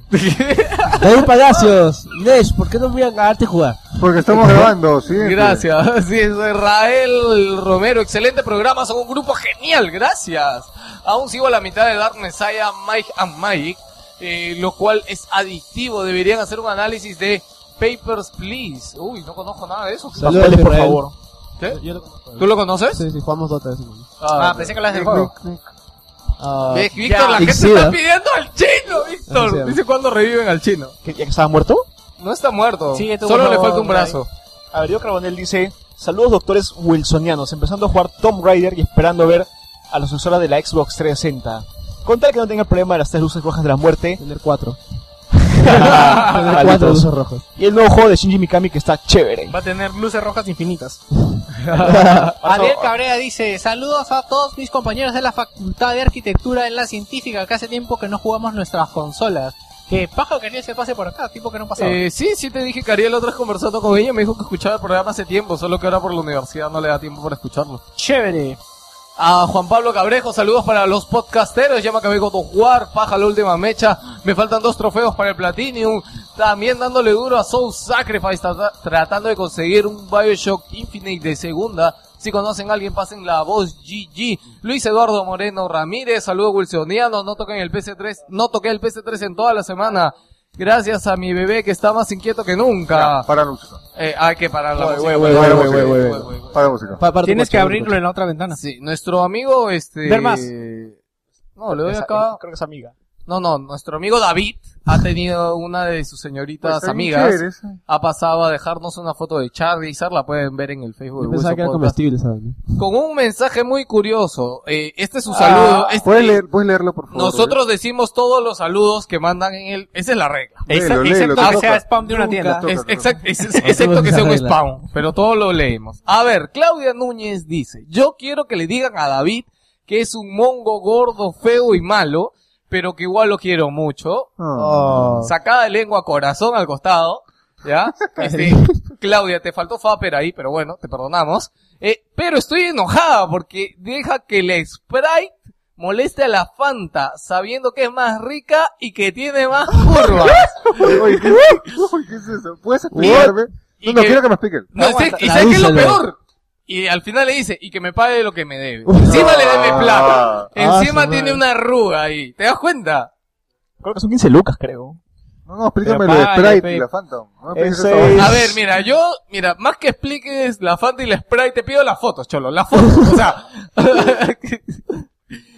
Speaker 4: David Palacios, Nesh, ¿por qué no miran a arte jugar?
Speaker 5: Porque estamos grabando, sí.
Speaker 1: Gracias. Sí, es Rael Romero. Excelente programa. Son un grupo genial. Gracias. Aún sigo a la mitad de Dark Messiah, Mike and Mike. eh, lo cual es adictivo. Deberían hacer un análisis de Papers, Please. Uy, no conozco nada de eso.
Speaker 7: Saludos,
Speaker 8: Papeles, por
Speaker 7: Israel.
Speaker 8: favor.
Speaker 1: ¿Qué?
Speaker 7: Yo lo conozco.
Speaker 1: ¿Tú lo conoces?
Speaker 7: Sí, sí, jugamos Dota. ese momento.
Speaker 2: Ah, pensé que hablas del juego.
Speaker 7: Ah,
Speaker 1: Ve, Víctor, la gente
Speaker 7: Ixida.
Speaker 1: está pidiendo al chino,
Speaker 7: Ixida.
Speaker 1: Víctor. Dice cuándo reviven al chino.
Speaker 8: ¿Que- ¿Ya que estaba muerto?
Speaker 1: No está muerto.
Speaker 2: Sigue tú,
Speaker 1: Solo
Speaker 2: por
Speaker 1: le
Speaker 2: favor,
Speaker 1: falta un brazo.
Speaker 8: A ver, yo Carbonell dice, saludos doctores wilsonianos, empezando a jugar Tomb Raider y esperando ver a la sucesora de la Xbox 360. Con tal que no tenga el problema de las tres luces rojas de la muerte
Speaker 7: Tener cuatro. Tener cuatro
Speaker 8: Malditos.
Speaker 7: luces rojas.
Speaker 8: y el nuevo juego de Shinji Mikami que está chévere.
Speaker 2: Va a tener luces rojas infinitas.
Speaker 8: Paso-
Speaker 2: Ariel Cabrera dice, saludos a todos mis compañeros de la Facultad de Arquitectura en la Científica, que hace tiempo que no jugamos nuestras consolas. Que paja que Ariel se pase por acá, tipo que no pasaba.
Speaker 1: Eh, sí, sí te dije que Ariel otra vez conversando con ella me dijo que escuchaba el programa hace tiempo, solo que ahora por la universidad no le da tiempo para escucharlo.
Speaker 2: Chévere.
Speaker 1: A Juan Pablo Cabrejo, saludos para los podcasteros, ya me acabé con jugar, paja la última mecha, me faltan dos trofeos para el Platinum, también dándole duro a Soul Sacrifice, tra- tratando de conseguir un Bioshock Infinite de segunda. Si conocen a alguien, pasen la voz GG. Luis Eduardo Moreno Ramírez, saludos wilsonianos, no toquen el PC3, no toqué el PC3 en toda la semana. Gracias a mi bebé que está más inquieto que nunca.
Speaker 5: Ya, Para la música.
Speaker 1: Eh, hay que parar la música.
Speaker 5: Para la música. Para la música.
Speaker 7: Pa- para tu
Speaker 2: Tienes
Speaker 7: coche,
Speaker 2: que
Speaker 7: para tu
Speaker 2: abrirlo en la otra ventana.
Speaker 1: Sí, nuestro amigo, este...
Speaker 2: Ver más.
Speaker 1: No, le doy
Speaker 8: Esa- eh,
Speaker 1: acá...
Speaker 8: Creo que es amiga.
Speaker 1: No, no, nuestro amigo David ha tenido una de sus
Speaker 7: Pues,
Speaker 1: señoritas
Speaker 5: Pues, Está bien
Speaker 1: amigas.
Speaker 5: chévere esa.
Speaker 1: Ha pasado a dejarnos una foto de Charizard, la pueden ver en el Facebook
Speaker 7: Yo
Speaker 1: de
Speaker 7: pensaba
Speaker 1: Wilson
Speaker 7: que era
Speaker 1: Podcast.
Speaker 7: comestible, ¿saben?
Speaker 1: Con un mensaje muy curioso. Eh, este es su saludo.
Speaker 7: Ah,
Speaker 1: este-
Speaker 5: ¿Puedes, leer, puedes leerlo, por favor.
Speaker 1: Nosotros decimos todos los saludos que mandan en el... Esa es la regla.
Speaker 5: Léelo,
Speaker 2: Exce-
Speaker 5: léelo,
Speaker 2: excepto
Speaker 5: te
Speaker 2: que
Speaker 5: toca.
Speaker 2: sea spam de una tienda.
Speaker 5: Toca,
Speaker 1: Es-
Speaker 5: toca.
Speaker 1: exact- es- es- excepto que sea un
Speaker 7: Arregla.
Speaker 1: spam, pero todo lo leemos. A ver, Claudia Núñez dice, yo quiero que le digan a David que es un mongo gordo, feo y malo, pero que igual lo quiero mucho.
Speaker 5: Ah.
Speaker 1: Sacada de lengua, corazón al costado, ¿ya? Este, Claudia, te faltó Faper ahí, pero bueno, te perdonamos. Eh, pero estoy enojada porque deja que el Sprite moleste a la Fanta, sabiendo que es más rica y que tiene más curvas.
Speaker 5: Oye, ¿qué, uy, ¿qué es eso? ¿Puedes explicarme?
Speaker 1: Y
Speaker 5: No, no,
Speaker 1: que-
Speaker 5: quiero que me expliquen.
Speaker 1: No, sí, y
Speaker 7: la
Speaker 1: ¿sabes qué es lo
Speaker 7: dulce, ¿no?
Speaker 1: peor? Y al final le dice, y que me pague lo que me debe. Encima le debe plata.
Speaker 5: Ah,
Speaker 1: Encima
Speaker 7: su
Speaker 1: tiene una
Speaker 7: madre.
Speaker 1: arruga ahí. ¿Te das cuenta?
Speaker 8: Creo que son 15 lucas, creo.
Speaker 5: No, no, explícame
Speaker 2: Pero
Speaker 5: lo de
Speaker 2: págale,
Speaker 5: Sprite
Speaker 2: pe.
Speaker 5: y la Phantom. No, me
Speaker 8: Ese
Speaker 5: expliques esa vaina.
Speaker 1: A ver, mira, yo, mira, más que expliques la Fanta y la Sprite, te pido las fotos, cholo, las fotos. O sea,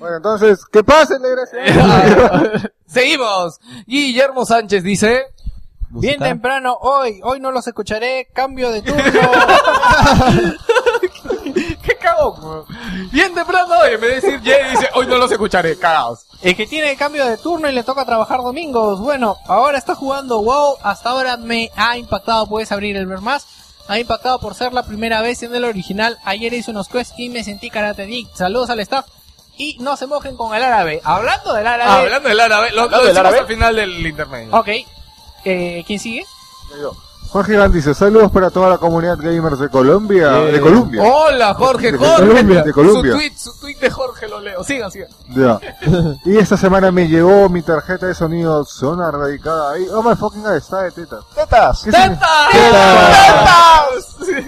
Speaker 5: Bueno, entonces, que pasen, gracias.
Speaker 1: seguimos. Guillermo Sánchez dice,
Speaker 2: Bien temprano hoy, hoy no los escucharé, cambio de turno.
Speaker 1: qué cagón, weón? Bien temprano, y en vez de decir, "Ye", dice, hoy no los escucharé, cagados.
Speaker 2: El que tiene cambio de turno y le toca trabajar domingos. Bueno, ahora está jugando WoW. Hasta ahora me ha impactado. Puedes abrir el ver más. Ha impactado por ser la primera vez en el original. Ayer hice unos quests y me sentí karate Dick. Saludos al staff. Y no se mojen con el árabe. Hablando del árabe.
Speaker 1: Hablando del árabe, lo, lo
Speaker 8: Hablando del
Speaker 1: decimos
Speaker 8: árabe.
Speaker 1: al final del intermedio.
Speaker 2: Ok. Eh, ¿Quién sigue?
Speaker 5: Jorge Iván dice, saludos para toda la comunidad gamers de Colombia.
Speaker 7: Eh,
Speaker 5: de
Speaker 1: oh,
Speaker 5: Colombia.
Speaker 1: Hola, Jorge,
Speaker 5: De
Speaker 1: Jorge.
Speaker 5: Colombia. De Colombia.
Speaker 1: Su tweet, su tweet de Jorge lo leo. Sigan, sigan.
Speaker 5: Ya. Y esta semana me llegó mi tarjeta de sonido zona radicada ahí. Oh my fucking god, está de teta.
Speaker 8: ¡Tetas!
Speaker 5: ¿Qué significa?
Speaker 1: ¡Tetas! ¡Tetas!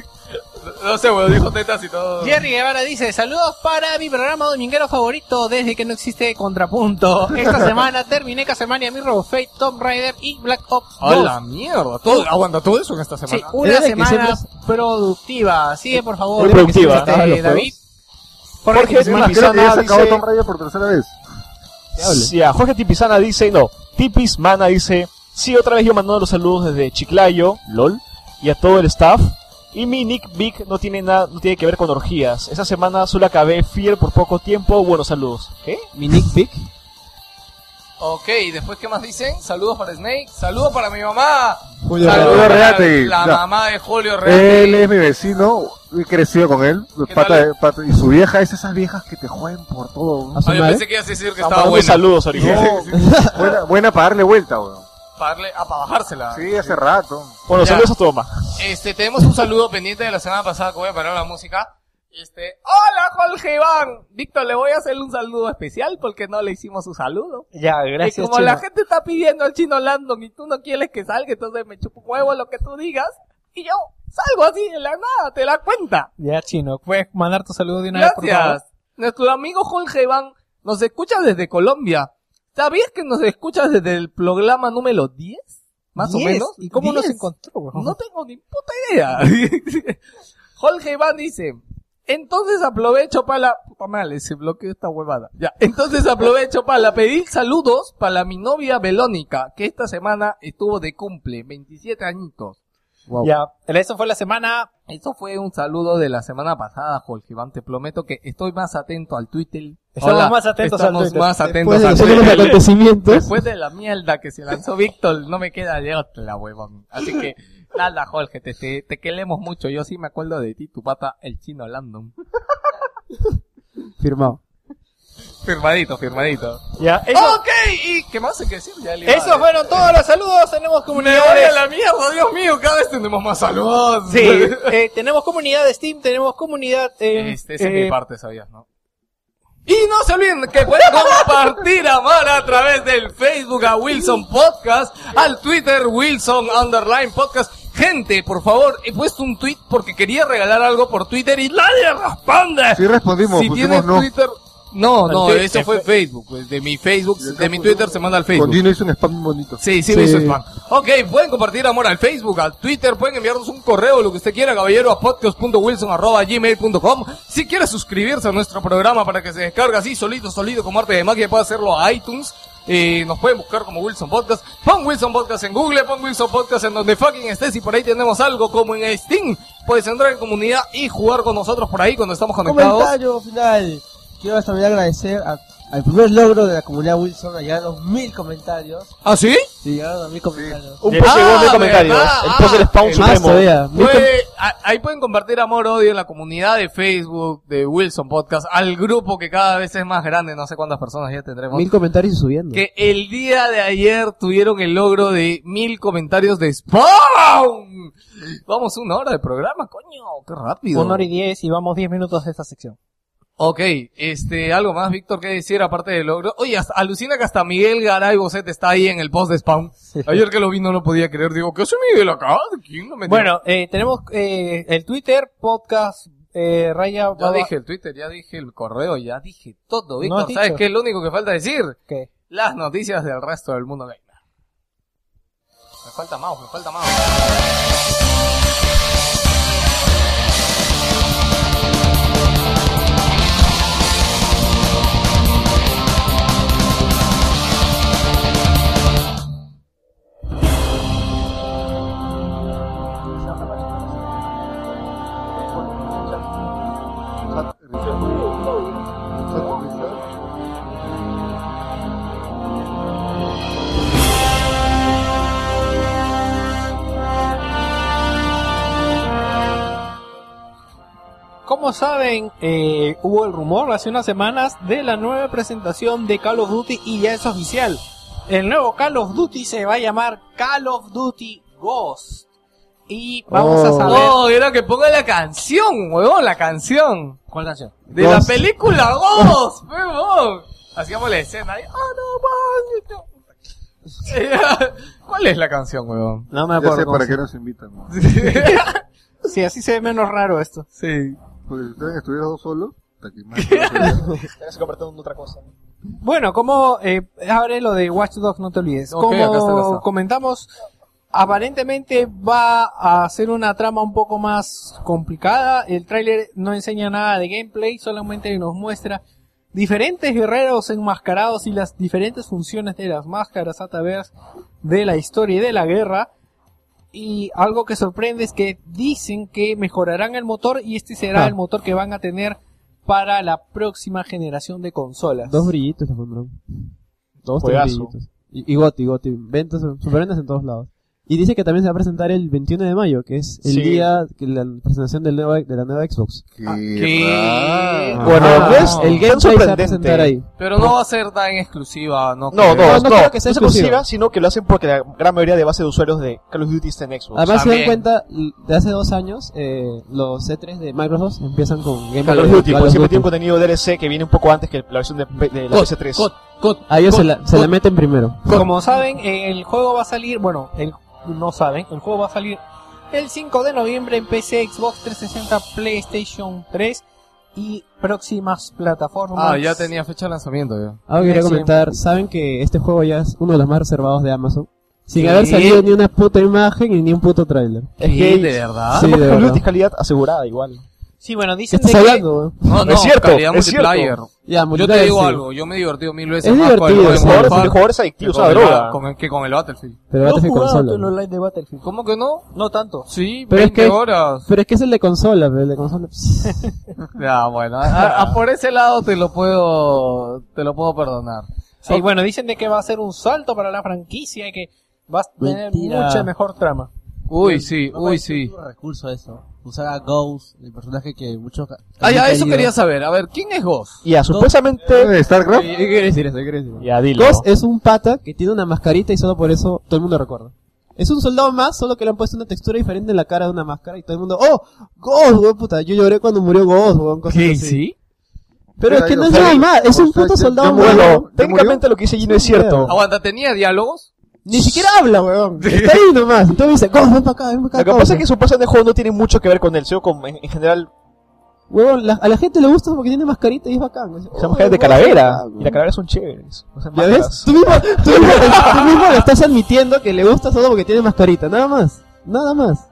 Speaker 1: No sé, weón, dijo tetas y todo.
Speaker 2: Jerry Guevara dice, saludos para mi programa dominguero favorito desde que no existe Contrapunto. Esta semana terminé Casemania, Mirror of Fate, Tomb Raider y Black Ops 2.
Speaker 1: ¡Hola, mierda! Todo, aguanta todo eso en esta
Speaker 2: Sí,
Speaker 1: semana.
Speaker 2: una
Speaker 7: Desde que
Speaker 2: semana
Speaker 7: siempre
Speaker 2: productiva. Sigue, por favor.
Speaker 8: Muy productiva.
Speaker 2: Este,
Speaker 8: Estaban los
Speaker 2: David.
Speaker 8: Jorge
Speaker 5: Es más, creo que ya se acabó Tomb Raider por tercera vez.
Speaker 8: Sí, a Jorge Tipisana dice, no, Tipis Mana dice, sí, otra vez yo mando los saludos desde Chiclayo, lol, y a todo el staff. Y mi Nick Big no tiene nada, no tiene que ver con orgías. Esa semana solo acabé fiel por poco tiempo. Buenos saludos. ¿Qué?
Speaker 7: Mi Nick Pick.
Speaker 1: Ok, después, ¿qué más dicen? Saludos para Snake, saludos para mi mamá.
Speaker 7: Julio
Speaker 5: Saludos.
Speaker 7: Real.
Speaker 1: para
Speaker 5: Reate.
Speaker 1: La
Speaker 5: Ya.
Speaker 1: mamá de Julio Reate.
Speaker 5: Él es mi vecino, he crecido con él.
Speaker 1: ¿Qué
Speaker 5: Pata
Speaker 1: tal?
Speaker 5: de- pata- y su vieja es esas viejas que te juegan por todo. ¿no?
Speaker 7: A su
Speaker 1: Ah, yo
Speaker 7: madre.
Speaker 1: pensé que ibas a decir que
Speaker 8: Están
Speaker 1: estaba
Speaker 8: mandando
Speaker 1: buena.
Speaker 8: saludos ahorita.
Speaker 5: buena, buena para darle vuelta, weón.
Speaker 1: Para darle, ah, para bajársela.
Speaker 5: Sí, hace rato.
Speaker 8: Bueno,
Speaker 1: Ya.
Speaker 8: saludos a tu mamá.
Speaker 1: Este, tenemos un saludo pendiente de la semana pasada que voy a parar la música. Este, hola Jorge Iván. Víctor, le voy a hacer un saludo especial porque no le hicimos su saludo.
Speaker 2: Ya,
Speaker 1: y como la gente está pidiendo al chino Landon y tú no quieres que salga, entonces me chupo un huevo lo que tú digas. Y yo salgo así de la nada, ¿te das cuenta?
Speaker 2: Ya, chino, puedes mandar tu saludo de una vez por favor?
Speaker 1: Gracias. Nuestro amigo Jorge Iván nos escucha desde Colombia. ¿Sabías que nos escuchas desde el programa número 10? Más o
Speaker 14: ¿Diez?
Speaker 1: menos. ¿Y cómo nos
Speaker 14: ¿Diez?
Speaker 1: encontró? weón? No tengo ni puta idea. Jorge Iván dice, entonces aprovecho para... Puta madre, se bloqueó esta huevada. Ya, entonces aprovecho para pedir saludos para mi novia Belónica, que esta semana estuvo de cumple, 27 añitos.
Speaker 2: Ya, eso fue la semana.
Speaker 1: Eso fue un saludo de la semana pasada, Jorge Iván. Te prometo que estoy más atento al Twitter.
Speaker 2: Estamos más atentos al
Speaker 1: estamos
Speaker 2: Twitter.
Speaker 1: más
Speaker 15: Después
Speaker 1: atentos
Speaker 15: de
Speaker 1: al
Speaker 15: los últimos
Speaker 1: Twitter.
Speaker 15: acontecimientos.
Speaker 1: Después de la mierda que se lanzó Víctor, no me queda de otra, huevón. Así que, nada, Jorge, te, te, te queremos mucho. Yo sí me acuerdo de ti, tu pata, el chino Landon.
Speaker 4: Firmado.
Speaker 1: Firmadito, firmadito.
Speaker 8: Ya, eso,
Speaker 1: Ok, ¿y qué más hay que decir? Ya le iba a
Speaker 2: Esos
Speaker 1: decir.
Speaker 2: fueron todos los saludos. Tenemos
Speaker 1: Me voy a
Speaker 2: comunidades.
Speaker 1: la mierda, Dios mío, cada vez tenemos más saludos.
Speaker 2: Sí, eh, tenemos comunidad de Steam, tenemos comunidad. eh,
Speaker 1: Este, esa es
Speaker 2: eh,
Speaker 1: mi parte, sabías, ¿no? Y no se olviden que pueden compartir a Mar a través del Facebook a Wilson Podcast, al Twitter Wilson Underline Podcast. Gente, por favor, he puesto un tweet porque quería regalar algo por Twitter y nadie responde.
Speaker 5: Sí respondimos,
Speaker 1: si
Speaker 5: pusimos
Speaker 1: tienes
Speaker 5: no.
Speaker 1: Twitter, no, no,
Speaker 2: Al Twitter.
Speaker 1: eso fue Facebook. pues, De mi Facebook,
Speaker 5: Y acá
Speaker 1: de mi
Speaker 5: pusimos-
Speaker 1: Twitter se manda al
Speaker 5: Con
Speaker 1: Facebook.
Speaker 5: Gino hizo un spam muy bonito.
Speaker 1: Sí, sí,
Speaker 4: Sí.
Speaker 1: me hizo spam. Ok, pueden compartir amor al Facebook, al Twitter, pueden enviarnos un correo, lo que usted quiera, caballero, a podcast.wilson.gmail.com. Si quiere suscribirse a nuestro programa para que se descargue así, solito, solito, como arte de magia, puede hacerlo a iTunes. Eh, nos pueden buscar como Wilson Podcast. Pon Wilson Podcast en Google, pon Wilson Podcast en donde fucking estés y por ahí tenemos algo como en Steam. Puedes entrar en comunidad y jugar con nosotros por ahí cuando estamos conectados.
Speaker 14: Comentario final. Quiero también agradecer a- al primer logro de la comunidad Wilson, a llegar a los mil comentarios.
Speaker 1: ¿Ah, sí?
Speaker 14: Sí, llegaron a los mil comentarios.
Speaker 8: un
Speaker 1: Ah,
Speaker 8: post llegó de comentarios.
Speaker 1: ¿verdad?
Speaker 8: El post del spawn
Speaker 1: Ah,
Speaker 4: Más
Speaker 8: supremo.
Speaker 4: todavía. Mi
Speaker 1: Fue- a- ahí pueden compartir amor, odio en la comunidad de Facebook de Wilson Podcast, al grupo que cada vez es más grande, no sé cuántas personas ya tendremos.
Speaker 4: Mil comentarios y subiendo.
Speaker 1: Que el día de ayer tuvieron el logro de mil comentarios de Spawn. Vamos, una hora de programa, coño, qué rápido.
Speaker 2: Una hora y diez y vamos diez minutos de esta sección.
Speaker 1: Ok, este, algo más, Víctor, que decir aparte del logro. Oye, hasta- alucina que hasta Miguel Garay Bocet está ahí en el post de Spawn. Ayer que lo vi no lo podía creer, digo, ¿qué hace Miguel acá? ¿Quién lo metió?
Speaker 2: Bueno, eh, tenemos eh, el Twitter, podcast, eh, raya.
Speaker 1: Ya
Speaker 2: baba-
Speaker 1: dije el Twitter, ya dije el correo, ya dije todo,
Speaker 2: No has
Speaker 1: Víctor. ¿Sabes
Speaker 2: dicho.
Speaker 1: qué es lo único que falta decir?
Speaker 2: ¿Qué?
Speaker 1: Las noticias del resto del mundo gamer. Me falta mouse, me falta mouse.
Speaker 5: Hat reset. Hat reset.
Speaker 2: Como saben, eh, hubo el rumor hace unas semanas de la nueva presentación de Call of Duty y ya es oficial. El nuevo Call of Duty se va a llamar Call of Duty Ghost. Y vamos a
Speaker 4: Oh.
Speaker 2: saber...
Speaker 1: No, era que ponga la canción, huevón, la canción.
Speaker 2: ¿Cuál canción?
Speaker 1: De la
Speaker 4: Ghost.
Speaker 1: película Ghost, huevón. Hacíamos la escena ahí. "Ah, no, man". ¿Cuál es la canción, huevón?
Speaker 2: No me
Speaker 5: Ya sé
Speaker 2: acuerdo.
Speaker 5: para qué nos invitan. ¿no?
Speaker 2: Sí, así se ve menos raro esto.
Speaker 1: Sí.
Speaker 5: Porque si ustedes estuvieran dos solos, hasta que más no se vea.
Speaker 15: Tienes que compartir otra cosa.
Speaker 2: Bueno, como eh, abre lo de Watch Dogs, no te olvides.
Speaker 1: Ok, acá está, acá
Speaker 2: como
Speaker 1: está.
Speaker 2: comentamos, aparentemente va a ser una trama un poco más complicada. El tráiler no enseña nada de gameplay, solamente nos muestra diferentes guerreros enmascarados y las diferentes funciones de las máscaras a través de la historia y de la guerra. Y algo que sorprende es que dicen que mejorarán el motor y este será
Speaker 4: Ah.
Speaker 2: el motor que van a tener para la próxima generación de consolas.
Speaker 4: Dos brillitos le pondrán. Dos, tres
Speaker 8: Juegazo.
Speaker 4: brillitos. Y, y Goti, Goti. Ventas, superventas en todos lados. Y dice que también se va a presentar el 21 de mayo, que es el
Speaker 8: Sí.
Speaker 4: día que la presentación del nuevo- de la nueva Xbox.
Speaker 1: ¿Qué?
Speaker 5: raro.
Speaker 8: Bueno,
Speaker 4: Ah,
Speaker 8: pues,
Speaker 4: el
Speaker 8: tan
Speaker 4: gameplay se va a
Speaker 8: sorprendente.
Speaker 4: presentar ahí.
Speaker 1: Pero no va a ser tan exclusiva, no.
Speaker 8: No,
Speaker 4: No,
Speaker 8: no, no,
Speaker 4: no creo que sea
Speaker 8: no es exclusiva,
Speaker 4: exclusiva,
Speaker 8: sino que lo hacen porque la gran mayoría de base de usuarios de Call of Duty está en Xbox.
Speaker 4: Además, se
Speaker 1: También.
Speaker 4: dan cuenta, l- de hace dos años, eh, los C3 de Microsoft empiezan con Game
Speaker 8: Call of Duty, porque siempre tiene un contenido DLC que viene un poco antes que la versión de, de la
Speaker 1: Cod,
Speaker 8: PS3.
Speaker 1: Cod, Cod,
Speaker 4: A ellos se
Speaker 1: Cod,
Speaker 4: la, se la
Speaker 1: Cod.
Speaker 4: meten primero.
Speaker 2: eh, Como saben, el juego va a salir, bueno, el, no saben, el juego va a salir El 5 de noviembre en PC, Xbox 360, PlayStation 3 y próximas plataformas.
Speaker 1: Ah, ya tenía fecha de lanzamiento. Ya.
Speaker 7: Algo que quería
Speaker 2: Sí.
Speaker 7: comentar, ¿saben que este juego ya es uno de los más reservados de Amazon? Sin
Speaker 1: Sí.
Speaker 7: haber salido ni una puta imagen y ni un puto trailer.
Speaker 1: Es que de verdad.
Speaker 7: Sí, de
Speaker 8: Luz
Speaker 7: verdad.
Speaker 8: y calidad asegurada igual.
Speaker 2: Sí, bueno,
Speaker 7: ¿Qué
Speaker 2: dicen de
Speaker 7: estás
Speaker 2: que-
Speaker 7: hablando, weón?
Speaker 1: No, no,
Speaker 8: Es cierto,
Speaker 1: calidad
Speaker 8: es cierto.
Speaker 1: multiplayer.
Speaker 7: Ya,
Speaker 1: Yo te
Speaker 7: multiplayer,
Speaker 1: digo
Speaker 7: sí.
Speaker 1: algo, yo me he divertido mil veces
Speaker 7: Es
Speaker 1: más con el
Speaker 7: divertido,
Speaker 1: Modern
Speaker 7: sí.
Speaker 8: Jugadores,
Speaker 1: Warfare
Speaker 8: jugadores
Speaker 1: que
Speaker 8: adictivos
Speaker 1: con
Speaker 8: a la
Speaker 1: el-
Speaker 8: droga.
Speaker 1: con el- que con el Battlefield.
Speaker 7: Pero
Speaker 4: No
Speaker 7: Battlefield
Speaker 4: jugaba tú
Speaker 7: consola.
Speaker 4: el online de Battlefield.
Speaker 1: ¿Cómo que no?
Speaker 4: No tanto.
Speaker 1: Sí,
Speaker 7: Pero es
Speaker 1: 20
Speaker 7: que-
Speaker 1: horas.
Speaker 7: Pero es que es el de consola, pero el de consola.
Speaker 1: Ya, bueno, a- a- a por ese lado te lo puedo, te lo puedo perdonar.
Speaker 2: Sí, bueno, dicen de que va a ser un salto para la franquicia y que va a tener
Speaker 4: Mentira.
Speaker 2: mucha mejor trama.
Speaker 1: Uy, sí, uy, sí.
Speaker 4: Un recurso eso. Usar a Ghost, el personaje que muchos.
Speaker 1: Ah, ya, eso quería saber. A ver, ¿quién es Ghost?
Speaker 8: Ya, supuestamente...
Speaker 5: Eh, StarCraft.
Speaker 7: ¿Qué quiere decir eso? ¿Qué quiere decir?
Speaker 8: Ya, dilo.
Speaker 7: Ghost es un pata que tiene una mascarita y solo por eso todo el mundo recuerda. Es un soldado más, solo que le han puesto una textura diferente en la cara de una máscara y todo el mundo, ¡Oh! ¡Ghost, weón, puta! Yo lloré cuando murió Ghost, weón, cosas así. Pero es que no es nada más, es un puto soldado más.
Speaker 8: Bueno,
Speaker 5: ¿Ya
Speaker 8: técnicamente lo que dice Gino es cierto.
Speaker 1: Aguanta, ¿tenía diálogos?
Speaker 7: Ni siquiera habla, weón. Está ahí nomás. Entonces dice, Ghost, ven para acá, ven para
Speaker 8: Lo
Speaker 7: acá.
Speaker 8: que
Speaker 7: Ghost".
Speaker 8: pasa es que su pasa de juego no tiene mucho que ver con él, sino con, en, en general,
Speaker 7: Weón, la- a la gente le gusta porque tiene mascarita y es bacán. Es-
Speaker 8: esa
Speaker 7: "Oh,
Speaker 8: mujer es de
Speaker 7: weón,
Speaker 8: calavera.
Speaker 7: weón".
Speaker 8: Y las calaveras son chéveres. no son
Speaker 7: ¿Ya ves?
Speaker 8: máscaras.
Speaker 7: Tú mismo, tú, mismo, tú mismo le estás admitiendo que le gusta solo porque tiene mascarita, nada más. Nada más.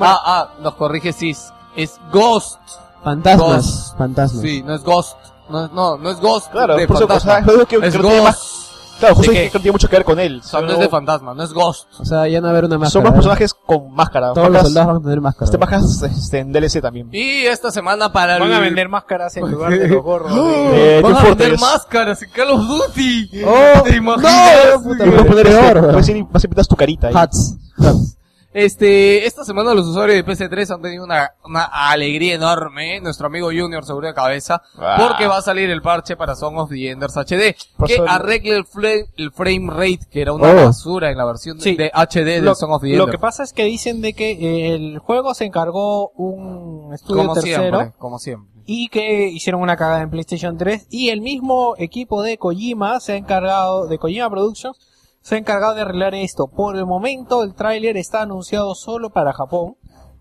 Speaker 1: Ah, ah, nos corrige Sis. Es Ghost.
Speaker 7: Fantasmas.
Speaker 1: Ghost.
Speaker 7: Fantasmas.
Speaker 1: Sí, no es Ghost. No, no, no es Ghost
Speaker 8: Claro,
Speaker 1: de
Speaker 8: por eso, o sea,
Speaker 1: fantasma.
Speaker 8: juego que, que
Speaker 1: Es
Speaker 8: no tiene más-
Speaker 1: Ghost.
Speaker 8: Claro, justo
Speaker 1: ¿De
Speaker 8: dije
Speaker 1: qué?
Speaker 8: que no tiene mucho que ver con él.
Speaker 1: O sea, no es
Speaker 8: sino-
Speaker 1: de fantasma, no es Ghost.
Speaker 7: O sea, ya no habrá una máscara.
Speaker 8: son más
Speaker 7: ¿verdad?
Speaker 8: personajes con máscara.
Speaker 7: Todos los
Speaker 8: máscaras-
Speaker 7: soldados van a tener máscara.
Speaker 8: Este máscaras este, en DLC también.
Speaker 1: Y esta semana para
Speaker 2: Van
Speaker 1: el- ¡Oh!
Speaker 2: a vender máscaras en lugar de los gorros.
Speaker 8: Eh,
Speaker 1: Van a vender
Speaker 8: Team Fortress.
Speaker 1: máscaras en Call of Duty.
Speaker 7: ¡Oh!
Speaker 1: ¿Te
Speaker 7: ¡No!
Speaker 1: imaginas?
Speaker 7: Puta, puedes poner
Speaker 8: Este,
Speaker 7: peor,
Speaker 8: Puedes ir y vas y pintas tu carita ahí.
Speaker 7: Hats. Hats.
Speaker 1: Este, esta semana los usuarios de PC3 han tenido una, una alegría enorme. Nuestro amigo Junior seguro de cabeza.
Speaker 8: Ah.
Speaker 1: Porque va a salir el parche para Song of the Enders HD.
Speaker 8: Por
Speaker 1: Que
Speaker 8: solo-
Speaker 1: arregle el, fla- el frame rate, que era una
Speaker 7: Oh.
Speaker 1: basura en la versión de-
Speaker 2: Sí.
Speaker 1: de HD
Speaker 2: Lo,
Speaker 1: de Song of the
Speaker 2: lo que
Speaker 1: Enders.
Speaker 2: pasa es que dicen de que eh, el juego se encargó un estudio
Speaker 1: Como
Speaker 2: tercero
Speaker 1: siempre, como siempre.
Speaker 2: y que hicieron una cagada en PlayStation 3 y el mismo equipo de Kojima se ha encargado de Kojima Productions se ha encargado de arreglar esto. Por el momento el tráiler está anunciado solo para Japón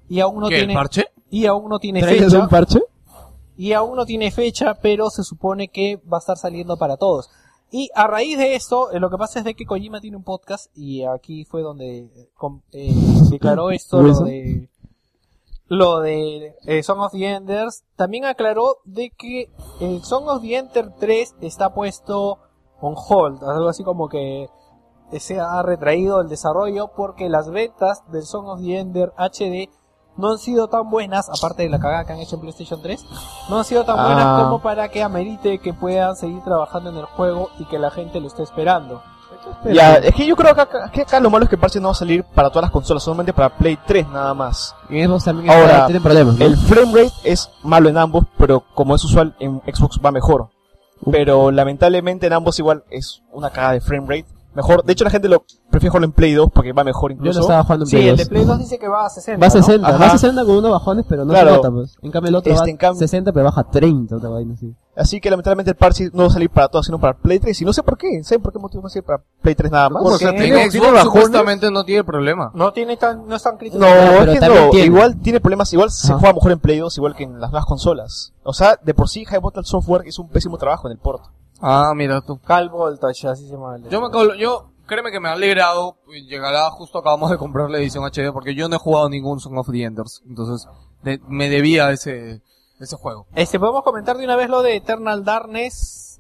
Speaker 2: y aún no
Speaker 1: ¿Qué, el
Speaker 2: tiene
Speaker 1: parche?
Speaker 2: y aún no tiene
Speaker 7: ¿Trailer de
Speaker 2: fecha.
Speaker 7: un parche?
Speaker 2: y aún no tiene fecha, pero se supone que va a estar saliendo para todos. Y a raíz de esto, eh, lo que pasa es de que Kojima tiene un podcast y aquí fue donde eh, com- eh, declaró esto lo
Speaker 7: Wilson.
Speaker 2: de lo de eh, Song of the Enders. También aclaró de que el Song of the Ender 3 está puesto on hold, algo así como que se ha retraído el desarrollo porque las ventas del Song of the Ender HD no han sido tan buenas, aparte de la cagada que han hecho en PlayStation 3, no han sido tan buenas
Speaker 7: Ah.
Speaker 2: como para que amerite que puedan seguir trabajando en el juego y que la gente lo esté esperando.
Speaker 8: Ya, es que yo creo que acá, que acá lo malo es que el parche no va a salir para todas las consolas, solamente para Play 3 nada más.
Speaker 7: Y Xbox también
Speaker 8: Ahora,
Speaker 7: está- tiene problemas. ¿no?
Speaker 8: El frame rate es malo en ambos, pero como es usual en Xbox va mejor. Pero lamentablemente en ambos igual es una caga de frame rate. Mejor, de hecho la gente lo prefiere jugarlo en Play 2 porque va mejor
Speaker 7: Yo
Speaker 8: incluso.
Speaker 7: lo estaba jugando en
Speaker 2: Sí,
Speaker 7: Play
Speaker 2: el
Speaker 7: 2.
Speaker 2: de Play 2 dice que va a 60.
Speaker 7: Va a
Speaker 2: ¿no?
Speaker 7: 60, va a
Speaker 8: Ajá.
Speaker 7: 60 con unos bajones, pero no
Speaker 8: Claro.
Speaker 7: se nota, pues. En cambio el otro
Speaker 8: Este,
Speaker 7: va
Speaker 8: en cambio-
Speaker 7: 60, pero baja 30, otra vaina así.
Speaker 8: Así que lamentablemente el parche no va a salir para todas, sino para Play 3. Y no sé por qué, sé por qué motivo va a salir para Play 3
Speaker 7: Pues
Speaker 8: nada más.
Speaker 5: ¿Cómo? O sea,
Speaker 2: ¿Qué?
Speaker 5: ¿tiene-
Speaker 1: En
Speaker 5: tiene
Speaker 1: Xbox
Speaker 5: bajones?
Speaker 1: supuestamente no tiene problema.
Speaker 2: No tiene tan, no es tan crítico.
Speaker 8: No,
Speaker 7: pero
Speaker 8: es que
Speaker 7: también
Speaker 8: no.
Speaker 7: tiene.
Speaker 8: Igual tiene problemas, igual se
Speaker 7: Ajá.
Speaker 8: juega mejor en Play 2, igual que en las nuevas consolas. O sea, de por sí, High Bottle Software hizo un pésimo trabajo en el port.
Speaker 1: Ah, mira tú.
Speaker 2: Cal Voltage, así se llama. el de-
Speaker 1: Yo me colo- yo créeme que me ha alegrado, llegará justo acabamos de comprar la edición HD porque yo no he jugado ningún Song of the Enders, entonces de- me debía ese ese juego.
Speaker 2: Este, podemos comentar de una vez lo de Eternal Darkness.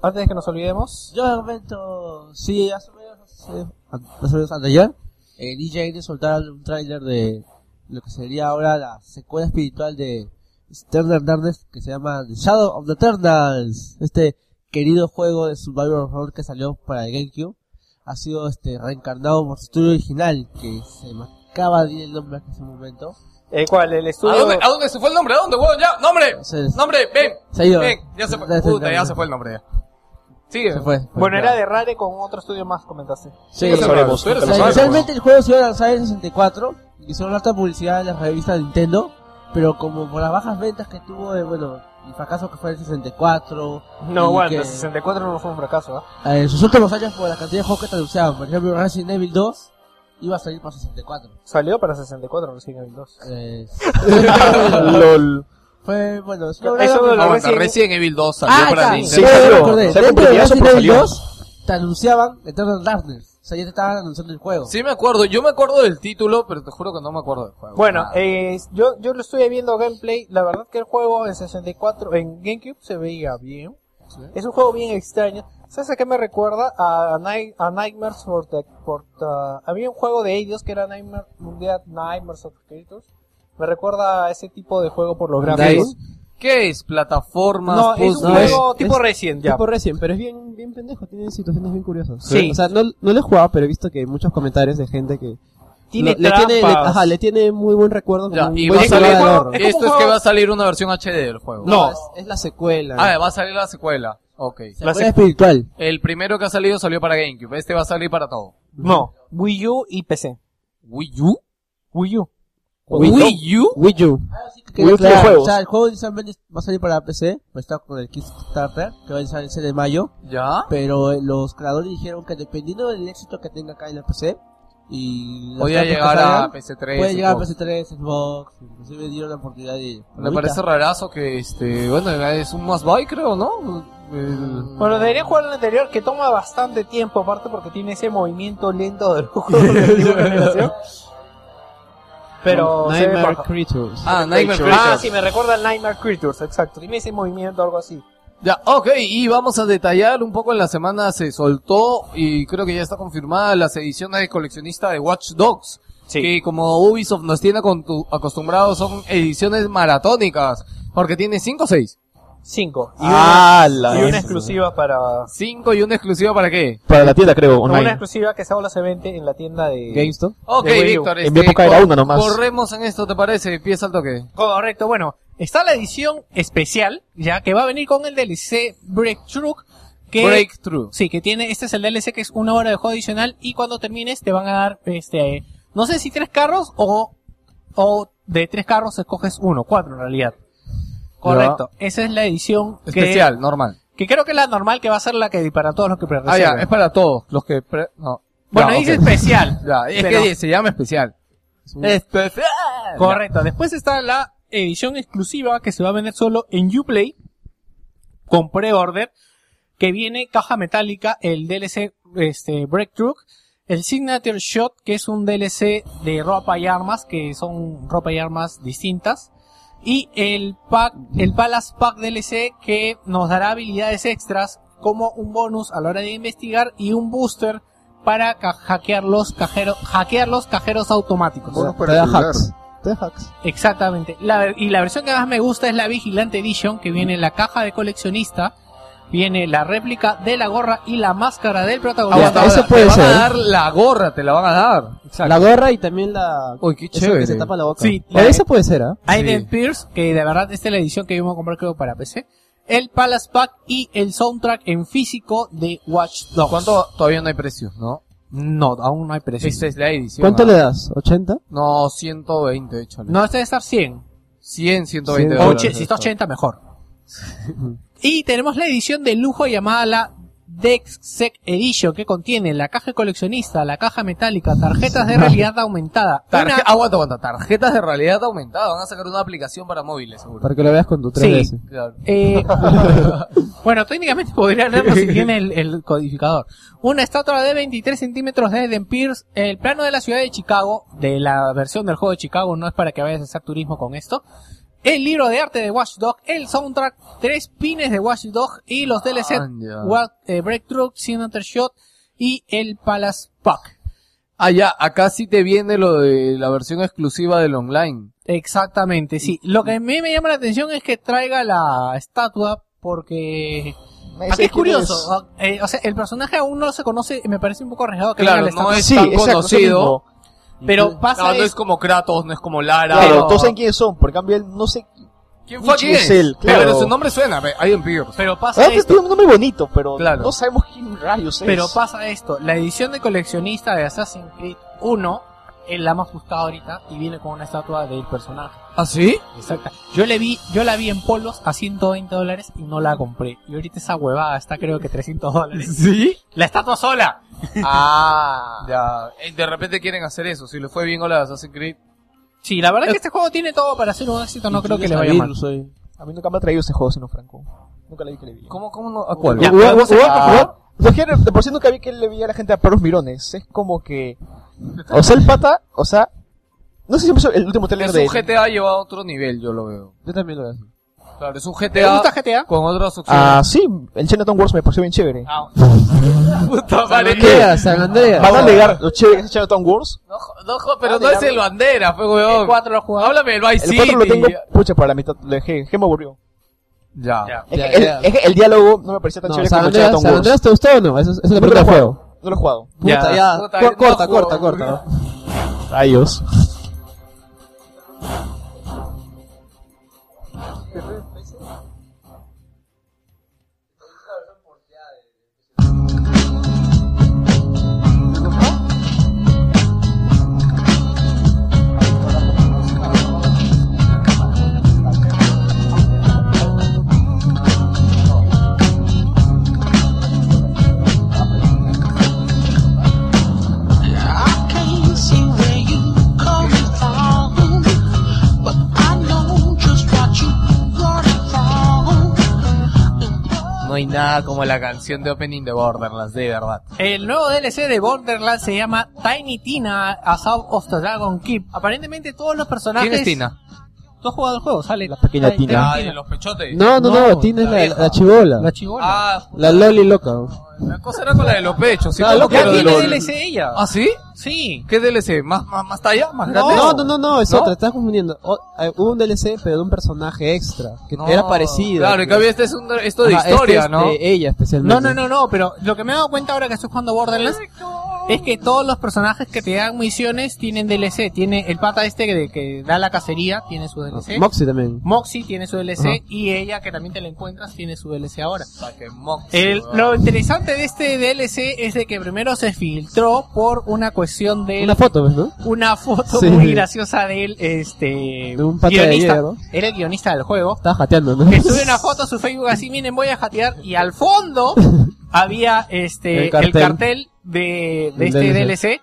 Speaker 2: Antes de que nos olvidemos.
Speaker 4: Yo de momento, sí, hace menos, eh, an- hace menos anteayer, eh, DJ de soltaron un tráiler de lo que sería ahora la secuela espiritual de Eternal Darkness que se llama The Shadow of the Eternals. Este querido juego de Survivor Horror que salió para el GameCube ha sido este reencarnado por su estudio original que se me acaba de ir el nombre hasta ese momento.
Speaker 2: Eh, ¿Cuál? El
Speaker 1: ¿A
Speaker 2: estudio.
Speaker 1: dónde, a dónde se fue el nombre? ¿A dónde, huevón? Ya, nombre.
Speaker 4: Se,
Speaker 1: Nombre, ven.
Speaker 4: se ha ido.
Speaker 2: eh,
Speaker 1: Ven, ya se fue. Puta, ya se fue el nombre ya. Sigue.
Speaker 4: Se fue.
Speaker 16: Pues
Speaker 2: Bueno, era de Rare con otro estudio más, comentaste.
Speaker 4: Sí,
Speaker 1: Nunca
Speaker 8: lo
Speaker 1: se
Speaker 8: sabremos,
Speaker 1: fue, tú eres
Speaker 4: O sea,
Speaker 1: el sabes,
Speaker 4: inicialmente Pues el juego se iba a lanzar en 64 y solo harta publicidad en las revistas de Nintendo, pero como por las bajas ventas que tuvo, eh, bueno, el fracaso que fue el 64,
Speaker 2: No,
Speaker 4: Y
Speaker 2: aguanta,
Speaker 4: que-
Speaker 2: 64 no fue un fracaso, ¿ah?
Speaker 4: eh, en sus últimos años por la cantidad de juegos que se anunciaban, por ejemplo Resident Evil 2, Iba a salir para 64.
Speaker 2: Salió para 64 recién Evil 2.
Speaker 4: Eh,
Speaker 8: LOL.
Speaker 4: fue, bueno, es una
Speaker 2: Eso
Speaker 4: gran-
Speaker 2: no lo
Speaker 4: Ah,
Speaker 1: Aguanta, recién Evil 2 salió
Speaker 4: Ah,
Speaker 1: para
Speaker 4: ya.
Speaker 1: Nintendo.
Speaker 8: Sí,
Speaker 4: Ya
Speaker 8: salió.
Speaker 4: me acordé.
Speaker 8: Salió
Speaker 4: Dentro
Speaker 8: por
Speaker 4: de
Speaker 8: Diablo,
Speaker 4: Resident
Speaker 8: pero
Speaker 4: Evil
Speaker 8: salió.
Speaker 4: 2 te anunciaban Eternal Darkness. O sea, ya te estaban anunciando el juego.
Speaker 1: Sí me acuerdo, yo me acuerdo del título, pero te juro que no me acuerdo del juego.
Speaker 2: Bueno,
Speaker 1: Ah.
Speaker 2: eh, yo, yo lo estuve viendo gameplay. La verdad que el juego en 64, en GameCube se veía bien. Es un juego bien extraño. ¿Sabes a qué me recuerda? A, Night- a Nightmares for the... for the- había un juego de ellos que era Nightmare, Mundial Nightmares of Creators. Me recuerda a ese tipo de juego por los gráficos.
Speaker 1: ¿Qué es? Plataformas,
Speaker 2: No, es un
Speaker 1: puzzles.
Speaker 2: juego tipo
Speaker 16: es-
Speaker 2: recién ya.
Speaker 16: Tipo recién, pero es bien, bien pendejo, tiene situaciones bien curiosas.
Speaker 2: Sí.
Speaker 16: O sea, no, no lo he jugado, pero he visto que hay muchos comentarios de gente que...
Speaker 2: Tiene
Speaker 16: lo- le, tiene, le,
Speaker 2: trampas.
Speaker 16: ajá, le tiene muy buen recuerdo. como
Speaker 1: Ya,
Speaker 16: un
Speaker 1: y
Speaker 4: Pues
Speaker 16: buen
Speaker 1: va a
Speaker 16: salvador
Speaker 1: salir-
Speaker 16: del
Speaker 2: juego-
Speaker 16: horror.
Speaker 2: es
Speaker 1: Esto
Speaker 2: como
Speaker 1: es que eh,
Speaker 2: un juego-
Speaker 1: va a salir una versión HD del juego.
Speaker 16: No, es, es la secuela.
Speaker 1: Ah, va a salir la secuela. Ok.
Speaker 4: La espiritual.
Speaker 1: El primero que ha salido salió para GameCube. Este va a salir para todo.
Speaker 2: No, Wii U y PC.
Speaker 1: Wii U.
Speaker 2: Wii U.
Speaker 1: Wii U.
Speaker 16: Wii U.
Speaker 4: Que-
Speaker 8: Wii U tiene
Speaker 4: claro,
Speaker 8: juegos.
Speaker 4: O sea, el juego inicialmente va a salir para PC, pues está con el Kickstarter, que va a salir el 6 de mayo,
Speaker 1: Ya.
Speaker 4: pero eh, los creadores dijeron que dependiendo del éxito que tenga acá en la PC, y las
Speaker 1: Podía
Speaker 4: cartas que
Speaker 1: llegar a
Speaker 4: salgan,
Speaker 1: PC3.
Speaker 4: Puede
Speaker 1: y
Speaker 4: llegar a
Speaker 1: todo.
Speaker 4: PS3, Xbox, inclusive dieron la oportunidad de...
Speaker 1: Me parece rarazo que este, bueno, es un más buy creo, ¿no? El-
Speaker 2: Bueno, deberían jugar el anterior que toma bastante tiempo, aparte porque tiene ese movimiento lento del juego de antigua generación. Pero se ve
Speaker 16: Nightmare
Speaker 2: paja.
Speaker 16: Creatures.
Speaker 1: Ah, Nightmare
Speaker 2: Ah,
Speaker 1: Creatures.
Speaker 2: sí, me recuerda al Nightmare Creatures, exacto. Tiene ese movimiento, algo así.
Speaker 1: Ya, ok, y vamos a detallar un poco en la semana se soltó y creo que ya está confirmada las ediciones de coleccionista de Watch Dogs.
Speaker 2: Sí.
Speaker 1: Que como Ubisoft nos tiene acont- acostumbrados son ediciones maratónicas, porque tiene 5 o 6.
Speaker 2: Cinco. Y
Speaker 8: Ah,
Speaker 2: una,
Speaker 8: la.
Speaker 2: y una exclusiva para...
Speaker 1: 5 y una exclusiva para qué?
Speaker 8: Para la tienda, creo,
Speaker 2: no, una
Speaker 8: online.
Speaker 2: exclusiva que solo se vende en la tienda de...
Speaker 16: GameStop.
Speaker 1: Ok,
Speaker 2: De Wii U.
Speaker 1: Víctor,
Speaker 8: En mi época era
Speaker 1: cor-
Speaker 8: una nomás.
Speaker 1: Corremos en esto, ¿te parece? Pieza al toque.
Speaker 2: Correcto, bueno, está la edición especial, ya que va a venir con el DLC Breakthrough, que...
Speaker 1: Breakthrough.
Speaker 2: Sí, que tiene, este es el DLC que es una hora de juego adicional y cuando termines te van a dar, este, no sé si tres carros o, o de tres carros escoges uno, cuatro en realidad. Correcto, esa es la edición que-
Speaker 1: Especial, normal.
Speaker 2: Que, creo que es la normal que va a ser la que para todos los que pre
Speaker 1: Ah, ya, es para todos los que... pre- no.
Speaker 2: Bueno,
Speaker 1: Ya,
Speaker 2: dice
Speaker 1: ok.
Speaker 2: especial.
Speaker 1: Ya, es
Speaker 2: Pero-
Speaker 1: que se llama especial. Especial.
Speaker 2: Correcto. Después está la edición exclusiva que se va a vender solo en Uplay con pre-order que viene caja metálica, el DLC este Breakthrough, el Signature Shot que es un DLC de ropa y armas que son ropa y armas distintas y el pack el Palace Pack DLC que nos dará habilidades extras como un bonus a la hora de investigar y un booster para ca- hackear los cajeros hackear los cajeros automáticos.
Speaker 17: Bonos
Speaker 16: Te da
Speaker 17: para el celular.
Speaker 16: hacks. Te da hacks.
Speaker 2: Exactamente. La ver- y la versión que más me gusta es la Vigilante Edition, que viene en la caja de coleccionista, viene la réplica de la gorra y la máscara
Speaker 16: Ah,
Speaker 2: del protagonista.
Speaker 16: Aguanta, eso puede
Speaker 1: te van
Speaker 16: ser.
Speaker 1: a dar la gorra, te la van a dar.
Speaker 16: La gorra y también la...
Speaker 1: Uy, qué
Speaker 16: Eso
Speaker 1: chévere.
Speaker 16: que se tapa la boca.
Speaker 2: Sí,
Speaker 16: O
Speaker 2: la-
Speaker 16: esa puede ser, ¿ah?
Speaker 2: Aiden
Speaker 1: Sí.
Speaker 2: Pierce, que de verdad esta es la edición que yo me voy a comprar creo para PC. El Palace Pack y el soundtrack en físico de Watch Dogs.
Speaker 1: ¿Cuánto? Todavía no hay precio, ¿no?
Speaker 2: No, aún no hay precio.
Speaker 1: Esa es la edición.
Speaker 16: ¿Cuánto
Speaker 1: ah.
Speaker 16: le das? ¿80?
Speaker 1: No, 120, échale.
Speaker 2: No, este debe estar 100.
Speaker 1: 100, 120
Speaker 16: Cien.
Speaker 1: dólares.
Speaker 2: Oche- si está 80, mejor. y tenemos la edición de lujo llamada la DexSec Edition, que contiene la caja coleccionista, la caja metálica, tarjetas de realidad aumentada.
Speaker 1: Tarje-
Speaker 2: una-
Speaker 1: Aguanta, aguanta. Tarjetas de realidad aumentada. Van a sacar una aplicación para móviles, seguro.
Speaker 16: Para que lo veas con tu
Speaker 2: Sí.
Speaker 16: 3DS.
Speaker 1: Claro.
Speaker 2: eh, bueno, técnicamente podría leerlo si tiene el, el codificador. Una estatua de 23 centímetros de Eden Pierce, el plano de la ciudad de Chicago, de la versión del juego de Chicago, no es para que vayas a hacer turismo con esto. El libro de arte de Watchdog, el soundtrack, tres pines de Watchdog y los DLC
Speaker 1: Ah, ya.
Speaker 2: What, eh, Breakthrough, Signature Shot y el Palace Pack.
Speaker 1: Ah, ya. Acá sí te viene lo de la versión exclusiva del online.
Speaker 2: Exactamente, sí. Lo que a mí me llama la atención es que traiga la estatua porque... Aquí es curioso. ah, eh, o sea, el personaje aún no se conoce y me parece un poco arriesgado que
Speaker 1: Claro,
Speaker 2: venga la
Speaker 1: no
Speaker 2: estatua.
Speaker 1: es
Speaker 8: Sí,
Speaker 1: tan
Speaker 8: exacto,
Speaker 1: conocido.
Speaker 2: Pero
Speaker 16: Ah,
Speaker 2: pasa
Speaker 1: No, no
Speaker 2: es-
Speaker 1: es como Kratos, no es como Lara.
Speaker 8: Claro,
Speaker 2: Pero-
Speaker 8: todos saben quiénes son, por cambio él no sé.
Speaker 1: ¿Quién fue
Speaker 8: Uchi
Speaker 1: quién?
Speaker 8: es él, claro.
Speaker 1: Pero su nombre suena. ve, Hay un Pierce.
Speaker 2: Pero pasa
Speaker 8: Ah, que
Speaker 2: esto.
Speaker 8: tiene un nombre bonito, pero
Speaker 1: Claro.
Speaker 8: no
Speaker 1: pues.
Speaker 8: sabemos quién rayos es.
Speaker 2: Pero pasa esto. La edición de coleccionista de Assassin's Creed 1 es eh, la más buscada ahorita y viene con una estatua del personaje.
Speaker 1: ¿Ah, sí?
Speaker 2: Exacta. Yo le vi, yo la vi en polos a 120 dólares y no la compré. Y ahorita esa huevada está creo que 300 dólares.
Speaker 1: ¿Sí?
Speaker 2: La estatua sola.
Speaker 1: Ah, ya. Eh, De repente quieren hacer eso. Si le fue bien o la Assassin's Creed.
Speaker 2: Sí, la verdad es que este juego tiene todo para ser un éxito, no creo que le vaya mal.
Speaker 3: A mí nunca me ha traído ese juego, sino Franco. Nunca le vi que le vi.
Speaker 1: ¿Cómo, cómo no? ¿A cuál?
Speaker 3: Ya, Hubo- hubo- hubo- hubo- es que de por sí nunca vi que le vi a la gente a perros mirones. Es como que. O sea, el pata, o sea. No sé si empezó el último trailer
Speaker 1: Es
Speaker 3: de.
Speaker 1: un GTA llevado a otro nivel, yo lo veo.
Speaker 7: Yo también lo veo así.
Speaker 1: Claro, es un
Speaker 2: ¿Te
Speaker 1: GTA
Speaker 2: gusta GTA?
Speaker 1: con otras
Speaker 3: Ah,
Speaker 1: opciones.
Speaker 3: sí, el Chinatown Wars me pareció bien chévere.
Speaker 7: Ah,
Speaker 1: puta madre.
Speaker 7: Andrea, San Andrea.
Speaker 3: Van a negar lo chévere que es el Chinatown Wars.
Speaker 1: No, jo- no, jo-
Speaker 7: Ah,
Speaker 1: pero no es el bandera, fue weón.
Speaker 2: El cuatro lo jugaba.
Speaker 1: Háblame del Vice
Speaker 3: El
Speaker 1: City.
Speaker 3: 4 lo tengo, pucha, para la mitad. Lo dejé, que me aburrió.
Speaker 1: Ya.
Speaker 2: Ya.
Speaker 3: Es
Speaker 7: Ya,
Speaker 3: que el,
Speaker 7: ya.
Speaker 3: es que el diálogo no me parecía tan
Speaker 7: No,
Speaker 3: chévere
Speaker 7: San
Speaker 3: como el
Speaker 7: Andrea,
Speaker 3: Chinatown
Speaker 7: San
Speaker 3: Wars.
Speaker 7: Andrea te gustó o no? Esa, esa
Speaker 3: No
Speaker 7: es la
Speaker 3: lo he
Speaker 7: pregunta del
Speaker 3: jugado.
Speaker 7: juego.
Speaker 3: No lo he jugado.
Speaker 7: Puta, ya.
Speaker 1: Puta,
Speaker 7: Cu-
Speaker 1: no
Speaker 7: corta,
Speaker 1: juego.
Speaker 7: corta, corta.
Speaker 3: Adiós.
Speaker 6: I can't see where you coming from, but I know just what you running from.
Speaker 1: No hay nada como la canción de Opening de Borderlands, de verdad.
Speaker 2: El nuevo DLC de Borderlands se llama Tiny Tina Assault of the Dragon Keep. Aparentemente todos los personajes...
Speaker 1: ¿Quién es Tina?
Speaker 2: ¿Tú has jugado el juego? Sale
Speaker 7: La pequeña
Speaker 2: Tiny
Speaker 7: Tina.
Speaker 1: de los pechotes.
Speaker 7: No, no, no,
Speaker 2: No,
Speaker 7: Tina
Speaker 1: la
Speaker 7: es la,
Speaker 1: vieja.
Speaker 7: la chivola.
Speaker 2: La chibola.
Speaker 1: Ah,
Speaker 7: La loli loca. Ah,
Speaker 1: la cosa era con la de los pechos. ¿sí?
Speaker 7: No,
Speaker 1: ¿Cómo
Speaker 7: lo
Speaker 1: que
Speaker 7: que
Speaker 1: lo
Speaker 2: ya
Speaker 1: de
Speaker 2: Ah, tiene
Speaker 1: los-
Speaker 2: DLC ella.
Speaker 1: ¿Ah, sí?
Speaker 2: Sí.
Speaker 1: ¿Qué DLC? ¿Más, más, más talla? ¿Más grande?
Speaker 7: No, no, no, no, es
Speaker 1: ¿No?
Speaker 7: otra, estás confundiendo. O- eh, hubo un DLC, pero de un personaje extra, que
Speaker 1: No.
Speaker 7: era parecido.
Speaker 1: Claro, en cambio este es un, esto de
Speaker 7: Ajá,
Speaker 1: historia,
Speaker 7: este es
Speaker 1: ¿no?
Speaker 7: de ella especialmente.
Speaker 2: No, no, no, no, pero lo que me he dado cuenta ahora que estoy jugando Borderlands es que todos los personajes que te dan misiones tienen DLC. Tiene el pata este que, que da la cacería, tiene su DLC.
Speaker 7: Moxie también.
Speaker 2: Moxie tiene su DLC y ella que también te la encuentras tiene su DLC ahora.
Speaker 1: Puta, que moxie,
Speaker 2: El-
Speaker 1: weón.
Speaker 2: lo interesante de este DLC es de que primero se filtró por una cuestión de
Speaker 7: Una
Speaker 2: una,
Speaker 7: foto, ¿ves, no?
Speaker 2: foto
Speaker 7: Sí.
Speaker 2: muy graciosa de él, este
Speaker 7: De un pata de
Speaker 2: guionista.
Speaker 7: hierro.
Speaker 2: Era el guionista del juego.
Speaker 7: Estaba jateando, ¿no?
Speaker 2: Que sube una foto a su Facebook así, miren, voy a jatear. Y al fondo había este
Speaker 7: El
Speaker 2: el
Speaker 7: cartel.
Speaker 2: cartel, de, de
Speaker 7: El
Speaker 2: este DLC.
Speaker 7: DLC.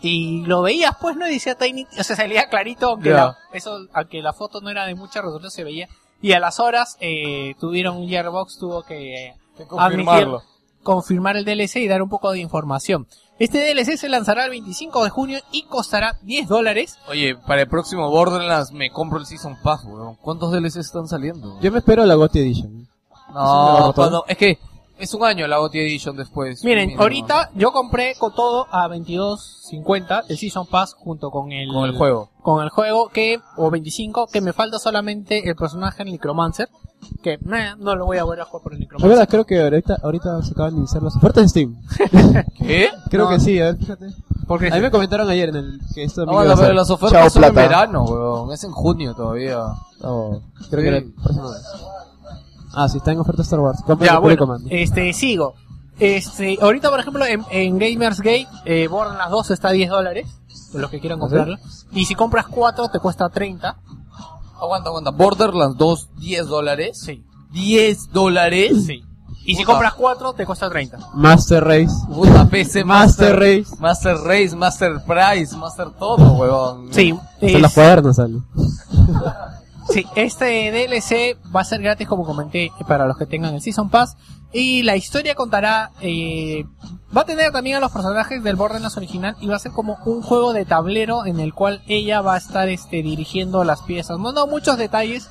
Speaker 2: Y lo veías pues, no y decía Tiny, o sea, salía clarito que
Speaker 1: Ya.
Speaker 2: la, eso, aunque la foto no era de mucha resolución, se veía. Y a las horas eh, tuvieron Gearbox, tuvo que eh,
Speaker 1: Hay que
Speaker 2: confirmarlo.
Speaker 1: confirmarlo.
Speaker 2: confirmar el DLC y dar un poco de información. Este DLC se lanzará el 25 de junio y costará 10 dólares.
Speaker 1: Oye, para el próximo Borderlands me compro el Season Pass, weón. ¿Cuántos DLCs están saliendo?
Speaker 7: Yo me espero la GOTY Edition.
Speaker 1: No,
Speaker 7: Sí,
Speaker 1: cuando- es que es un año la OT Edition después.
Speaker 2: Miren,
Speaker 1: mínimo.
Speaker 2: ahorita yo compré con todo a 22.50 el Season Pass junto con el,
Speaker 1: Con el juego.
Speaker 2: Con el juego que, o 25, que me falta solamente el personaje Necromancer, que meh, no lo voy a volver a jugar por el
Speaker 7: La
Speaker 2: Necromancer.
Speaker 7: verdad, creo que ahorita, ahorita se acaban de iniciar las ofertas de Steam.
Speaker 1: ¿Qué?
Speaker 7: Creo
Speaker 2: No.
Speaker 7: que sí, a ver, fíjate.
Speaker 2: Porque
Speaker 7: A mí me comentaron ayer en el que esto también
Speaker 1: Bueno,
Speaker 7: iba a
Speaker 1: pero
Speaker 7: ser.
Speaker 1: las ofertas
Speaker 3: Chao,
Speaker 1: son en
Speaker 3: plata.
Speaker 1: verano, weón. Es en junio todavía.
Speaker 7: Oh, creo que era el próximo mes. Ah, sí, está en oferta Star Wars. Compra
Speaker 2: ya,
Speaker 7: el Republic
Speaker 2: bueno,
Speaker 7: Command.
Speaker 2: este, sigo. Este, ahorita, por ejemplo, en, en Gamers Gate, eh, Borderlands 2 está a 10 dólares, por los que quieran comprarlo. Y si compras 4, te cuesta 30.
Speaker 1: Aguanta, aguanta. Borderlands 2, 10 dólares.
Speaker 2: Sí,
Speaker 1: 10 dólares.
Speaker 2: sí. Y si
Speaker 1: Puta.
Speaker 2: compras 4, te cuesta 30.
Speaker 7: Master Race.
Speaker 1: Puta PC
Speaker 7: Master
Speaker 1: Master,
Speaker 7: Race.
Speaker 1: Master Race, Master Price, Master todo, weón.
Speaker 2: Sí,
Speaker 7: Hasta
Speaker 2: es-
Speaker 7: los cuadernos sale.
Speaker 2: Sí, este DLC va a ser gratis, como comenté, para los que tengan el Season Pass. Y la historia contará. eh, va a tener también a los personajes del Borderlands original y va a ser como un juego de tablero en el cual ella va a estar este, dirigiendo las piezas. No no muchos detalles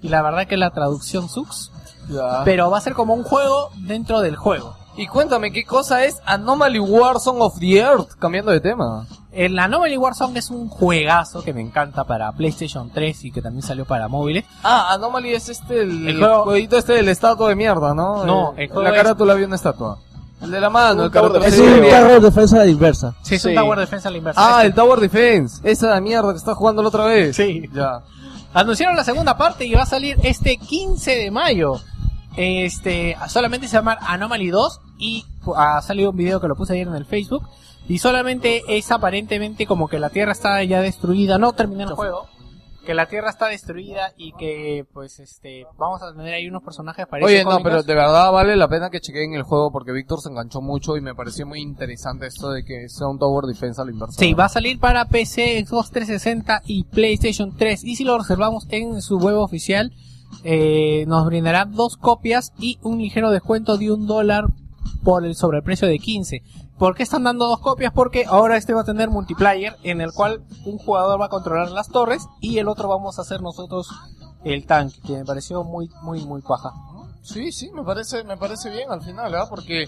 Speaker 2: y la verdad que la traducción sucks.
Speaker 1: Ya.
Speaker 2: Pero va a ser como un juego dentro del juego.
Speaker 1: Y cuéntame, ¿qué cosa es Anomaly Warzone of the Earth? Cambiando de tema.
Speaker 2: El Anomaly Warzone es un juegazo que me encanta para PlayStation 3 y que también salió para móviles.
Speaker 1: Ah, Anomaly es este, el,
Speaker 2: El juego-
Speaker 1: jueguito este del estatua de mierda, ¿no?
Speaker 2: No,
Speaker 1: Eh,
Speaker 2: el juego
Speaker 1: La
Speaker 2: es-
Speaker 1: carátula había una estatua. El de la mano, el carátula.
Speaker 4: Es
Speaker 1: sí,
Speaker 4: un
Speaker 1: había-
Speaker 4: carro de defensa a la inversa.
Speaker 2: Sí, es
Speaker 3: Sí.
Speaker 2: un Tower Defense a la inversa. Este
Speaker 1: Ah, el Tower Defense. Esa mierda que está jugando la otra vez.
Speaker 2: Sí.
Speaker 1: Ya.
Speaker 2: Anunciaron la segunda parte y va a salir este 15 de mayo. ah, Este, solamente se llama Anomaly 2 y fu- ha salido un video que lo puse ayer en el Facebook Y solamente es aparentemente como que la Tierra está ya destruida. No termina el juego. Que la Tierra está destruida y que, pues, este, vamos a tener ahí unos personajes
Speaker 1: Oye,
Speaker 2: parecidos.
Speaker 1: no, pero de verdad vale la pena que chequen el juego porque Víctor se enganchó mucho y me pareció muy interesante esto de que sea un Tower Defense a lo inverso.
Speaker 2: Sí, va a salir para PC, Xbox 360 y PlayStation 3. Y si lo reservamos en su web oficial, eh, nos brindará dos copias y un ligero descuento de un dólar por el sobreprecio de 15. ¿Por qué están dando dos copias? Porque ahora este va a tener multiplayer en el cual un jugador va a controlar las torres y el otro vamos a hacer nosotros el tanque, que me pareció muy, muy, muy cuaja.
Speaker 1: Sí, sí, me parece, me parece bien al final, ¿verdad? Porque,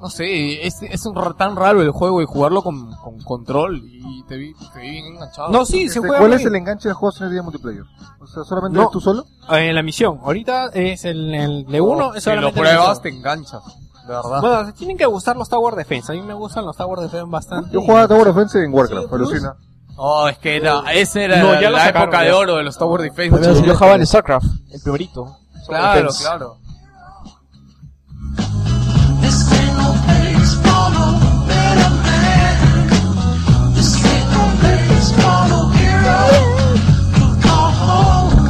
Speaker 1: no sé, es, es un r- tan raro el juego y jugarlo con, con control y te vi, te vi bien enganchado.
Speaker 2: No, sí, se
Speaker 5: Este,
Speaker 2: juega
Speaker 5: ¿Cuál
Speaker 2: muy
Speaker 5: es el enganche del juego sin día multiplayer? O sea, solamente eres tú solo.
Speaker 2: bien. Eh, la misión. Ahorita es el, el de
Speaker 5: Oh,
Speaker 2: uno, es
Speaker 1: si lo
Speaker 2: solamente la
Speaker 1: pruebas,
Speaker 2: misión.
Speaker 1: te enganchas. De verdad.
Speaker 2: Bueno, se tienen que gustar los Tower Defense. A mí me gustan los Tower Defense bastante.
Speaker 5: Yo jugaba Tower Offense en Warcraft, alucina.
Speaker 1: Oh, es que era, esa era
Speaker 8: No,
Speaker 1: la,
Speaker 8: ya lo
Speaker 1: la
Speaker 8: sacaron,
Speaker 1: época
Speaker 8: ya.
Speaker 1: de oro de los Tower Defense.
Speaker 8: Pero si yo jugaba en StarCraft.
Speaker 1: Claro, claro.
Speaker 6: This ain't no place for no better man. This ain't no place for no hero to call home.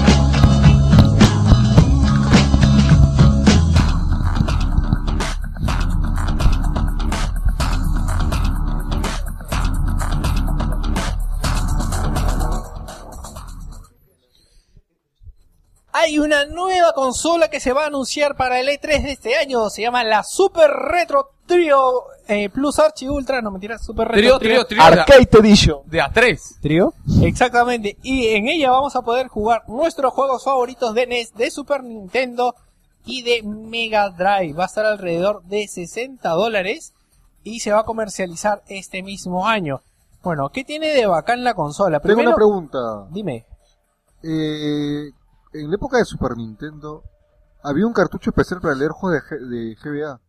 Speaker 2: Hay una nueva consola que se va a anunciar para el E3 de este año. Se llama la Super Retro Trio eh, Plus Archi Ultra. No mentiras, Super
Speaker 1: Trio,
Speaker 2: Retro
Speaker 1: trio, trio. de a-
Speaker 8: Arcade Edition.
Speaker 1: De a tres.
Speaker 7: ¿Trío?
Speaker 2: Exactamente. Y en ella vamos a poder jugar nuestros juegos favoritos de NES, de Super Nintendo y de Mega Drive. Va a estar alrededor de 60 dólares y se va a comercializar este mismo año. Bueno, ¿qué tiene de bacán la consola?
Speaker 5: Tengo
Speaker 2: Primero,
Speaker 5: una pregunta.
Speaker 2: dime.
Speaker 5: Eh, en la época de Super Nintendo, había un cartucho especial para leer juegos de, G- de GBA.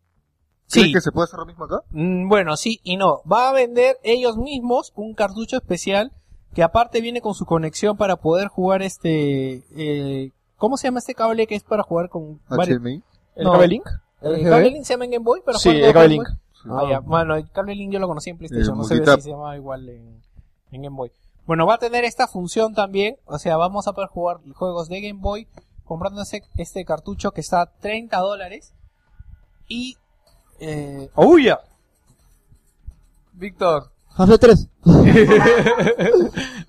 Speaker 5: ¿Crees
Speaker 2: Sí.
Speaker 5: que se puede hacer lo mismo acá?
Speaker 2: Mm, Bueno, sí y no. Va a vender ellos mismos un cartucho especial que aparte viene con su conexión para poder jugar este... eh, ¿Cómo se llama este cable que es para jugar con... varios-
Speaker 5: HMI.
Speaker 8: ¿El
Speaker 2: No.
Speaker 8: cable Link?
Speaker 2: Eh, ¿Cable Link se llama en Game Boy? Para
Speaker 8: Sí,
Speaker 2: jugar con
Speaker 8: el cable
Speaker 2: Game
Speaker 8: Link.
Speaker 2: Boy?
Speaker 5: Sí.
Speaker 2: Ah, ya. Bueno, el cable Link yo lo conocí en PlayStation,
Speaker 5: El
Speaker 2: no sé
Speaker 5: multitap.
Speaker 2: si se llamaba igual en, en Game Boy. Bueno, va a tener esta función también, o sea, vamos a poder jugar juegos de Game Boy comprando ese- este cartucho que está a 30 dólares y... Eh, ¡Oh, ya!
Speaker 1: Víctor.
Speaker 7: Half-Life 3.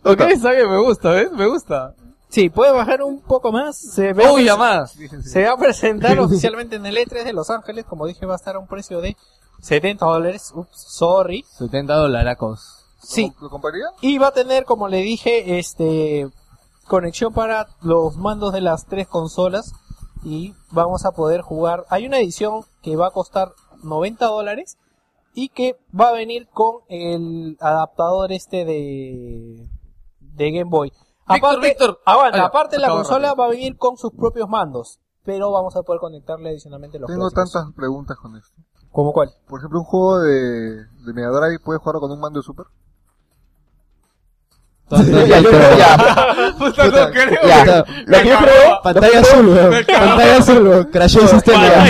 Speaker 1: ok, está bien, me gusta, ¿ves? Me gusta.
Speaker 2: Sí, puede bajar un poco más. Se ve
Speaker 1: Uy, ya más.
Speaker 2: Se va a presentar oficialmente en el E3 de Los Ángeles, como dije, va a estar a un precio de 70 dólares. Ups, sorry.
Speaker 1: 70 dolaracos.
Speaker 2: Sí,
Speaker 5: ¿Lo compraría?
Speaker 2: y va a tener, como le dije, este conexión para los mandos de las tres consolas y vamos a poder jugar. Hay una edición que va a costar 90 dólares y que va a venir con el adaptador este de de Game Boy.
Speaker 1: Víctor, Víctor.
Speaker 2: aguanta,
Speaker 1: Ah, ya,
Speaker 2: aparte la
Speaker 1: acabo
Speaker 2: consola
Speaker 1: rápido.
Speaker 2: va a venir con sus propios mandos, pero vamos a poder conectarle adicionalmente los
Speaker 5: Tengo
Speaker 2: clásicos.
Speaker 5: tantas preguntas con esto.
Speaker 2: ¿Cómo cuál?
Speaker 5: Por ejemplo, un juego de, de Mega Drive, ¿puedes jugarlo con un mando de Super?
Speaker 8: Ya, yo creo- ya,
Speaker 5: Puta,
Speaker 8: ya. Lo que yo creo, pantalla azul, weón. Pantalla azul, weón. Crashó el sistema.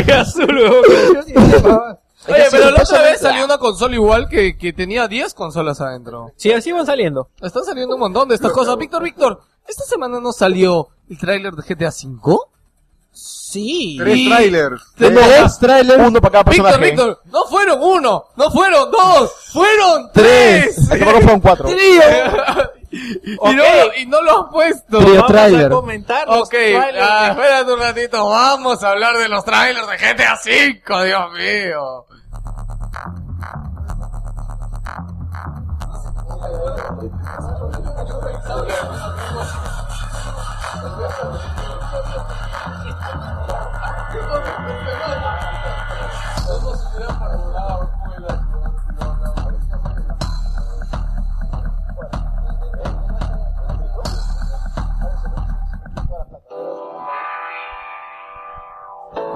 Speaker 1: Oye, pero la otra vez salió una consola igual que, que tenía 10 consolas adentro.
Speaker 2: Sí, así van saliendo.
Speaker 1: Están saliendo un montón de estas cosas. Víctor, Víctor, esta semana no salió el tráiler de GTA V.
Speaker 2: Sí.
Speaker 5: Tres
Speaker 1: Y-
Speaker 5: trailers.
Speaker 1: Te-
Speaker 8: Uno dos trailers. Uno para cada
Speaker 1: Víctor,
Speaker 8: personaje.
Speaker 1: Víctor, no fueron uno, no fueron dos, fueron tres. Este
Speaker 8: Tres. Hasta ahora fueron cuatro.
Speaker 1: Y, no, y no lo has puesto.
Speaker 8: Trío
Speaker 2: Vamos
Speaker 8: trailer.
Speaker 2: a comentar los
Speaker 1: Ok,
Speaker 2: trailers.
Speaker 1: ah, espérate un ratito, vamos a hablar de los trailers de GTA V, Dios mío.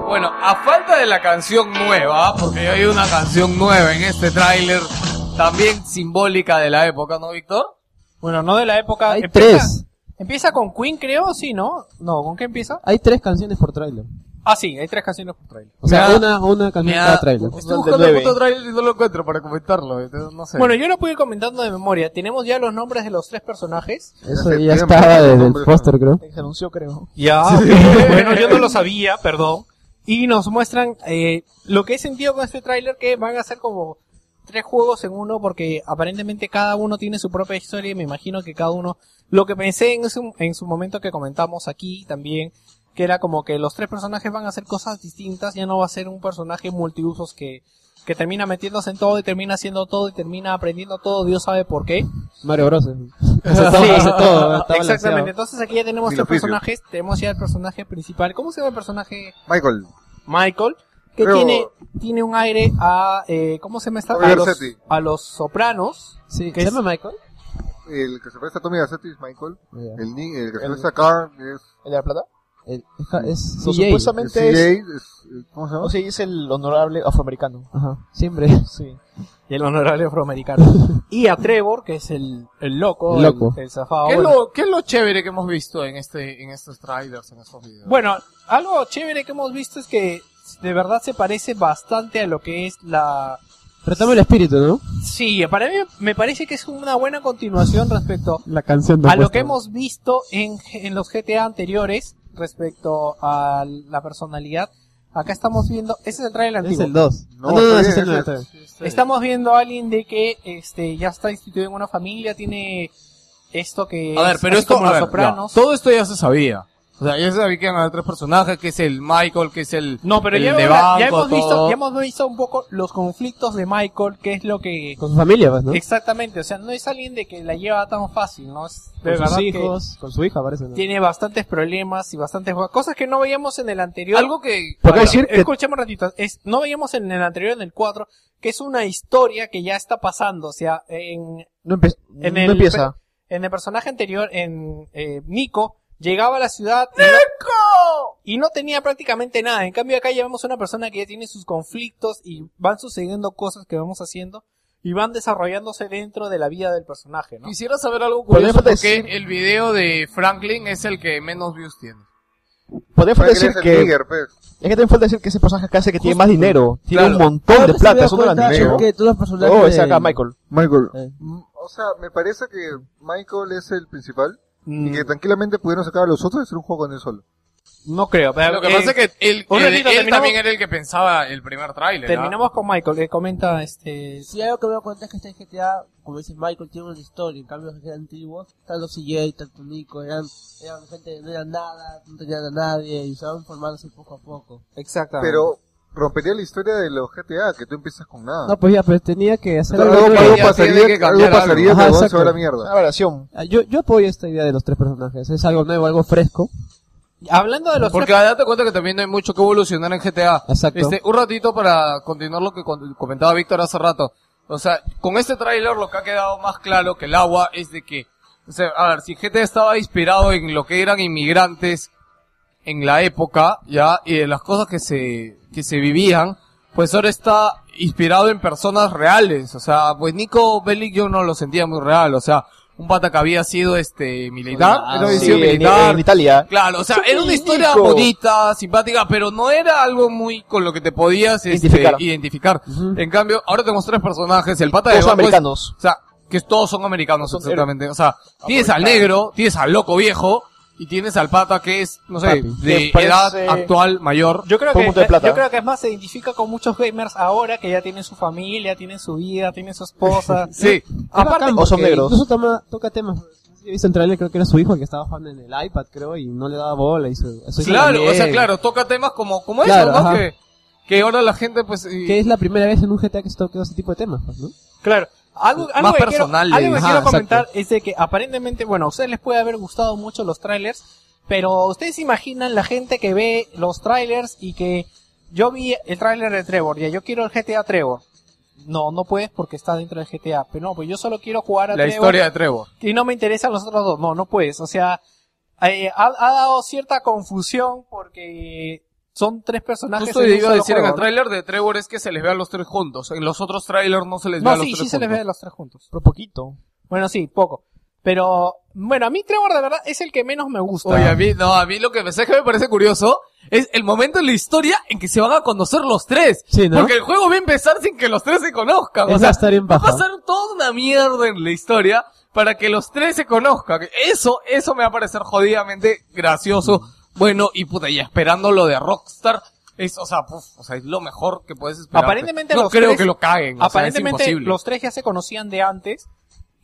Speaker 1: Bueno, a falta de la canción nueva, porque hay una canción nueva en este tráiler, también simbólica de la época, ¿no, Víctor?
Speaker 2: Bueno, no de la época.
Speaker 7: Hay
Speaker 2: empieza,
Speaker 7: tres.
Speaker 2: Empieza con Queen, creo, sí, ¿no? No, ¿con qué empieza?
Speaker 7: Hay tres canciones por trailer.
Speaker 2: Ah, sí, hay tres canciones por trailer.
Speaker 7: O sea,
Speaker 1: Me ha-
Speaker 7: una, una canción
Speaker 1: me ha-
Speaker 7: cada trailer.
Speaker 1: Estoy buscando el puto trailer y no lo encuentro para comentarlo. entonces No sé.
Speaker 2: Bueno, yo lo pude ir comentando de memoria. Tenemos ya los nombres de los tres personajes.
Speaker 7: Eso
Speaker 5: hace
Speaker 7: ya
Speaker 5: tiempo,
Speaker 7: estaba
Speaker 5: ¿no?
Speaker 7: desde el
Speaker 5: Hombre,
Speaker 7: póster, creo.
Speaker 3: Se anunció, creo.
Speaker 2: Ya, bueno, yo no lo sabía, perdón. Y nos muestran eh, lo que he sentido con este tráiler que van a ser como tres juegos en uno porque aparentemente cada uno tiene su propia historia y me imagino que cada uno... Lo que pensé en su, en su momento que comentamos aquí también, que era como que los tres personajes van a hacer cosas distintas, ya no va a ser un personaje multiusos que, que termina metiéndose en todo y termina haciendo todo y termina aprendiendo todo, Dios sabe por qué.
Speaker 7: Mario Bros. eh. O sea, todo, hace todo, está
Speaker 2: Exactamente,
Speaker 7: balanceado.
Speaker 2: entonces aquí ya tenemos
Speaker 5: Sin
Speaker 2: tres
Speaker 5: oficio.
Speaker 2: personajes, tenemos ya el personaje principal. ¿Cómo se llama el personaje?
Speaker 5: Michael,
Speaker 2: Michael, que
Speaker 5: Creo-
Speaker 2: tiene, tiene un aire a, eh, ¿cómo se me está?
Speaker 5: Tommy
Speaker 2: A los,
Speaker 5: Garcetti.
Speaker 2: a los sopranos.
Speaker 7: Sí,
Speaker 2: ¿Qué
Speaker 7: ¿Se
Speaker 2: es?
Speaker 7: llama Michael?
Speaker 5: el que se parece a Tommy Garcetti es Michael.
Speaker 7: Ya.
Speaker 5: El, ni- el que se parece a Carl es.
Speaker 3: ¿El de la plata?
Speaker 7: El- es
Speaker 3: So,
Speaker 7: CJ.
Speaker 3: supuestamente
Speaker 5: el
Speaker 3: es...
Speaker 5: CJ, es- eh, ¿Cómo se llama?
Speaker 3: No sé, es el honorable afroamericano.
Speaker 7: Ajá, siempre.
Speaker 2: Sí. Y el honorable afroamericano. y a Trevor, que es el, el loco.
Speaker 7: El loco.
Speaker 2: El, el zafado.
Speaker 1: ¿Qué es,
Speaker 2: Bueno,
Speaker 1: lo, ¿Qué es lo chévere que hemos visto en este en estos trailers, en estos videos?
Speaker 2: Bueno, algo chévere que hemos visto es que de verdad se parece bastante a lo que es la...
Speaker 7: Retame el espíritu, ¿no?
Speaker 2: Sí, para mí me parece que es una buena continuación respecto
Speaker 7: La canción de
Speaker 2: a lo que
Speaker 7: Westworld.
Speaker 2: hemos visto en, en los GTA anteriores respecto a la personalidad. Acá estamos viendo, ese es el trailer
Speaker 7: Es
Speaker 2: antiguo.
Speaker 7: el 2.
Speaker 5: No,
Speaker 7: No, no, no,
Speaker 5: está
Speaker 7: ese es
Speaker 5: bien,
Speaker 7: el 9.
Speaker 5: ese
Speaker 7: está bien.
Speaker 2: Estamos viendo a alguien de que este ya está instituido en una familia, tiene esto que
Speaker 1: A ver,
Speaker 2: es
Speaker 1: pero
Speaker 2: así
Speaker 1: esto,
Speaker 2: como
Speaker 1: a
Speaker 2: los
Speaker 1: ver,
Speaker 2: sopranos.
Speaker 1: ya, todo esto ya se sabía. O sea, ya se sabía que iban a haber tres personajes, que es el Michael, que es el
Speaker 2: No, pero
Speaker 1: el
Speaker 2: ya,
Speaker 1: de
Speaker 2: hemos,
Speaker 1: banco,
Speaker 2: ya hemos visto,
Speaker 1: todo.
Speaker 2: ya hemos visto un poco los conflictos de Michael, que es lo que
Speaker 7: Con su familia, pues, ¿no?
Speaker 2: exactamente, o sea, no es alguien de que la lleva tan fácil, no es de
Speaker 7: Con
Speaker 2: verdad
Speaker 7: sus
Speaker 2: que
Speaker 7: hijos, con su hija, parece. ¿no?
Speaker 2: tiene bastantes problemas y bastantes cosas que no veíamos en el anterior.
Speaker 1: algo que
Speaker 3: Porque
Speaker 2: Ahora,
Speaker 3: decir que
Speaker 2: Escuchemos un ratito. Es, no veíamos en el anterior, en el 4, que es una historia que ya está pasando. O sea, en,
Speaker 3: no, empe-
Speaker 2: en
Speaker 3: no
Speaker 2: el-
Speaker 3: empieza.
Speaker 2: en el personaje anterior, en eh, Nico, llegaba a la ciudad y no- y no tenía prácticamente nada. En cambio, acá llevamos a una persona que ya tiene sus conflictos y van sucediendo cosas que vamos haciendo y van desarrollándose dentro de la vida del personaje, ¿no?
Speaker 1: quisiera saber algo
Speaker 3: Pero me
Speaker 1: curioso
Speaker 3: falta
Speaker 1: porque
Speaker 3: decir-
Speaker 1: el video de Franklin es el que menos views tiene.
Speaker 3: Podría falta
Speaker 5: Franklin
Speaker 3: decir
Speaker 5: es el
Speaker 3: que...
Speaker 5: nigger, pues.
Speaker 3: Es que también falta decir que ese personaje acá hace que tiene más dinero. Tiene
Speaker 1: Claro.
Speaker 3: un montón de
Speaker 4: Ahora sí me
Speaker 3: plata,
Speaker 4: doy
Speaker 3: eso no lo han
Speaker 4: cuenta
Speaker 3: dicho.
Speaker 4: que todos los personajes
Speaker 3: Oh, ese
Speaker 4: de-
Speaker 3: acá, Michael.
Speaker 5: Michael.
Speaker 4: Eh.
Speaker 5: Mm, O sea, me parece que Michael es el principal
Speaker 2: Mm,
Speaker 5: y que tranquilamente pudieron sacar a los otros y hacer un juego con él solo.
Speaker 2: No creo, pero
Speaker 1: Lo que
Speaker 2: eh,
Speaker 1: pasa es que él,
Speaker 2: un
Speaker 1: él-
Speaker 2: ratito,
Speaker 1: él
Speaker 2: terminamos-
Speaker 1: también era el que pensaba el primer tráiler. ¿ah?
Speaker 2: eh, terminamos con Michael, que comenta este...
Speaker 4: Si algo que me doy cuenta es que este GTA, como dice Michael, tiene una historia. En cambio, los GTA antiguos, tanto CJ, tanto Nico, eran, eran gente que no eran nada, no tenían a nadie y se van formándose poco a poco.
Speaker 2: Exactamente.
Speaker 5: Pero rompería la historia de los GTA, que tú empiezas con nada.
Speaker 7: No, pues ya, pero tenía que hacer
Speaker 5: Claro,
Speaker 7: algo
Speaker 5: algo,
Speaker 7: nuevo.
Speaker 5: algo
Speaker 1: tiene
Speaker 5: pasaría,
Speaker 1: que
Speaker 5: que
Speaker 1: cambiar
Speaker 5: algo pasaría
Speaker 7: algo.
Speaker 5: que
Speaker 7: Ajá,
Speaker 5: Gon se
Speaker 7: exacto.
Speaker 5: va a la
Speaker 3: Una
Speaker 5: mierda.
Speaker 3: variación.
Speaker 7: Ah, Yo, yo apoyo esta idea de los tres personajes. Es algo nuevo, algo fresco.
Speaker 2: Hablando de los
Speaker 1: Porque date cuenta que también no hay mucho que evolucionar en GTA.
Speaker 7: Exacto.
Speaker 1: Este, un ratito para continuar lo que con- comentaba Víctor hace rato. O sea, con este tráiler lo que ha quedado más claro que el agua es de que, o sea, a ver, si GTA estaba inspirado en lo que eran inmigrantes en la época, ya, y de las cosas que se, que se vivían, pues ahora está inspirado en personas reales. O sea, pues Nico Bellic yo no lo sentía muy real. O sea, un pata que había sido este militar, era
Speaker 3: Ah, Sí,
Speaker 1: sido
Speaker 3: en,
Speaker 1: militar,
Speaker 3: en Italia.
Speaker 1: Claro, o sea, era una historia
Speaker 3: Nico.
Speaker 1: bonita, simpática, pero no era algo muy con lo que te podías este,
Speaker 3: Identificar.
Speaker 1: identificar. En cambio, ahora tenemos tres personajes, el pata de
Speaker 7: pues,
Speaker 3: Todos son
Speaker 1: banco es-
Speaker 3: americanos.
Speaker 1: o sea, que todos son americanos,
Speaker 3: Son
Speaker 1: exactamente. O sea, tienes al negro, tienes al loco viejo, y tienes al pata que es, no sé,
Speaker 7: Papi.
Speaker 1: de
Speaker 3: Que parece-
Speaker 1: edad actual, mayor.
Speaker 2: Yo creo,
Speaker 3: Todo
Speaker 2: que,
Speaker 3: mundo de plata.
Speaker 2: yo creo que es más se identifica con muchos gamers ahora que ya tienen su familia, tienen su vida, tienen su esposa.
Speaker 1: Sí,
Speaker 7: Aparte,
Speaker 3: o son
Speaker 7: porque
Speaker 3: negros.
Speaker 7: Incluso toma, toca temas. No sé si viste el trailer, creo que era su hijo el que estaba jugando en el iPad, creo, y no le daba bola. Y su, su hijo
Speaker 1: claro, o sea,
Speaker 7: también.
Speaker 1: claro, toca temas como, como
Speaker 7: Claro,
Speaker 1: eso, ¿no?
Speaker 7: ajá.
Speaker 1: Que, que ahora la gente, pues, y-
Speaker 7: Que es la primera vez en un GTA que se toca ese tipo de temas, pues, ¿no?
Speaker 2: Claro. Algo, algo
Speaker 1: Más
Speaker 2: que quiero-
Speaker 1: personales.
Speaker 2: algo que
Speaker 7: Ajá,
Speaker 2: quiero
Speaker 7: exacto.
Speaker 2: comentar es de que aparentemente, bueno, a ustedes les puede haber gustado mucho los trailers, pero ustedes se imaginan la gente que ve los trailers y que yo vi el trailer de Trevor, ya yo quiero el GTA Trevor. No, no puedes porque está dentro del GTA, pero no, pues yo solo quiero jugar a
Speaker 1: la
Speaker 2: Trevor.
Speaker 1: historia de Trevor.
Speaker 2: y no me interesan los otros dos. No, no puedes. O sea, eh, ha, ha dado cierta confusión porque son tres personajes.
Speaker 1: Justo
Speaker 2: en un
Speaker 1: iba a
Speaker 2: solo
Speaker 1: decir en
Speaker 2: juego,
Speaker 1: el
Speaker 2: ¿no?
Speaker 1: tráiler de Trevor es que se les ve a los tres juntos. En los otros trailers no se les ve a
Speaker 2: No,
Speaker 1: los
Speaker 2: sí,
Speaker 1: tres
Speaker 2: sí se
Speaker 1: juntos.
Speaker 2: les ve a los tres juntos.
Speaker 3: Pero poquito.
Speaker 2: Bueno, sí, poco. Pero, bueno, a mí Trevor de verdad es el que menos me gusta.
Speaker 1: Oye, a mí, no, a mí lo que me sé que me parece curioso es el momento en la historia en que se van a conocer los tres.
Speaker 7: Sí, ¿no?
Speaker 1: Porque el juego va a empezar sin que los tres se conozcan.
Speaker 7: Eso
Speaker 1: o sea,
Speaker 7: va a estar en
Speaker 1: va a
Speaker 7: paja.
Speaker 1: pasar toda una mierda en la historia para que los tres se conozcan. Eso, eso me va a parecer jodidamente gracioso, bueno y puta, y esperando lo de Rockstar. Es, o sea, puf, o sea, es lo mejor que puedes esperar.
Speaker 2: Aparentemente
Speaker 1: no
Speaker 2: los
Speaker 1: creo
Speaker 2: tres-
Speaker 1: que lo caguen. o sea, es
Speaker 2: Aparentemente
Speaker 1: imposible.
Speaker 2: los tres ya se conocían de antes.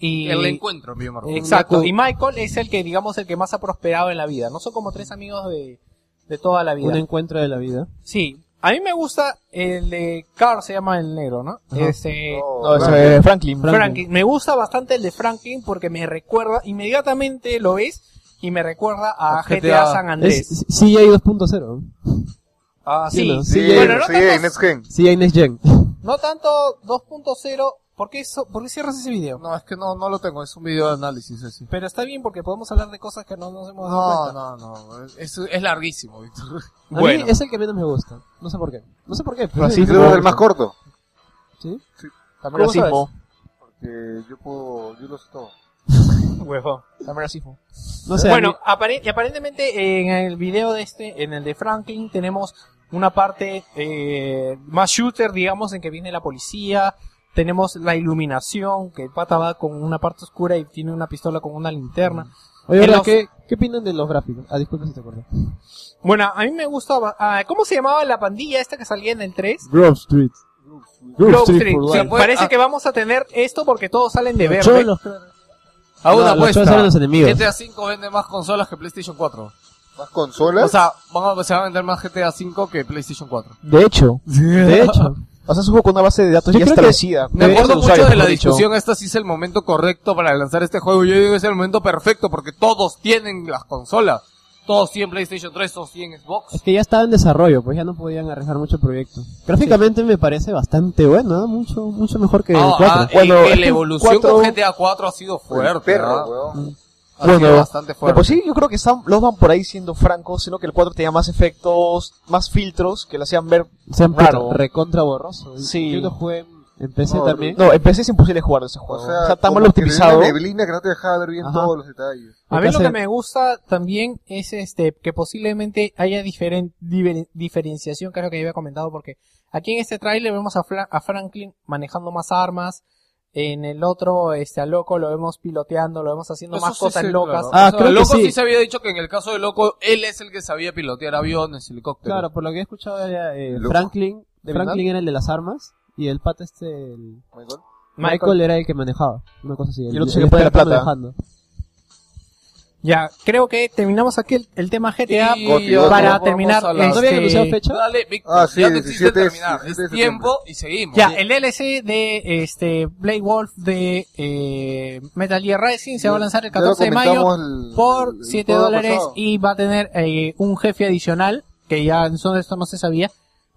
Speaker 2: Y, eh,
Speaker 1: el encuentro, mi amor.
Speaker 2: Exacto. Y Michael es el que, digamos, el que más ha prosperado en la vida. No son como tres amigos de, de toda la vida.
Speaker 7: Un encuentro de la vida.
Speaker 2: Sí. A mí me gusta el de Carl, se llama el negro, ¿no? Este,
Speaker 1: Oh.
Speaker 8: No, es, eh, Franklin.
Speaker 2: Franklin. Me gusta bastante el de Franklin porque me recuerda, inmediatamente lo ves y me recuerda a GTA,
Speaker 1: GTA.
Speaker 2: San Andrés.
Speaker 7: Es CJ 2.0.
Speaker 2: Ah, sí.
Speaker 7: sí, lo-
Speaker 5: Sí,
Speaker 2: bueno, no
Speaker 5: sí,
Speaker 2: tanto-
Speaker 5: Next Gen.
Speaker 7: CJ Next Gen.
Speaker 2: No tanto 2.0, ¿por qué, eso- ¿por qué cierras ese video?
Speaker 1: No, es que no, no lo tengo, es un video de análisis así.
Speaker 2: Pero está bien porque podemos hablar de cosas que no nos hemos
Speaker 1: No,
Speaker 2: dado cuenta.
Speaker 1: no, no, es, es larguísimo, Víctor.
Speaker 7: A
Speaker 1: Bueno.
Speaker 7: mí es el que menos me gusta. No sé por qué. No sé por qué. pero-
Speaker 5: Yo creo que es el más corto.
Speaker 7: ¿Sí?
Speaker 8: También
Speaker 7: ¿Cómo sabes?
Speaker 8: racismo.
Speaker 5: Porque yo puedo, yo lo sé todo.
Speaker 8: También racismo.
Speaker 7: No sé.
Speaker 2: bueno, apare- y aparentemente en el video de este, en el de Franklin, tenemos una parte eh, más shooter, digamos, en que viene la policía. Tenemos la iluminación, que el pata va con una parte oscura y tiene una pistola con una linterna.
Speaker 7: Oye,
Speaker 2: en
Speaker 7: ahora,
Speaker 2: los-
Speaker 7: ¿qué, ¿qué opinan de los gráficos? Ah, disculpa si te acuerdas.
Speaker 2: Bueno, a mí me gustaba. ah, ¿Cómo se llamaba la pandilla esta que salía en el 3?
Speaker 7: Grove Street. Grove
Speaker 2: Grove
Speaker 7: Street.
Speaker 2: Street.
Speaker 7: for
Speaker 2: Sí,
Speaker 7: life.
Speaker 2: parece
Speaker 1: ah.
Speaker 2: que vamos a tener esto porque todos salen de verde.
Speaker 7: Cholos,
Speaker 1: A una
Speaker 7: No, los
Speaker 1: apuesta.
Speaker 7: chores eran los enemigos.
Speaker 1: GTA V vende más consolas que PlayStation 4.
Speaker 5: ¿Más consolas?
Speaker 1: O sea, van a- se va a vender más GTA V que PlayStation 4.
Speaker 8: De hecho,
Speaker 7: De hecho.
Speaker 8: o sea, es un juego con una base de datos
Speaker 7: Yo
Speaker 8: ya
Speaker 7: creo que-
Speaker 8: establecida.
Speaker 1: Me
Speaker 8: De
Speaker 1: acuerdo
Speaker 8: los
Speaker 1: mucho
Speaker 8: usuarios,
Speaker 1: de la
Speaker 8: mejor dicho.
Speaker 1: discusión, esta sí es el momento correcto para lanzar este juego. Yo digo que es el momento perfecto porque todos tienen las consolas. Todos tienen PlayStation 3, todos tienen Xbox.
Speaker 7: Es que ya estaba en desarrollo, pues ya no podían arriesgar mucho el proyecto. Gráficamente me parece bastante bueno, ¿eh? mucho mucho mejor que el
Speaker 1: Ah,
Speaker 7: 4.
Speaker 1: ah, y
Speaker 8: Bueno,
Speaker 1: que
Speaker 8: es
Speaker 1: la
Speaker 8: que
Speaker 1: evolución
Speaker 8: cuatro-
Speaker 1: con GTA 4 ha sido
Speaker 5: El
Speaker 1: fuerte.
Speaker 5: perro,
Speaker 1: ¿ah?
Speaker 5: weón.
Speaker 1: Ha sido
Speaker 8: Bueno,
Speaker 1: bastante
Speaker 8: De
Speaker 1: fuerte.
Speaker 8: por sí, yo creo que están, los van por ahí siendo francos, sino que el 4 tenía más efectos, más filtros que lo hacían ver.
Speaker 7: Se han
Speaker 8: Raro.
Speaker 7: puesto recontra borroso. Y-
Speaker 8: Sí.
Speaker 7: Yo lo jugué en, en PC
Speaker 5: No,
Speaker 7: también.
Speaker 8: No, en PC es imposible jugar ese
Speaker 5: O
Speaker 8: juego.
Speaker 5: sea,
Speaker 8: está mal
Speaker 5: como que le dio
Speaker 8: optimizado.
Speaker 5: Una neblina que no te dejaba ver bien
Speaker 7: Ajá.
Speaker 5: todos los detalles.
Speaker 2: A
Speaker 7: Acá
Speaker 2: mí lo
Speaker 7: se-
Speaker 2: que me gusta también es este que posiblemente haya diferen- diver- diferenciación, que es lo que yo había comentado, porque aquí en este tráiler vemos a, Fla- a Franklin manejando más armas, en el otro este a Loco lo vemos piloteando, lo vemos haciendo
Speaker 1: Eso
Speaker 2: más
Speaker 1: sí
Speaker 2: cosas
Speaker 1: sé,
Speaker 2: locas.
Speaker 1: claro.
Speaker 7: Ah,
Speaker 1: O sea,
Speaker 7: creo que
Speaker 1: Loco
Speaker 7: sí.
Speaker 1: se había dicho que en el caso de Loco, él es el que sabía pilotear aviones, helicópteros.
Speaker 7: Claro, por lo que he escuchado era eh,
Speaker 5: Loco.
Speaker 7: Franklin.
Speaker 5: ¿De
Speaker 7: Franklin era el de las armas y el pata este, el-
Speaker 5: Michael.
Speaker 7: Michael, era el que manejaba. Una cosa así.
Speaker 8: Y el otro se le pone la
Speaker 7: experto
Speaker 8: plata.
Speaker 7: manejando.
Speaker 2: Ya, creo que terminamos aquí el, el tema GTA
Speaker 1: Y
Speaker 5: Goti,
Speaker 1: ahora
Speaker 2: para
Speaker 1: vamos
Speaker 2: terminar.
Speaker 1: a la-
Speaker 2: este,
Speaker 7: ¿Todavía no anunciaron fecha?
Speaker 1: Dale, Víctor,
Speaker 5: Ah, sí,
Speaker 1: ya te hiciste
Speaker 5: 17 de-
Speaker 1: terminar.
Speaker 5: 17 de
Speaker 1: Es tiempo y seguimos.
Speaker 2: Ya, el DLC de este Blade Wolf de eh, Metal Gear Rising se va a lanzar el
Speaker 5: Ya lo
Speaker 2: 14 de mayo.
Speaker 5: comentamos el-
Speaker 2: por
Speaker 5: el
Speaker 2: 7
Speaker 5: juego
Speaker 2: dólares
Speaker 5: pasado.
Speaker 2: y va a tener eh, un jefe adicional, que ya en eso- esto no se sabía.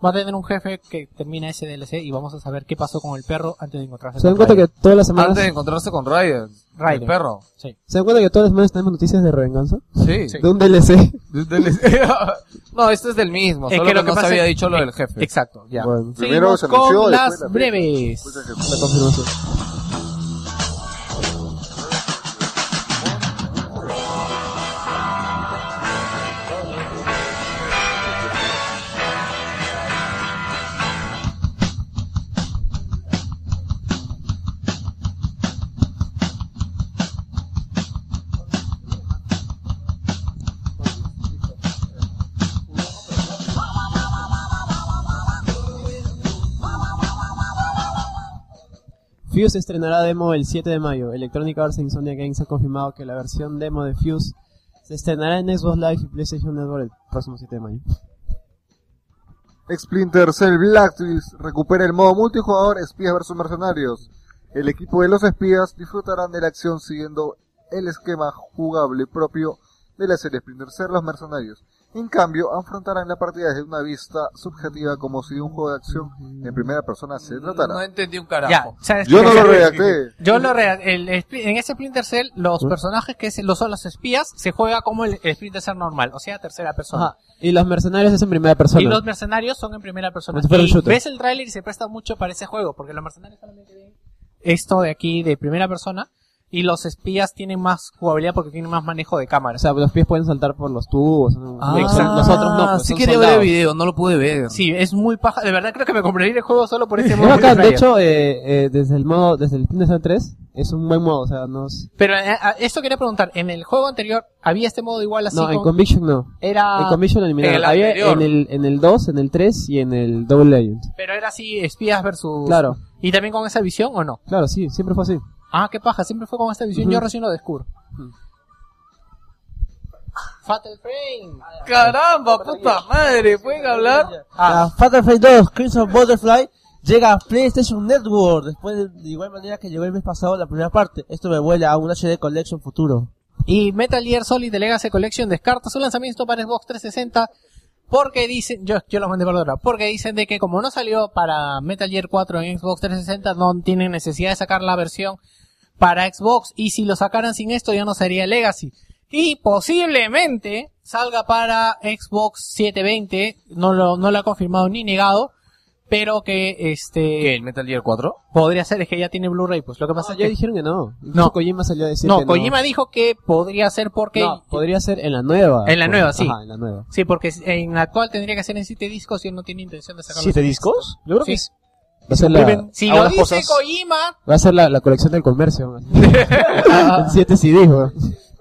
Speaker 2: Va a tener un jefe que termina ese DLC y vamos a saber qué pasó con el perro antes de encontrarse
Speaker 7: Se dan
Speaker 2: con
Speaker 7: cuenta que
Speaker 2: Raiden.
Speaker 7: todas las semanas.
Speaker 1: Antes de encontrarse con Ryder,
Speaker 2: Raiden.
Speaker 1: el perro.
Speaker 7: ¿Se dan cuenta que todas las semanas tenemos noticias de revenganza?
Speaker 1: Sí.
Speaker 7: De un DLC.
Speaker 1: no, este es del mismo,
Speaker 2: Es
Speaker 1: solo
Speaker 2: que
Speaker 1: que,
Speaker 2: lo que
Speaker 1: no se
Speaker 2: pasa
Speaker 1: había
Speaker 2: es-
Speaker 1: dicho lo del jefe.
Speaker 2: Exacto, ya.
Speaker 7: Bueno,
Speaker 5: Primero se
Speaker 2: Seguimos
Speaker 5: anunció, después
Speaker 2: con las
Speaker 5: la fecha.
Speaker 2: breves.
Speaker 5: Después el-
Speaker 7: la confirmación. Fuse estrenará demo el 7 de mayo. Electronic Arts e Insomnia Games ha confirmado que la versión demo de Fuse se estrenará en Xbox Live y PlayStation Network el próximo 7 de mayo.
Speaker 5: Splinter Cell Black Tales recupera el modo multijugador espías versus mercenarios. El equipo de los espías disfrutarán de la acción siguiendo el esquema jugable propio de la serie Splinter Cell Los Mercenarios. En cambio, afrontarán la partida desde una vista subjetiva como si de un juego de acción en primera persona se
Speaker 1: No
Speaker 5: tratara.
Speaker 1: entendí un
Speaker 2: Ya,
Speaker 1: carajo.
Speaker 2: ¿sabes
Speaker 5: Yo
Speaker 2: qué?
Speaker 5: no lo redacté.
Speaker 2: Yo lo rea- el- el spli- en ese Splinter Cell,
Speaker 7: ¿Mm?
Speaker 2: los personajes que se- los son los espías se juega como el, el Splinter Cell normal, o sea, tercera persona.
Speaker 7: Ajá. Y los mercenarios es en primera persona.
Speaker 2: Y los mercenarios son en primera persona.
Speaker 7: Como si fuera un
Speaker 2: Y
Speaker 7: shooter.
Speaker 2: ves el tráiler y se presta mucho para ese juego, porque los mercenarios solamente ven esto de aquí de primera persona. Y los espías tienen más jugabilidad porque tienen más manejo de cámara.
Speaker 7: O sea, los pies pueden saltar por los tubos. ¿no?
Speaker 2: exacto.
Speaker 7: Nosotros no. pues,
Speaker 1: Ah, sí
Speaker 7: son
Speaker 1: quería ver
Speaker 7: soldados.
Speaker 1: el video, no lo pude ver.
Speaker 2: Sí, es muy paja. De verdad creo que me compraría el juego solo por ese
Speaker 7: No,
Speaker 2: modo.
Speaker 7: acá, de
Speaker 2: multiplayer.
Speaker 7: hecho, eh, eh, desde el modo, desde el Tinder 3, es un buen modo, o sea, no es-
Speaker 2: Pero eh, a- esto quería preguntar, en el juego anterior había este modo igual así
Speaker 7: No, en
Speaker 2: con- Ah,
Speaker 7: Conviction no.
Speaker 2: era
Speaker 7: en Conviction lo eliminaron.
Speaker 1: el
Speaker 7: Había
Speaker 1: anterior.
Speaker 7: en el, en el 2, en el 3 y en el Double Legend.
Speaker 2: pero era así espías versus
Speaker 7: Claro,
Speaker 2: y también con esa visión o no?
Speaker 7: claro, sí, siempre fue así.
Speaker 2: Ah, qué paja, siempre fue con esta visión,
Speaker 7: Ujú.
Speaker 2: yo recién lo descubro. Fatal Frame.
Speaker 1: Caramba, puta madre, ¿pueden hablar?
Speaker 4: Ah. Fatal Frame 2, Crimson Butterfly, llega a PlayStation Network, después de, de igual manera que llegó el mes pasado la primera parte. Esto me vuela a un HD Collection futuro.
Speaker 2: Y Metal Gear Solid The Legacy Collection descarta su lanzamiento para Xbox 360 porque dicen, yo, yo los mandé por otra, porque dicen de que como no salió para Metal Gear 4 en Xbox 360, no tienen necesidad de sacar la versión para Xbox y si lo sacaran sin esto ya no sería Legacy. Y posiblemente salga para Xbox 720, no lo, no lo ha confirmado ni negado, pero que
Speaker 1: ¿Qué,
Speaker 2: este
Speaker 1: el Metal Gear 4?
Speaker 2: podría ser, es que ya tiene Blu-ray, pues lo que pasa
Speaker 7: No,
Speaker 2: es
Speaker 7: ya
Speaker 2: que...
Speaker 7: dijeron que no.
Speaker 2: No.
Speaker 7: No, Kojima salió a decir que
Speaker 2: no,
Speaker 7: no.
Speaker 2: Kojima dijo que podría ser porque
Speaker 7: No, podría ser en la nueva.
Speaker 2: En la
Speaker 7: Pues,
Speaker 2: nueva, sí.
Speaker 7: Ajá, en la nueva.
Speaker 2: Sí, porque en la actual tendría que ser en siete discos y él no tiene intención de sacarlo.
Speaker 8: ¿Siete discos? Yo creo
Speaker 2: Sí.
Speaker 8: que sí.
Speaker 7: Va a ser la,
Speaker 2: Si
Speaker 8: Ahora
Speaker 2: lo dice
Speaker 8: cosas-
Speaker 2: Kojima,
Speaker 7: va a ser la, la colección del comercio. En 7 CDs, weón.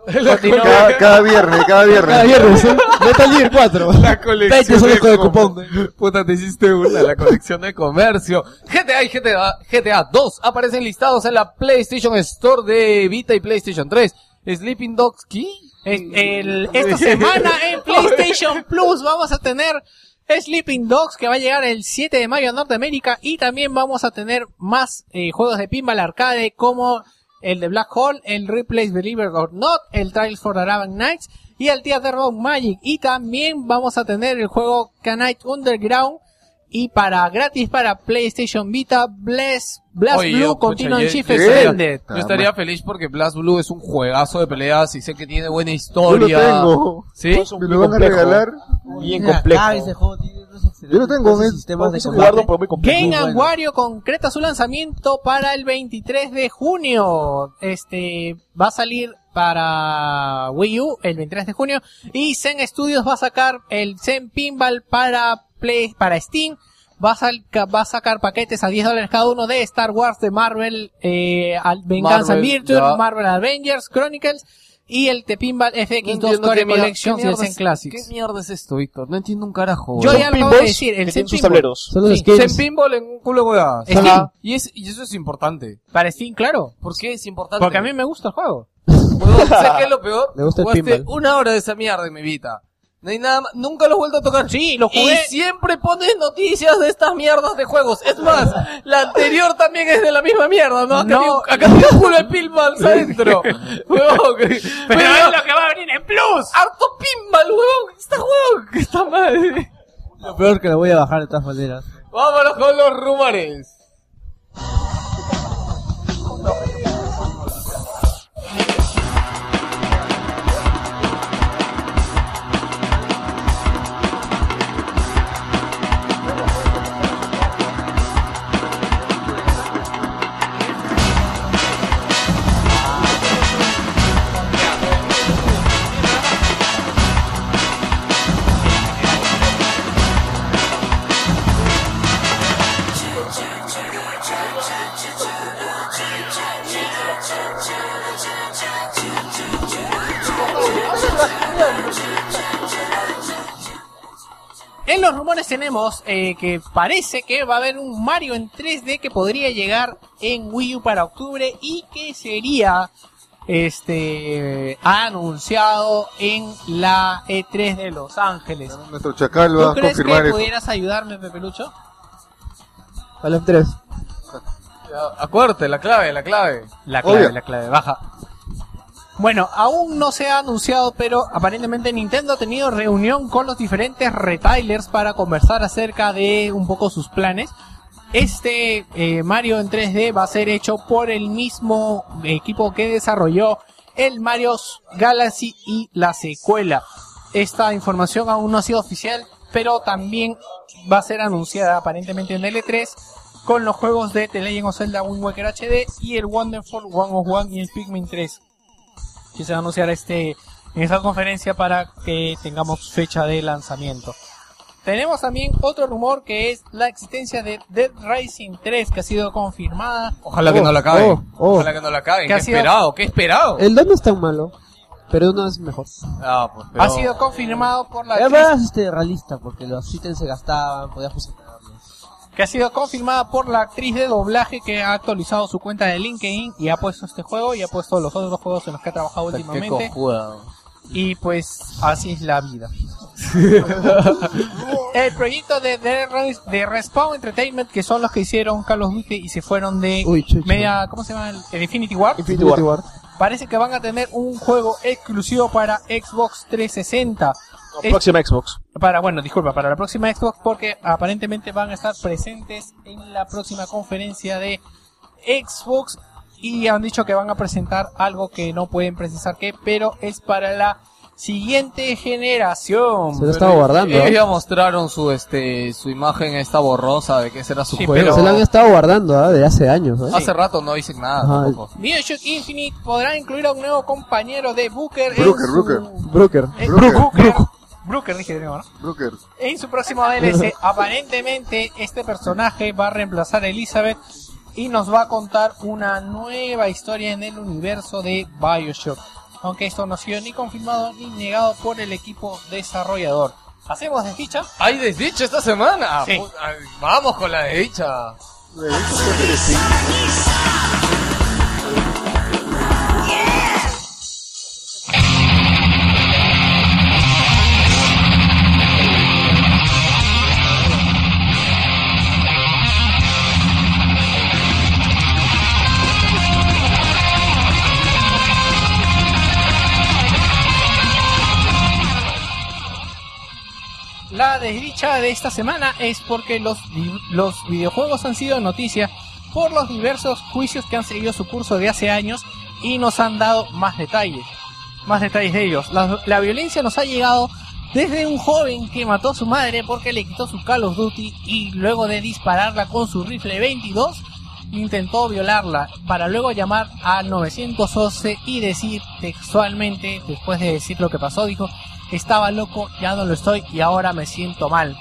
Speaker 2: continúa.
Speaker 5: Cada, cada viernes, cada
Speaker 7: Cada
Speaker 5: viernes.
Speaker 7: viernes, ¿sí? Metal Gear 4.
Speaker 1: La colección
Speaker 7: 20 soles con el cupón.
Speaker 1: Puta, te hiciste una, la colección de comercio. GTA y GTA, GTA 2 aparecen listados en la PlayStation Store de Vita y PlayStation 3. Sleeping Dogs Key.
Speaker 2: Es- el- esta semana en PlayStation Plus vamos a tener Sleeping Dogs que va a llegar el 7 de mayo a Norteamérica y también vamos a tener más eh, juegos de pinball arcade como el de Black Hole, el Replace Believer or Not, el Trials for Arabian Nights y el Theater of Magic y también vamos a tener el juego Canite Underground y para gratis para PlayStation Vita Bless Blast
Speaker 1: Oye,
Speaker 2: Blue
Speaker 1: yo, pucha,
Speaker 2: Continuum
Speaker 1: yo-
Speaker 2: Shift
Speaker 1: yo-
Speaker 2: Extended.
Speaker 5: Ah,
Speaker 1: Yo estaría feliz porque Blast Blue es un juegazo de peleas y sé que tiene buena historia.
Speaker 5: Yo lo tengo.
Speaker 1: ¿Sí?
Speaker 8: Es un
Speaker 5: Me
Speaker 8: muy
Speaker 5: lo van a
Speaker 8: complejo.
Speaker 5: regalar.
Speaker 8: Bien
Speaker 4: Mira,
Speaker 8: complejo.
Speaker 4: ah, ese juego tiene unos excelentes
Speaker 5: Yo lo tengo,
Speaker 4: entonces,
Speaker 5: es-
Speaker 4: sistemas de
Speaker 8: Es un guardo,
Speaker 4: combate.
Speaker 8: pero muy complejo.
Speaker 2: Game
Speaker 4: Muy
Speaker 2: and
Speaker 4: bueno.
Speaker 2: Wario concreta su lanzamiento para el 23 de junio. Este va a salir para Wii U el 23 de junio y Zen Studios va a sacar el Zen Pinball para Play para Steam. Va a, sal- va a sacar paquetes a 10 dólares cada uno de Star Wars, de Marvel, eh, al- Venganza
Speaker 1: Marvel,
Speaker 2: Virtue,
Speaker 1: ya.
Speaker 2: Marvel Avengers, Chronicles y el The Pinball
Speaker 1: No
Speaker 2: FX2
Speaker 1: entiendo
Speaker 2: Core
Speaker 1: qué mier-
Speaker 2: Collection
Speaker 1: qué
Speaker 2: y el
Speaker 1: mierda
Speaker 2: Zen
Speaker 1: es-
Speaker 2: Classics.
Speaker 1: ¿Qué mierda es esto, Víctor? No entiendo un carajo.
Speaker 2: Yo
Speaker 1: Son
Speaker 2: ya lo acabo de
Speaker 8: pinballs
Speaker 2: decir, el
Speaker 8: que
Speaker 2: Zen
Speaker 8: tienen sus
Speaker 2: Pinball.
Speaker 8: tableros.
Speaker 7: Son los
Speaker 2: Sí,
Speaker 7: skins.
Speaker 1: Zen Pinball en un culo de huevadas.
Speaker 2: Steam.
Speaker 1: Ajá. Y, es, y eso es importante.
Speaker 2: Para Steam, claro.
Speaker 1: ¿Por qué es importante?
Speaker 2: Porque a mí me gusta el juego.
Speaker 1: Huevón, ¿Sabes qué es lo peor?
Speaker 7: Le gusta el
Speaker 1: Jugaste
Speaker 7: pinball.
Speaker 1: una hora de esa mierda en mi vida. No hay nada más. Nunca lo he vuelto a tocar.
Speaker 2: Sí, lo
Speaker 1: Y
Speaker 2: jugué.
Speaker 1: siempre pones noticias de estas mierdas de juegos. Es más, la anterior también es de la misma mierda, ¿no? Acá
Speaker 2: No.
Speaker 1: tiene un- Acá tiene un culo de Pinball adentro. Huevón.
Speaker 2: Pero
Speaker 1: Pero-
Speaker 2: es lo que va a venir en plus.
Speaker 1: ¡Harto pinball, huevón! ¡Está juego! ¡Está madre!
Speaker 4: Lo peor que lo voy a bajar de todas maneras.
Speaker 1: ¡Vámonos con los rumores!
Speaker 2: En los rumores tenemos eh, que parece que va a haber un Mario en 3D que podría llegar en Wii U para octubre y que sería este anunciado en la E3 de Los Ángeles.
Speaker 5: Nuestro chacal va
Speaker 2: ¿Tú
Speaker 5: a
Speaker 2: crees que
Speaker 5: confirmar eso.
Speaker 2: pudieras ayudarme, Pepelucho?
Speaker 7: Half-Life 3.
Speaker 1: Acuérdate, la clave, la clave.
Speaker 2: La clave,
Speaker 5: Obvio.
Speaker 2: la clave, baja. Bueno, aún no se ha anunciado, pero aparentemente Nintendo ha tenido reunión con los diferentes retailers para conversar acerca de un poco sus planes. Este eh, Mario en 3D va a ser hecho por el mismo equipo que desarrolló el Mario Galaxy y la secuela. Esta información E aún no ha sido oficial, pero también va a ser anunciada aparentemente en L3 con los juegos de The Legend of Zelda Wind Waker HD y el Wonderful 101 y el Pikmin 3, que se va a anunciar este, en esta conferencia para que tengamos fecha de lanzamiento. Tenemos también otro rumor que es la existencia de Dead Rising 3 que ha sido confirmada.
Speaker 1: Ojalá que no la acabe.
Speaker 7: oh, oh.
Speaker 1: Ojalá que no la acabe.
Speaker 2: ¿Qué
Speaker 1: ¿Qué,
Speaker 2: ha sido?
Speaker 1: esperado? ¿Qué esperado?
Speaker 7: El don no es tan malo, pero uno es mejor.
Speaker 1: Ah, pues, pero-
Speaker 2: Ha sido confirmado por la
Speaker 4: Es
Speaker 2: actriz
Speaker 4: más este, realista, porque los ítems se gastaban, podías fusionarlos.
Speaker 2: que ha sido confirmada por la actriz de doblaje que ha actualizado su cuenta de LinkedIn y ha puesto este juego y ha puesto los otros juegos en los que ha trabajado
Speaker 1: Qué
Speaker 2: últimamente.
Speaker 1: cojuda. weón.
Speaker 2: Y pues así es la vida. el proyecto de, de, Res- de Respawn Entertainment, que son los que hicieron Carlos Duty y se fueron de
Speaker 7: Uy, chucha.
Speaker 2: media, ¿cómo se llama? El, el Infinity War.
Speaker 3: Infinity War.
Speaker 2: Parece que van a tener un juego exclusivo para Xbox 360.
Speaker 8: No,
Speaker 2: Es-
Speaker 8: próxima Xbox.
Speaker 2: para, bueno, disculpa, para la próxima Xbox porque aparentemente van a estar presentes en la próxima conferencia de Xbox y han dicho que van a presentar algo que no pueden precisar qué, pero es para la siguiente generación.
Speaker 7: Se lo estaba guardando.
Speaker 1: Ellos
Speaker 7: ¿eh?
Speaker 1: ya mostraron su este su imagen esta borrosa de que será su
Speaker 2: Sí,
Speaker 1: juego.
Speaker 2: pero-
Speaker 7: Se lo han estado guardando ¿ah? de hace años. ¿eh?
Speaker 1: Hace rato no dicen nada
Speaker 7: Ajá.
Speaker 1: tampoco.
Speaker 2: BioShock Infinite podrá incluir a un nuevo compañero de Booker en
Speaker 5: Brooker,
Speaker 2: su-
Speaker 5: Brooker.
Speaker 7: Brooker.
Speaker 2: en-
Speaker 5: Brooker,
Speaker 2: Brooker, Brooker, dije de nuevo, ¿no?
Speaker 5: Brooker.
Speaker 2: En su próximo DLC, aparentemente este personaje va a reemplazar a Elizabeth y nos va a contar una nueva historia en el universo de Bioshock. Aunque esto no ha sido ni confirmado ni negado por el equipo desarrollador. ¿Hacemos desdicha?
Speaker 1: Hay desdicha esta semana.
Speaker 2: Sí.
Speaker 1: Pu- ay, Vamos con la desdicha.
Speaker 2: La desdicha de esta semana es porque los, vi- los videojuegos han sido noticia por los diversos juicios que han seguido su curso de hace años y nos han dado más detalles. Más detalles de ellos. La, la violencia nos ha llegado desde un joven que mató a su madre porque le quitó su Call of Duty y luego de dispararla con su rifle 22 intentó violarla para luego llamar a 911 y decir textualmente, después de decir lo que pasó, dijo, estaba loco, ya no lo estoy y ahora me siento mal.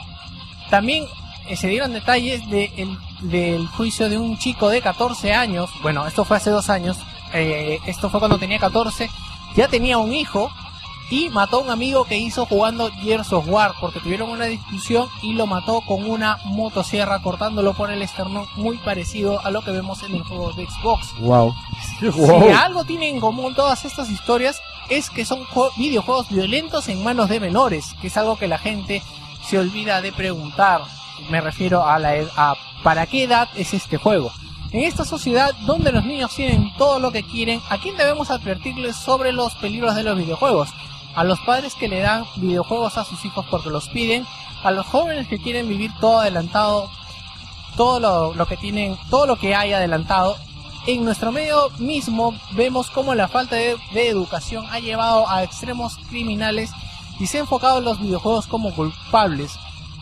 Speaker 2: También eh, se dieron detalles de el- del juicio de un chico de 14 años, bueno, esto fue hace dos años, eh, esto fue cuando tenía 14, ya tenía un hijo y mató a un amigo que hizo jugando Gears of War porque tuvieron una discusión y lo mató con una motosierra cortándolo por el esternón muy parecido a lo que vemos en el juego de Xbox.
Speaker 7: Wow.
Speaker 2: Si algo tienen en común todas estas historias es que son jue- videojuegos violentos en manos de menores, que es algo que la gente se olvida de preguntar. Me refiero a la ed- a para qué edad es este juego. En esta sociedad donde los niños tienen todo lo que quieren, ¿a quién debemos advertirles sobre los peligros de los videojuegos? A los padres que le dan videojuegos a sus hijos porque los piden, a los jóvenes que quieren vivir todo adelantado, todo lo, lo que tienen, todo lo que hay adelantado en nuestro medio mismo vemos cómo la falta de, de educación ha llevado a extremos criminales y se ha enfocado en los videojuegos como culpables.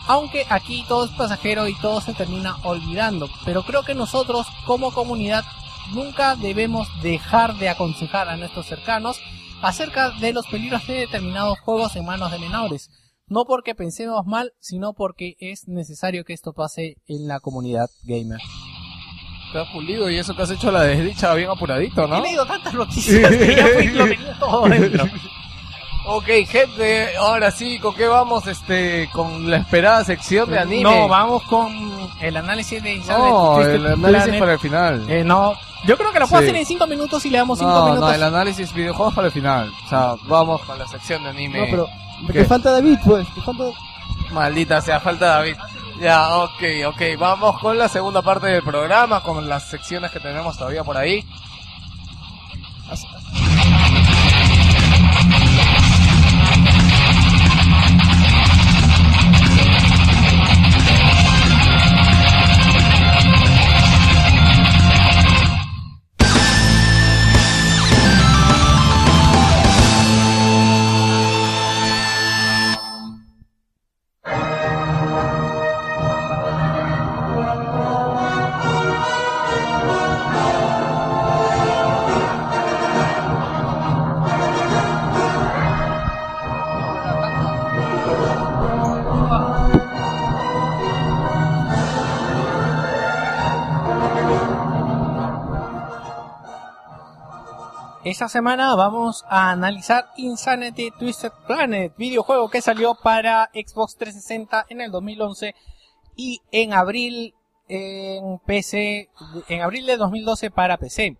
Speaker 2: Aunque aquí todo es pasajero y todo se termina olvidando. Pero creo que nosotros como comunidad nunca debemos dejar de aconsejar a nuestros cercanos acerca de los peligros de determinados juegos en manos de menores. No porque pensemos mal, sino porque es necesario que esto pase en la comunidad gamer.
Speaker 1: Está pulido y eso que has hecho la desdicha bien apuradito,
Speaker 2: He
Speaker 1: ¿no?
Speaker 2: leído tantas noticias que ya fui, lo tenía todo dentro.
Speaker 1: Ok, gente, ahora sí, ¿con qué vamos? Este, con la esperada sección de anime.
Speaker 2: No, vamos con el análisis de Inside
Speaker 1: No,
Speaker 2: Twisted
Speaker 1: el análisis
Speaker 2: Planet.
Speaker 1: para el final.
Speaker 2: Eh, no, yo creo que lo puedo
Speaker 1: Sí.
Speaker 2: hacer en 5 minutos y le damos 5
Speaker 1: No, no,
Speaker 2: minutos.
Speaker 1: el análisis videojuegos para el final. O sea, vamos con la sección de anime.
Speaker 7: No, pero
Speaker 1: ¿Qué?
Speaker 7: te falta David, pues. Te falta...
Speaker 1: Maldita sea, falta David. Ya, ok, ok. Vamos con la segunda parte del programa, con las secciones que tenemos todavía por ahí.
Speaker 6: Thank
Speaker 2: esta semana vamos a analizar Insanity Twisted Planet, videojuego que salió para Xbox 360 en el 2011 y en abril en PC, en abril de 2012 para PC.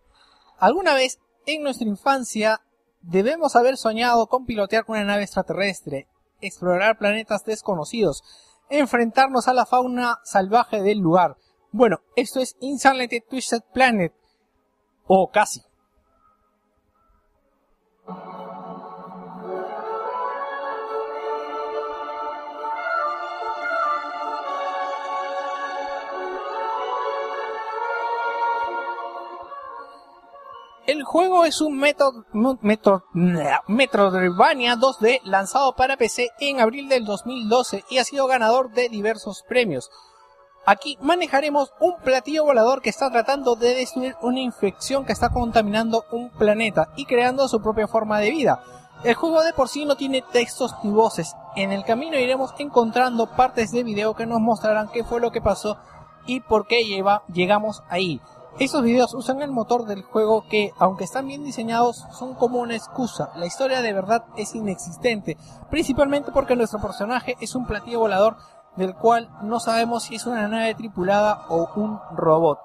Speaker 2: Alguna vez en nuestra infancia debemos haber soñado con pilotear una nave extraterrestre, explorar planetas desconocidos, enfrentarnos a la fauna salvaje del lugar. Bueno, esto es Insanity Twisted Planet, o casi. El juego es un Metro, Metro, Metroidvania 2D lanzado para PC en abril del 2012 y ha sido ganador de diversos premios. Aquí manejaremos un platillo volador que está tratando de destruir una infección que está contaminando un planeta y creando su propia forma de vida. El juego de por sí no tiene textos ni voces. En el camino iremos encontrando partes de video que nos mostrarán qué fue lo que pasó y por qué lleva, llegamos ahí. Estos videos usan el motor del juego que, aunque están bien diseñados, son como una excusa. La historia de verdad es inexistente, principalmente porque nuestro personaje es un platillo volador del cual no sabemos si es una nave tripulada o un robot.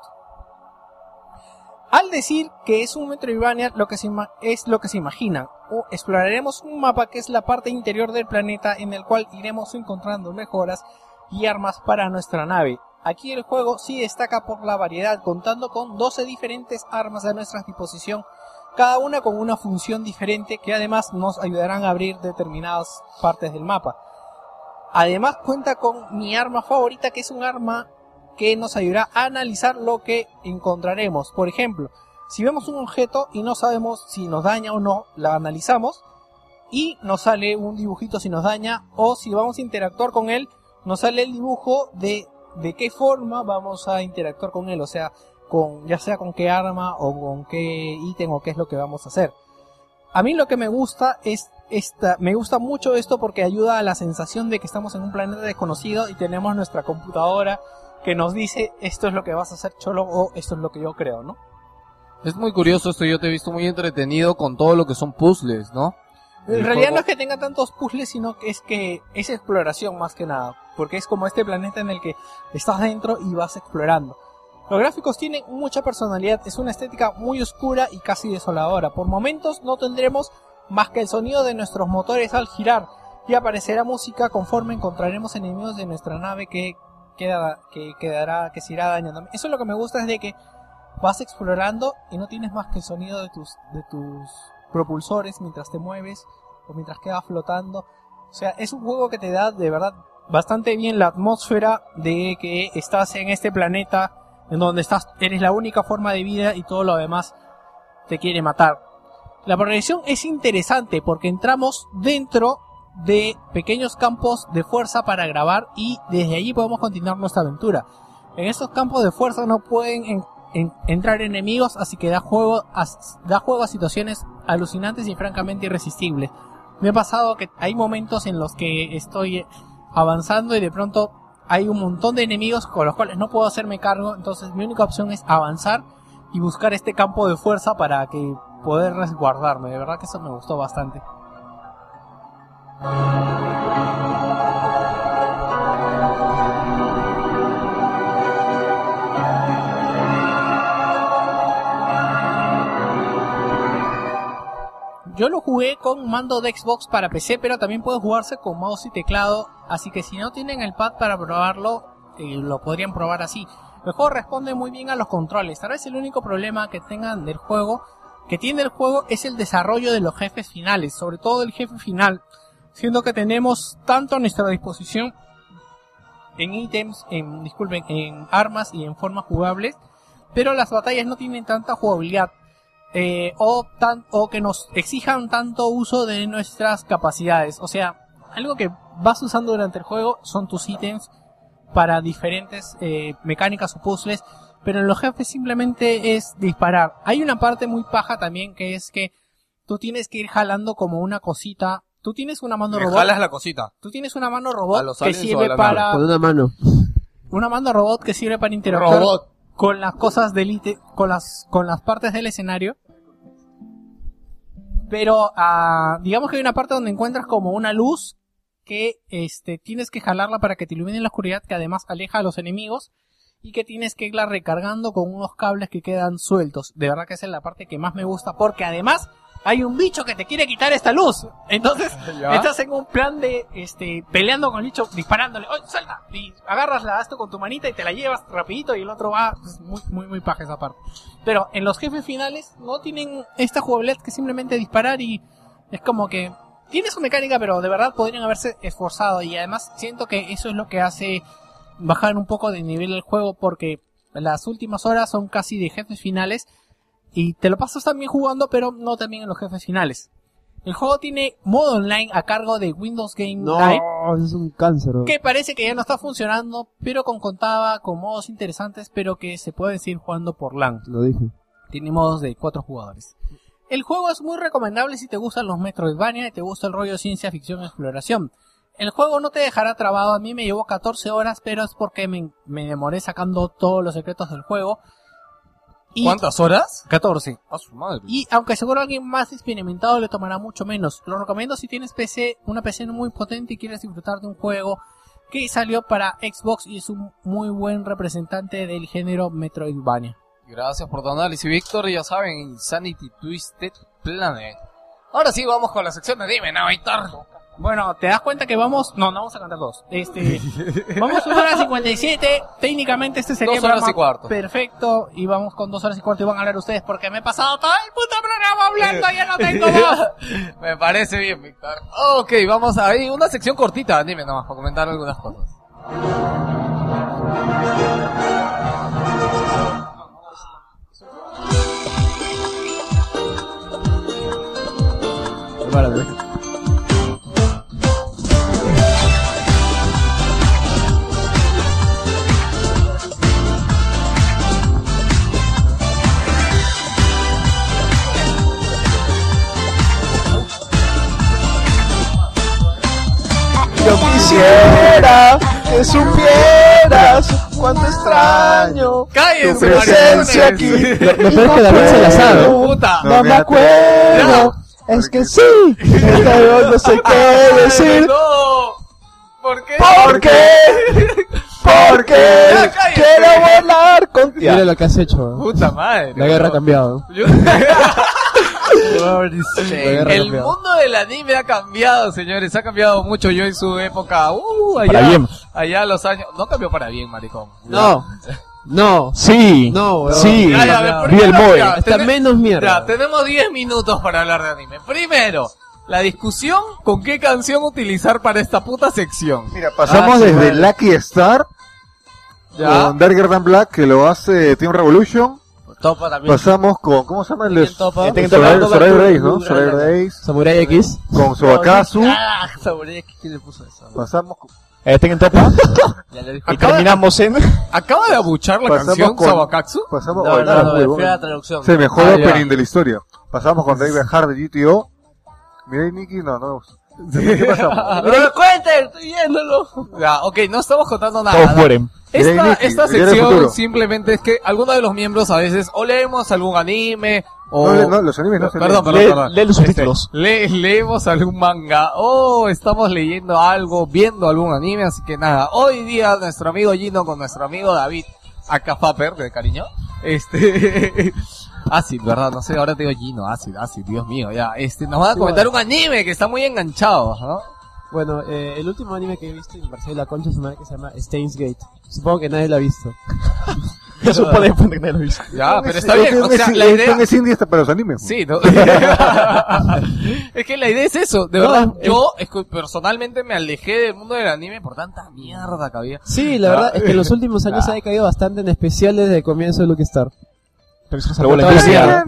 Speaker 2: Al decir que es un Metroidvania, lo que se ima- es lo que se imagina. O exploraremos un mapa que es la parte interior del planeta en el cual iremos encontrando mejoras y armas para nuestra nave. Aquí el juego sí destaca por la variedad, contando con 12 diferentes armas a nuestra disposición, cada una con una función diferente que además nos ayudarán a abrir determinadas partes del mapa. Además cuenta con mi arma favorita, que es un arma que nos ayudará a analizar lo que encontraremos. Por ejemplo, si vemos un objeto y no sabemos si nos daña o no, la analizamos y nos sale un dibujito si nos daña o si vamos a interactuar con él, nos sale el dibujo de, de qué forma vamos a interactuar con él, o sea, con, ya sea con qué arma o con qué ítem o qué es lo que vamos a hacer. A mí lo que me gusta es esta, me gusta mucho esto porque ayuda a la sensación de que estamos en un planeta desconocido y tenemos nuestra computadora que nos dice esto es lo que vas a hacer cholo o esto es lo que yo creo, ¿no?
Speaker 13: Es muy curioso esto, yo te he visto muy entretenido con todo lo que son puzzles, ¿no?
Speaker 2: En
Speaker 13: El
Speaker 2: realidad
Speaker 13: juego-
Speaker 2: no es que tenga tantos puzzles, sino que es que es exploración más que nada, porque es como este planeta en el que estás dentro y vas explorando. Los gráficos tienen mucha personalidad, es una estética muy oscura y casi desoladora. Por momentos no tendremos más que el sonido de nuestros motores al girar y aparecerá música conforme encontraremos enemigos de nuestra nave que queda que quedará que se irá dañando. Eso es lo que me gusta es de que vas explorando y no tienes más que el sonido de tus de tus propulsores mientras te mueves o mientras queda flotando. O sea, es un juego que te da de verdad bastante bien la atmósfera de que estás en este planeta en donde estás eres la única forma de vida y todo lo demás te quiere matar. La progresión es interesante porque entramos dentro de pequeños campos de fuerza para grabar y desde allí podemos continuar nuestra aventura. En estos campos de fuerza no pueden en- en- entrar enemigos, así que da juego, a, da juego a situaciones alucinantes y francamente irresistibles. Me ha pasado que hay momentos en los que estoy avanzando y de pronto hay un montón de enemigos con los cuales no puedo hacerme cargo, entonces mi única opción es avanzar y buscar este campo de fuerza para que poder resguardarme. De verdad que eso me gustó bastante. Yo lo jugué con mando de Xbox para PC, pero también puede jugarse con mouse y teclado, así que si no tienen el pad para probarlo, eh, lo podrían probar así. El juego responde muy bien a los controles, tal vez el único problema que tengan del juego, que tiene el juego, es el desarrollo de los jefes finales, sobre todo el jefe final, siendo que tenemos tanto a nuestra disposición en ítems, en, disculpen, en armas y en formas jugables, pero las batallas no tienen tanta jugabilidad eh, o, tan, o que nos exijan tanto uso de nuestras capacidades. O sea, algo que vas usando durante el juego son tus ítems para diferentes eh, mecánicas o puzzles, pero en los jefes simplemente es disparar. Hay una parte muy paja también que es que tú tienes que ir jalando como una cosita. Tú tienes una mano
Speaker 13: Me
Speaker 2: robot.
Speaker 13: jalas la cosita.
Speaker 2: Tú tienes una mano
Speaker 13: ¿A los
Speaker 2: robot que
Speaker 13: aliens o a
Speaker 2: sirve
Speaker 13: la
Speaker 7: Con
Speaker 2: para
Speaker 7: una mano.
Speaker 2: una mano robot que sirve para interactuar con las cosas del ítem- con las con las partes del escenario Pero ah, digamos que hay una parte donde encuentras como una luz que este, tienes que jalarla para que te ilumine en la oscuridad, que además aleja a los enemigos y que tienes que irla recargando con unos cables que quedan sueltos. De verdad que esa es la parte que más me gusta porque además hay un bicho que te quiere quitar esta luz. Entonces estás en un plan de este, peleando con el bicho, disparándole, ¡oye, suelta! Y agarras la tú con tu manita y te la llevas rapidito y el otro va pues, muy, muy, muy paja esa parte. Pero en los jefes finales no tienen esta jugabilidad que simplemente disparar y es como que tiene su mecánica, pero de verdad podrían haberse esforzado. Y además siento que eso es lo que hace bajar un poco de nivel el juego porque las últimas horas son casi de jefes finales y te lo pasas también jugando, pero no también en los jefes finales. El juego tiene modo online a cargo de Windows Game Live
Speaker 7: No, eso es un cáncer. bro.
Speaker 2: que parece que ya no está funcionando, pero con contaba con modos interesantes, pero que se pueden seguir jugando por LAN.
Speaker 7: Lo dije.
Speaker 2: Tiene modos de cuatro jugadores. El juego es muy recomendable si te gustan los Metroidvania y te gusta el rollo ciencia ficción y exploración. El juego no te dejará trabado, a mí me llevó 14 horas, pero es porque me, me demoré sacando todos los secretos del juego. Y-
Speaker 1: ¿Cuántas horas?
Speaker 2: 14.
Speaker 1: A su madre.
Speaker 2: Y aunque seguro alguien más experimentado le tomará mucho menos. Lo recomiendo si tienes PC, una PC muy potente y quieres disfrutar de un juego que salió para Xbox y es un muy buen representante del género Metroidvania.
Speaker 1: Gracias por tu análisis, Víctor. Ya saben, Insanity Twisted Planet. Ahora sí, vamos con la sección de Dime, ¿no, Víctor?
Speaker 2: Bueno, te das cuenta que vamos, no, no vamos a cantar dos. Este, vamos a una hora 57. Técnicamente este sería
Speaker 1: Dos
Speaker 2: el
Speaker 1: horas
Speaker 2: programa
Speaker 1: y cuarto.
Speaker 2: Perfecto. Y vamos con dos horas y cuarto y van a hablar ustedes porque me he pasado todo el puto programa hablando y ya no tengo voz.
Speaker 1: Me parece bien, Víctor. Ok, vamos a ir una sección cortita, dime nomás, para comentar algunas cosas.
Speaker 8: Yo quisiera que supieras cuánto extraño
Speaker 1: ¡Cállese,
Speaker 8: tu presencia aquí.
Speaker 7: Lo peor es que David se la sabe.
Speaker 1: ¡Puta!
Speaker 5: No,
Speaker 7: No me
Speaker 5: mira,
Speaker 7: acuerdo. Es que sí. Esta vez no sé qué decir.
Speaker 1: Ah, ¡No! ¿Por qué?
Speaker 8: ¿Por qué? ¿Por qué?
Speaker 1: cállate.
Speaker 8: Quiero volar contigo.
Speaker 7: Mira lo que has hecho. bro.
Speaker 1: ¡Puta madre!
Speaker 7: La guerra ha cambiado.
Speaker 1: Yo-
Speaker 7: guerra
Speaker 1: el
Speaker 7: cambiado.
Speaker 1: mundo del anime ha cambiado, señores. Ha cambiado mucho yo en su época. Uh, allá,
Speaker 7: Para bien.
Speaker 1: Allá a los años. No cambió para bien, maricón.
Speaker 7: No. No.
Speaker 18: Sí.
Speaker 7: No, weón.
Speaker 18: Sí.
Speaker 1: Ya, ya, a ver,
Speaker 18: Vi
Speaker 1: primero,
Speaker 18: el boy.
Speaker 1: ya,
Speaker 7: Está
Speaker 1: tené-
Speaker 7: menos
Speaker 1: ya,
Speaker 7: mierda.
Speaker 1: tenemos 10 minutos para hablar de anime. Primero, la discusión con qué canción utilizar para esta puta sección.
Speaker 5: Mira, pasamos
Speaker 1: Ah, sí,
Speaker 5: desde
Speaker 1: vale.
Speaker 5: Lucky Star
Speaker 1: Ya.
Speaker 5: con Darker Than Black, que lo hace Team Revolution.
Speaker 4: Topa
Speaker 7: Pues
Speaker 4: también.
Speaker 5: Pasamos con, ¿cómo se llama el de
Speaker 4: ¿Quién topa?
Speaker 5: Sorai-
Speaker 7: topa?
Speaker 5: Sorai
Speaker 7: Topa,
Speaker 5: Grace,
Speaker 7: tú,
Speaker 5: ¿no?
Speaker 7: tú,
Speaker 5: Sorai
Speaker 7: tú,
Speaker 5: Grace,
Speaker 7: Samurai X.
Speaker 5: con Suakazu.
Speaker 4: Ah, saboreé, ¿quién le puso eso?
Speaker 5: Pasamos, con-
Speaker 18: Eh, Tengen Topa.
Speaker 4: Ya lo dije.
Speaker 18: Y terminamos en.
Speaker 1: Acaba de abuchar la
Speaker 5: Pasamos
Speaker 1: canción
Speaker 5: con-
Speaker 1: Sabakatsu.
Speaker 5: pasamos
Speaker 4: No,
Speaker 5: oh,
Speaker 4: no,
Speaker 5: está
Speaker 4: no,
Speaker 5: muy bueno.
Speaker 4: me refiero a la traducción.
Speaker 5: Se mejor
Speaker 1: Ah, ya.
Speaker 5: opening de la historia. Pasamos con David Hart de GTO. Mira, Nicky, no, no me gusta. ¿Qué pasamos?
Speaker 4: ¡No lo cuenten! ¡Estoy viéndolo!
Speaker 1: Ya, ok, no estamos contando nada.
Speaker 18: Todos
Speaker 1: nada.
Speaker 18: mueren.
Speaker 5: Mirai
Speaker 1: Esta,
Speaker 5: Nikki,
Speaker 1: esta
Speaker 5: el día del
Speaker 1: sección
Speaker 5: futuro.
Speaker 1: simplemente es que algunos de los miembros a veces o leemos algún anime o...
Speaker 5: No, no, los animes no se
Speaker 1: Perdón,
Speaker 5: leen.
Speaker 1: perdón,
Speaker 18: Lee,
Speaker 1: perdón.
Speaker 18: lee los
Speaker 1: Este,
Speaker 18: subtítulos.
Speaker 1: le- leemos algún manga o estamos leyendo algo, viendo algún anime, así que nada. Hoy día nuestro amigo Gino con nuestro amigo David Acafaper, de cariño, este... Acid, ¿verdad? No sé, ahora te digo Gino, Acid, Acid, Dios mío, ya. Este, nos van a comentar un anime que está muy enganchado, ¿no?
Speaker 7: Bueno, eh, el último anime que he visto y me pareció la concha de su madre que se llama Stains Gate. Supongo que nadie lo ha visto.
Speaker 18: Yo supongo que nadie lo hizo.
Speaker 1: Ya,
Speaker 5: Son
Speaker 1: Ah, pero
Speaker 5: es-
Speaker 1: está bien,
Speaker 5: son
Speaker 1: o
Speaker 5: es-
Speaker 1: sea, la
Speaker 5: son
Speaker 1: idea...
Speaker 7: este
Speaker 5: es indie hasta para los animes.
Speaker 1: Sí, ¿no? es que la idea es eso, de
Speaker 7: No,
Speaker 1: verdad.
Speaker 7: es-
Speaker 1: yo escu- personalmente me alejé del mundo del anime por tanta mierda que había.
Speaker 7: Sí, la verdad es que en los últimos años ha decaído bastante, en especial desde el comienzo de Lucky Star.
Speaker 18: Salvo la industria.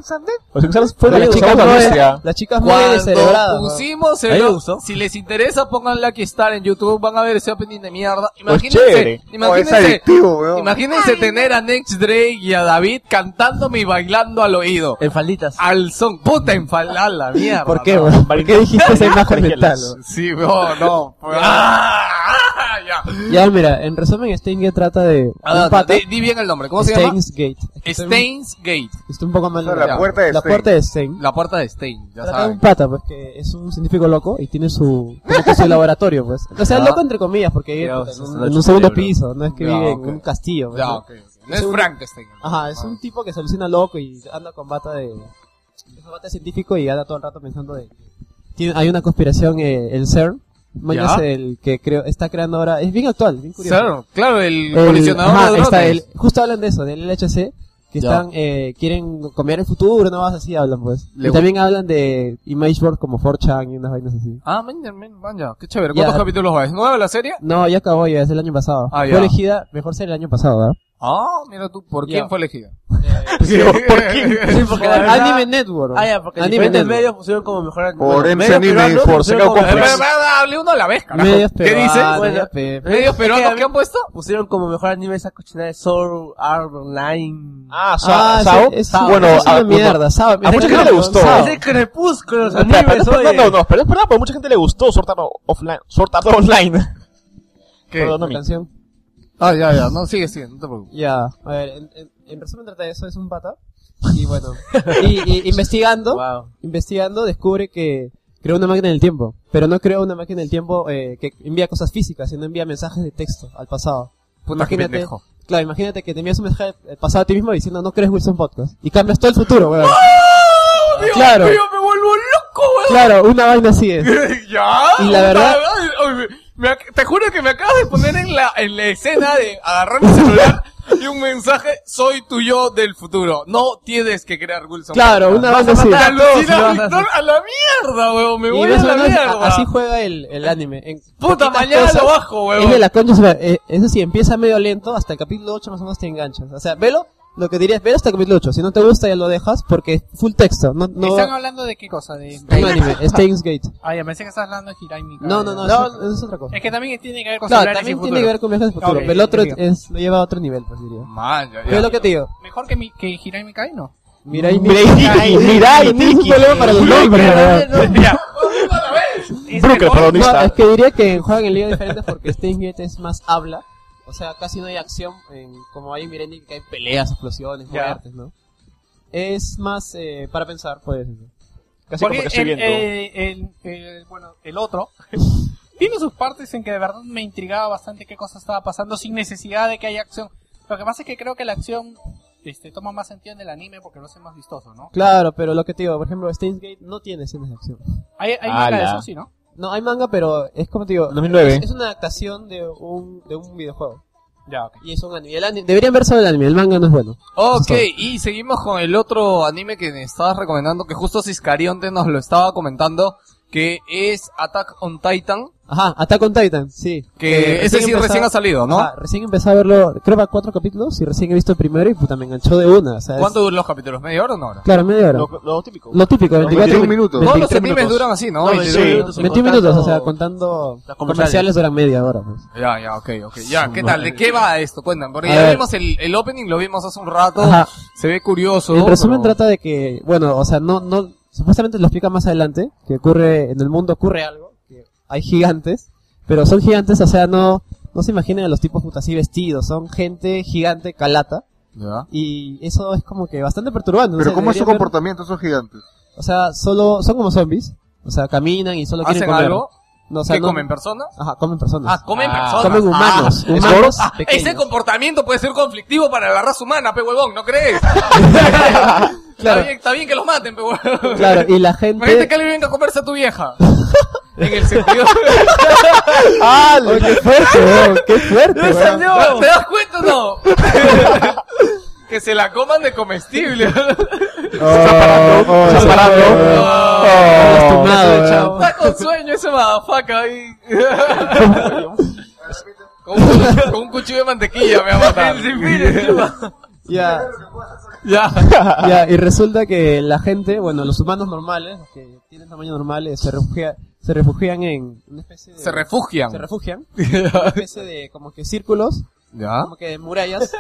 Speaker 18: Los Exaros fueron
Speaker 7: Las
Speaker 18: los
Speaker 7: chicas
Speaker 18: salvó la
Speaker 7: no es-
Speaker 18: industria.
Speaker 7: las chicas muy
Speaker 1: Cuando
Speaker 7: descerebradas. ¿no?
Speaker 1: pusimos el
Speaker 7: Ahí lo
Speaker 1: o-
Speaker 7: usó.
Speaker 1: si les interesa pongan Lucky Star en YouTube, van a ver ese opening de mierda.
Speaker 7: Pues
Speaker 18: chévere.
Speaker 1: Imagínense,
Speaker 5: Oh, es
Speaker 1: imagínense,
Speaker 5: adictivo, weón.
Speaker 1: imagínense tener a Next Drake y a David cantándome y bailando al oído.
Speaker 4: En falditas.
Speaker 1: Al son, puta enfalada la mierda.
Speaker 7: ¿Por qué,
Speaker 1: no.
Speaker 7: weón? ¿Por qué dijiste esa imagen de
Speaker 18: Colegialas.
Speaker 7: tal?
Speaker 1: Sí, no, no. pues, ah, ah, ya.
Speaker 7: Ya, mira, en resumen, Steins Gate trata de
Speaker 1: Ah,
Speaker 7: un pata.
Speaker 1: di, di bien el nombre. ¿Cómo se llama?
Speaker 7: Steins Gate. Es que estoy-
Speaker 1: Stains Gate.
Speaker 7: Estoy un poco mal.
Speaker 5: O sea, la puerta de
Speaker 7: La
Speaker 5: Steins.
Speaker 7: puerta de Steins.
Speaker 1: La puerta de Stein, ya
Speaker 7: Trata de
Speaker 1: saben.
Speaker 7: un pata, pues, que es un científico loco y tiene su, como que su laboratorio, pues. O sea,
Speaker 1: Ya.
Speaker 7: loco entre comillas, porque vive
Speaker 1: Ya,
Speaker 7: puta,
Speaker 1: se
Speaker 7: en
Speaker 1: está
Speaker 7: un, en
Speaker 1: hecho
Speaker 7: un segundo
Speaker 1: cerebro.
Speaker 7: piso, no es que
Speaker 1: Ya,
Speaker 7: vive
Speaker 1: ok.
Speaker 7: en un castillo, pues,
Speaker 1: Ya,
Speaker 7: ¿no?
Speaker 1: ok. No Ah. es Frankenstein.
Speaker 7: Ajá, es un tipo que se alucina loco y anda con bata de... Es un bata científico y anda todo el rato pensando de... Tiene- hay una conspiración, eh, el CERN, mañana
Speaker 1: Ya.
Speaker 7: el que creo, está creando ahora, es bien actual, bien curioso.
Speaker 1: Claro, claro, el,
Speaker 7: El-
Speaker 1: colisionador
Speaker 7: ajá,
Speaker 1: de
Speaker 7: está
Speaker 1: drones.
Speaker 7: el- justo hablan de eso, del LHC, que
Speaker 1: Ya.
Speaker 7: están, eh, quieren cambiar el futuro, no vas así hablan pues.
Speaker 1: Le-
Speaker 7: y también hablan de Imageboard como 4chan y unas vainas así.
Speaker 1: Ah, man, ya, man, man, ya. Qué chévere. ¿Cuántos
Speaker 7: Ya.
Speaker 1: capítulos va? ¿Es nueva la serie?
Speaker 7: No, ya acabó, ya es del año pasado.
Speaker 1: Ah, ya.
Speaker 7: Fue elegida mejor serie el año pasado, ¿verdad?
Speaker 1: Ah, mira tú. ¿Por
Speaker 7: Ya. Eh,
Speaker 1: quién fue elegida?
Speaker 5: ¿Por quién?
Speaker 4: porque la verdad-
Speaker 7: Anime Network.
Speaker 4: Ah, ya, porque
Speaker 7: Anime
Speaker 4: diferentes
Speaker 7: Network.
Speaker 4: medios pusieron como mejor
Speaker 5: Por
Speaker 4: bueno,
Speaker 5: MC
Speaker 4: medios
Speaker 5: Anime,
Speaker 4: peruanos
Speaker 5: por
Speaker 4: pusieron
Speaker 5: Seca
Speaker 4: como
Speaker 5: Complex.
Speaker 4: mejor-
Speaker 1: Eh, va, Hable uno a la vez, carajo.
Speaker 7: Medios
Speaker 1: ¿Qué dices?
Speaker 7: peruanos,
Speaker 4: Bueno,
Speaker 7: ya, pe-
Speaker 1: Medios
Speaker 4: Es
Speaker 1: peruanos,
Speaker 4: que
Speaker 1: ¿qué han puesto?
Speaker 4: Pusieron como mejor anime esa cochinada de Soul Art Online.
Speaker 8: Ah,
Speaker 7: Ah,
Speaker 8: Sa-
Speaker 7: ese-
Speaker 8: Sao.
Speaker 7: ese-
Speaker 8: Bueno,
Speaker 7: ese es ah, una
Speaker 8: a-
Speaker 7: mierda, Sao.
Speaker 8: a mucha gente le gustó.
Speaker 7: Sao.
Speaker 4: Ese crepúsculo, los
Speaker 8: Espera, espera,
Speaker 4: animes,
Speaker 8: espera,
Speaker 4: oye.
Speaker 8: No, no, no, pero es verdad, porque mucha gente le gustó Sword Art Offline. Sword Art Online. Perdón, no,
Speaker 7: La
Speaker 8: mi-
Speaker 7: canción.
Speaker 1: Ah, ya, ya. No, sigue, sigue. No te preocupes.
Speaker 7: Ya, a ver, en, en- en resumen trata de eso, es un pata. Y bueno, y, y investigando, investigando descubre que creó una máquina del tiempo, pero no creó una máquina del tiempo eh, que envía cosas físicas, sino envía mensajes de texto al pasado.
Speaker 1: Puta, qué
Speaker 7: Imagínate.
Speaker 1: pendejo.
Speaker 7: Claro, imagínate que te envías un mensaje al pasado a ti mismo diciendo no crees Wilson Podcast y cambias todo el futuro, weón. Ah, claro,
Speaker 1: Yo me vuelvo loco,
Speaker 7: claro, una vaina así es.
Speaker 1: weón. ya.
Speaker 7: Y la verdad-
Speaker 1: Ay, ay, me- me ac- te juro que me acabas de poner en la, en la escena de agarrar mi celular y un mensaje, soy tu yo del futuro. No tienes que crear Wilson.
Speaker 7: Claro, una vaina así.
Speaker 1: Te alucinas, no, a la mierda, weón. Me
Speaker 7: Y
Speaker 1: voy a
Speaker 7: más o
Speaker 1: la
Speaker 7: menos
Speaker 1: mierda.
Speaker 7: a- así juega el, el anime. En
Speaker 1: Puta,
Speaker 7: poquitas
Speaker 1: mañana
Speaker 7: cosas.
Speaker 1: lo bajo, weón.
Speaker 7: Es de la concha, su madre. Eh, eso sí, empieza medio lento, hasta el capítulo 8 más o menos te enganchas. O sea, velo, lo que diría es velo hasta el capítulo 8. Si no te gusta ya lo dejas porque es full texto, no, no
Speaker 2: ¿Están hablando de qué cosa? De...
Speaker 7: un anime, es Steins Gate.
Speaker 2: Ah, ya, pensé que estás hablando de Hirai Mikado.
Speaker 7: No, no, no, eso- eso es otra cosa.
Speaker 2: Es que también tiene que ver con
Speaker 7: Claro,
Speaker 2: celulares y
Speaker 7: también
Speaker 2: futuro.
Speaker 7: tiene que ver con viajes de futuro,
Speaker 2: Ok,
Speaker 7: pero el otro
Speaker 2: ya, ya.
Speaker 7: es, lo lleva a otro nivel, pues diría.
Speaker 1: Man, ya, ya.
Speaker 7: Pero es lo que te digo,
Speaker 2: Mejor que, mi, que Hirai Mikado, ¿no?
Speaker 7: Mirai
Speaker 8: Mirai Nikki, Mirai
Speaker 7: Tienes un
Speaker 8: Nikki.
Speaker 7: problema para los nombres, ¿verdad?
Speaker 1: Ya, uno a la vez.
Speaker 8: Brooker,
Speaker 7: No, es
Speaker 8: protagonista.
Speaker 7: que diría que juegan en liga diferentes porque Steins Gate es más habla. O sea, casi no hay acción. En, como hay en Mirai Nikki que hay peleas, explosiones, muertes, ¿no? Es más eh, para pensar, pues.
Speaker 8: Casi como
Speaker 2: Porque
Speaker 8: que estoy
Speaker 2: el,
Speaker 8: viendo.
Speaker 2: eh, el- el- bueno, el otro tiene sus partes en que de verdad me intrigaba bastante qué cosa estaba pasando sin necesidad de que haya acción. Lo que pasa es que creo que la acción este, toma más sentido en el anime porque no es más vistoso, ¿no?
Speaker 7: Claro, pero lo que te digo, por ejemplo, Steins Gate no tiene escenas de acción.
Speaker 2: Hay, hay
Speaker 8: Ah,
Speaker 2: manga de
Speaker 8: la.
Speaker 2: eso, sí, ¿no?
Speaker 7: No, hay manga, pero es como te digo.
Speaker 8: 2009.
Speaker 7: Es, es una adaptación de un, de un videojuego.
Speaker 2: Ya, ok.
Speaker 7: Y es un anime. El anime- deberían ver sobre el anime, el manga no es bueno.
Speaker 1: Ok, y seguimos con el otro anime que me estabas recomendando, que justo Ciscarionte nos lo estaba comentando, que es Attack on Titan,
Speaker 7: Ajá, Attack on Titan, sí.
Speaker 1: que
Speaker 7: Eh,
Speaker 1: ese sí
Speaker 7: empezaba-
Speaker 1: recién ha salido, ¿no?
Speaker 7: Ajá, recién empecé a verlo, creo que cuatro capítulos, y recién he visto el primero y puta, me enganchó de una. O sea, es-
Speaker 1: ¿Cuánto duran los capítulos? ¿Media hora o una hora?
Speaker 7: Claro, media hora.
Speaker 8: Lo, lo típico.
Speaker 7: Lo típico, 24
Speaker 5: 21 minutos.
Speaker 1: Todos los
Speaker 7: 23
Speaker 1: animes
Speaker 7: minutos.
Speaker 1: duran así, ¿no?
Speaker 8: No,
Speaker 1: 22
Speaker 8: sí.
Speaker 1: minutos.
Speaker 7: 21
Speaker 4: contando-
Speaker 7: minutos, o sea, contando
Speaker 4: Las comerciales.
Speaker 7: comerciales duran media hora. Pues.
Speaker 1: Ya, ya, ok, ok. Ya, ¿qué tal? ¿De qué va esto? Cuentan, porque
Speaker 7: A
Speaker 1: ya
Speaker 7: ver.
Speaker 1: vimos el, el opening, lo vimos hace un rato,
Speaker 7: Ajá.
Speaker 1: se ve curioso.
Speaker 7: En resumen
Speaker 1: pero-
Speaker 7: trata de que, bueno, o sea, no, no, supuestamente lo explica más adelante, que ocurre, en el mundo ocurre algo, que hay gigantes, pero son gigantes, o sea, no, no se imaginen a los tipos puta así vestidos, son gente gigante calata,
Speaker 1: Ya.
Speaker 7: y eso es como que bastante perturbante. no
Speaker 5: Pero
Speaker 7: sé,
Speaker 5: ¿cómo es su
Speaker 7: deberían ver-
Speaker 5: comportamiento esos gigantes?
Speaker 7: O sea, solo, son como zombies, o sea, caminan y solo quieren
Speaker 1: ¿Hacen
Speaker 7: comer.
Speaker 1: algo?
Speaker 7: No, o sea,
Speaker 1: ¿Que
Speaker 7: no-
Speaker 1: comen personas?
Speaker 7: Ajá, comen personas.
Speaker 1: Ah, comen personas.
Speaker 7: comen humanos,
Speaker 1: Ah,
Speaker 7: humanos
Speaker 1: ah, ese
Speaker 7: pequeños.
Speaker 1: comportamiento puede ser conflictivo para la raza humana, pe huevón, ¿no crees? está,
Speaker 7: Claro.
Speaker 1: bien, está bien que los maten, pe huevón.
Speaker 7: Claro, y la
Speaker 1: Imagínate
Speaker 7: gente...
Speaker 1: que alguien venga a comerse a tu vieja. en el sentido.
Speaker 7: Oye, ¡Qué fuerte, weón, ¡Qué fuerte, weón.
Speaker 1: ¿Te das cuenta o no? que se la coman de comestible.
Speaker 8: Está parando.
Speaker 7: Lastimado, weón.
Speaker 1: Está con sueño ese madafaca ahí. con, un, con un cuchillo de mantequilla me va a matar.
Speaker 7: Ya,
Speaker 1: ya.
Speaker 7: ya, y resulta que la gente, bueno, los humanos normales, los que tienen tamaño normal, eh, se, refugia- se refugian en una especie de...
Speaker 1: Se refugian.
Speaker 7: se refugian en una especie de como que círculos,
Speaker 8: Ah.
Speaker 1: ya.
Speaker 7: como que de murallas.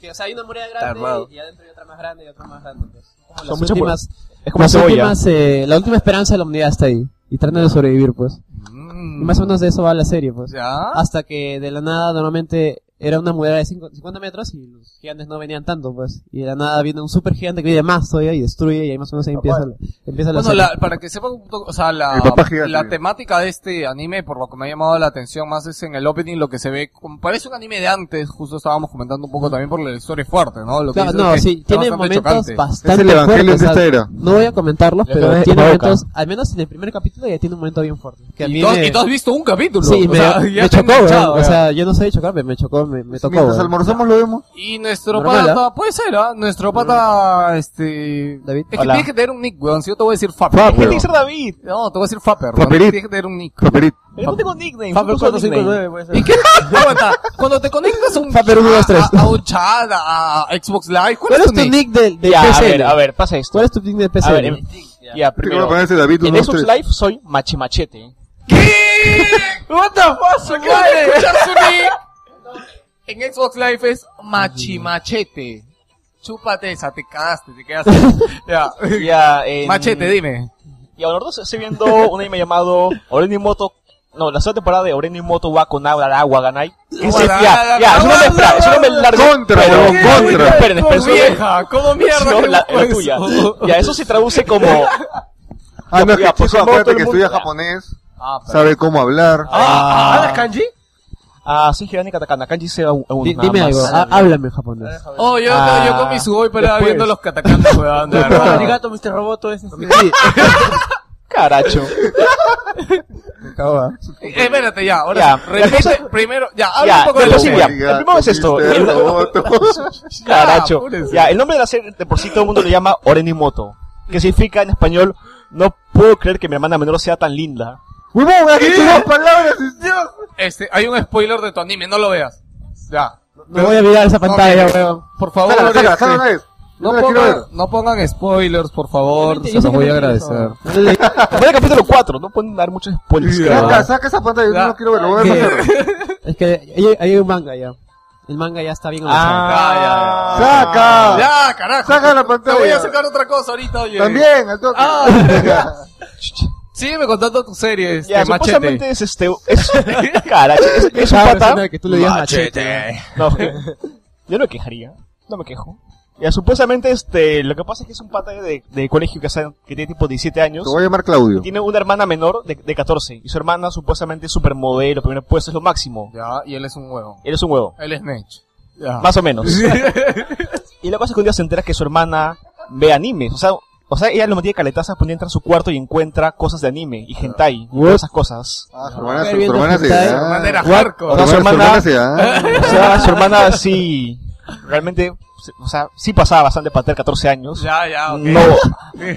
Speaker 7: Que, o sea, hay una muralla grande
Speaker 1: armado.
Speaker 7: y, y adentro hay otra más grande y otra más grande. Entonces, como las
Speaker 8: Son muchas
Speaker 7: últimas,
Speaker 8: Es como
Speaker 7: las
Speaker 8: cebolla.
Speaker 7: últimas, eh, la última esperanza de la humanidad está ahí. Y tratan de sobrevivir, pues. Y
Speaker 8: Mm.
Speaker 7: más o menos de eso va la serie, pues.
Speaker 1: ¿Ya?
Speaker 7: Hasta que de la nada normalmente era una muralla de cinco- 50 metros y los gigantes no venían tanto, pues. Y de la nada viene un super gigante que viene más todavía y destruye y ahí más o menos ahí empieza, la- empieza la
Speaker 1: Bueno,
Speaker 7: serie.
Speaker 1: la- para que sepan, un poco, o sea, la,
Speaker 5: El papá gigante.
Speaker 1: la temática de este anime, por lo que me ha llamado la atención más es en el opening lo que se ve, como- parece un anime de antes, justo estábamos comentando un poco también por la historia es fuerte, ¿no? Lo que
Speaker 7: Claro,
Speaker 1: dices
Speaker 7: no,
Speaker 1: es que
Speaker 7: sí,
Speaker 1: está
Speaker 7: tiene
Speaker 1: bastante
Speaker 7: momentos
Speaker 1: chocante.
Speaker 7: bastante
Speaker 5: Es el evangelio
Speaker 7: fuertes,
Speaker 5: de este
Speaker 7: o sea,
Speaker 5: esta era.
Speaker 7: No voy a comentarlos,
Speaker 8: Le
Speaker 7: pero
Speaker 8: pone
Speaker 7: tiene
Speaker 8: boca.
Speaker 7: momentos, al menos en el primer capítulo ya tiene un momento bien fuerte. Que a
Speaker 1: Y
Speaker 7: mí
Speaker 1: tú, has-
Speaker 7: me-
Speaker 1: y tú has visto un capítulo.
Speaker 7: Sí,
Speaker 1: o
Speaker 7: me,
Speaker 1: sea,
Speaker 7: me
Speaker 1: ya ¿eh? te
Speaker 7: chocó,
Speaker 1: han
Speaker 7: weón.
Speaker 1: hinchado,
Speaker 7: O
Speaker 1: ya.
Speaker 7: sea, yo no sé de chocar, pero me chocó, me, me tocó.
Speaker 5: Pues
Speaker 7: ¿eh?
Speaker 5: Mientras
Speaker 7: weón.
Speaker 5: almorzamos lo vemos.
Speaker 1: y nuestro
Speaker 7: Normal, ¿eh?
Speaker 1: pata, puede ser, ¿ah? Nuestro pata, este...
Speaker 7: David.
Speaker 1: Es que
Speaker 8: Hola.
Speaker 1: tienes que tener un nick, weón, si yo te voy a decir Fapper.
Speaker 5: Fapper.
Speaker 1: weón.
Speaker 5: Tiene que ser
Speaker 8: David?
Speaker 1: No, te voy a decir Fapper, weón,
Speaker 5: Fapperit.
Speaker 1: tienes que tener un nick.
Speaker 5: Paperito.
Speaker 8: Yo no tengo nickname.
Speaker 4: Fapper
Speaker 8: ¿cómo puso
Speaker 4: 459 puede ser.
Speaker 1: ¿Y qué? Aguanta, cuando te conectas a un...
Speaker 7: Fapper uno, dos, tres.
Speaker 1: a- A, a un chat, a a Xbox Live, ¿cuál,
Speaker 7: ¿Cuál es tu nick del, del
Speaker 8: Ya, a
Speaker 7: PSL?
Speaker 8: ver, a ver, pasa esto.
Speaker 7: ¿Cuál es tu nick del
Speaker 8: A ver,
Speaker 7: PSL?
Speaker 8: em-
Speaker 5: Te
Speaker 8: ya,
Speaker 5: voy a
Speaker 8: primero.
Speaker 5: poner ese David
Speaker 8: En
Speaker 5: 1, 2,
Speaker 8: Xbox
Speaker 5: 3.
Speaker 8: Live soy mache machete.
Speaker 1: What the fuck, su madre. Escuchar su nick. En Xbox Live es machimachete. Chúpate esa, te cagaste, te quedaste. ya.
Speaker 8: Ya, en...
Speaker 1: Machete, dime.
Speaker 8: Y ahora dos estoy viendo un anime llamado Moto. No, la segunda temporada de Orenimoto wa Konabara wa Ganai. Que es- Ya, ya, es un nombre fra- es un nombre largo.
Speaker 5: Contra,
Speaker 8: pero-
Speaker 5: weón, contra.
Speaker 8: Esperen, esperen,
Speaker 1: Como
Speaker 8: esperen.
Speaker 1: vieja, como mierda.
Speaker 8: No,
Speaker 1: que
Speaker 8: la,
Speaker 1: busco
Speaker 8: la
Speaker 1: eso.
Speaker 8: tuya.
Speaker 2: Ah,
Speaker 8: Ya, eso se traduce como.
Speaker 5: Ah, no, es que
Speaker 8: Ya,
Speaker 5: el chico,
Speaker 8: por favor, todo
Speaker 5: acuérdate
Speaker 8: el
Speaker 5: que
Speaker 8: mundo-
Speaker 5: estudia
Speaker 8: ya.
Speaker 5: japonés,
Speaker 1: Ah, pero-
Speaker 5: sabe cómo hablar.
Speaker 8: Ah,
Speaker 4: ¿Hablas kanji?
Speaker 8: ah, sí, Hirani Katakana. Kanji se va un.
Speaker 7: Di-
Speaker 8: nada
Speaker 7: dime
Speaker 8: más.
Speaker 7: algo, ha- háblame en japonés.
Speaker 1: Oh, yo,
Speaker 8: Ah.
Speaker 1: yo con mi suboy para
Speaker 8: Después.
Speaker 1: viendo los catacanas, weón, de verdad.
Speaker 4: Arigato, Mr. Roboto es.
Speaker 8: Caracho.
Speaker 1: Eh, Espérate, ya, ahora
Speaker 8: Ya,
Speaker 1: sí.
Speaker 8: la
Speaker 1: repite
Speaker 8: cosa-
Speaker 1: primero, ya, habla
Speaker 8: Ya,
Speaker 1: un poco
Speaker 8: la
Speaker 1: de
Speaker 8: cosa-
Speaker 1: la
Speaker 8: ya, el primero es esto.
Speaker 5: Mister
Speaker 8: El-
Speaker 5: Roboto.
Speaker 8: Caracho.
Speaker 1: apúrense.
Speaker 8: Ya, el nombre de la serie de por sí todo el mundo le llama Orenimoto. Que significa en español, no puedo creer que mi hermana menor sea tan linda.
Speaker 5: ¡Huevón, has dicho dos palabras! y- Dios.
Speaker 1: Este, hay un spoiler de tu anime, no lo veas. Ya.
Speaker 7: No voy a mirar esa pantalla,
Speaker 1: mira.
Speaker 7: weón.
Speaker 1: Por favor,
Speaker 5: Sácala, sácala,
Speaker 1: este,
Speaker 5: sácala una vez.
Speaker 1: No
Speaker 5: Yo la quiero
Speaker 1: pongan,
Speaker 5: ver.
Speaker 1: no pongan spoilers, por favor, se los voy a agradecer.
Speaker 8: Fue el capítulo 4, no pueden dar muchos spoilers.
Speaker 5: Saca, saca esa pantalla, yo no lo quiero ver, lo voy a ver
Speaker 7: Ya.
Speaker 5: más tarde.
Speaker 7: Es que hay, hay un manga ya. El manga ya está bien avanzado.
Speaker 8: Ah,
Speaker 5: ¡Saca!
Speaker 1: Ya, carajo.
Speaker 5: Saca la
Speaker 1: Te voy a
Speaker 5: pantalla.
Speaker 1: sacar otra cosa ahorita, oye.
Speaker 5: También, al toque.
Speaker 1: Ah. Sígueme contando tus series,
Speaker 8: Ya,
Speaker 1: este, machete.
Speaker 8: supuestamente es este. Es, caracho, es, es un
Speaker 7: Cada
Speaker 8: pata.
Speaker 7: persona que tú le digas machete.
Speaker 8: No, yo no me quejaría. No me quejo. Ya, supuestamente, este, lo que pasa es que es un pata de, de colegio que, sa- que tiene tipo 17 años.
Speaker 5: Te voy a llamar Claudio.
Speaker 8: Tiene una hermana menor de, de 14. Y su hermana supuestamente es supermodelo, primer puesto, es lo máximo.
Speaker 1: Ya, y él es un huevo.
Speaker 8: Él es un huevo.
Speaker 1: Él es Nech. Ya.
Speaker 8: Más o menos. y la cosa es que un día se entera que su hermana ve anime. O sea, o sea ella lo metía caletazas, ponía entra a su cuarto y encuentra cosas de anime y hentai. Y todas esas cosas.
Speaker 5: Ah, su hermana, su,
Speaker 7: viendo
Speaker 5: su hermana se
Speaker 7: hentai.
Speaker 5: da.
Speaker 1: De manera
Speaker 8: What?
Speaker 5: Su
Speaker 1: hardcore.
Speaker 5: hermana,
Speaker 8: Su
Speaker 5: su
Speaker 8: hermana-
Speaker 5: hermana se da.
Speaker 8: O sea, su hermana sí. Realmente, o sea, sí pasaba bastante para tener 14 años.
Speaker 1: Ya, ya, ok.
Speaker 8: No,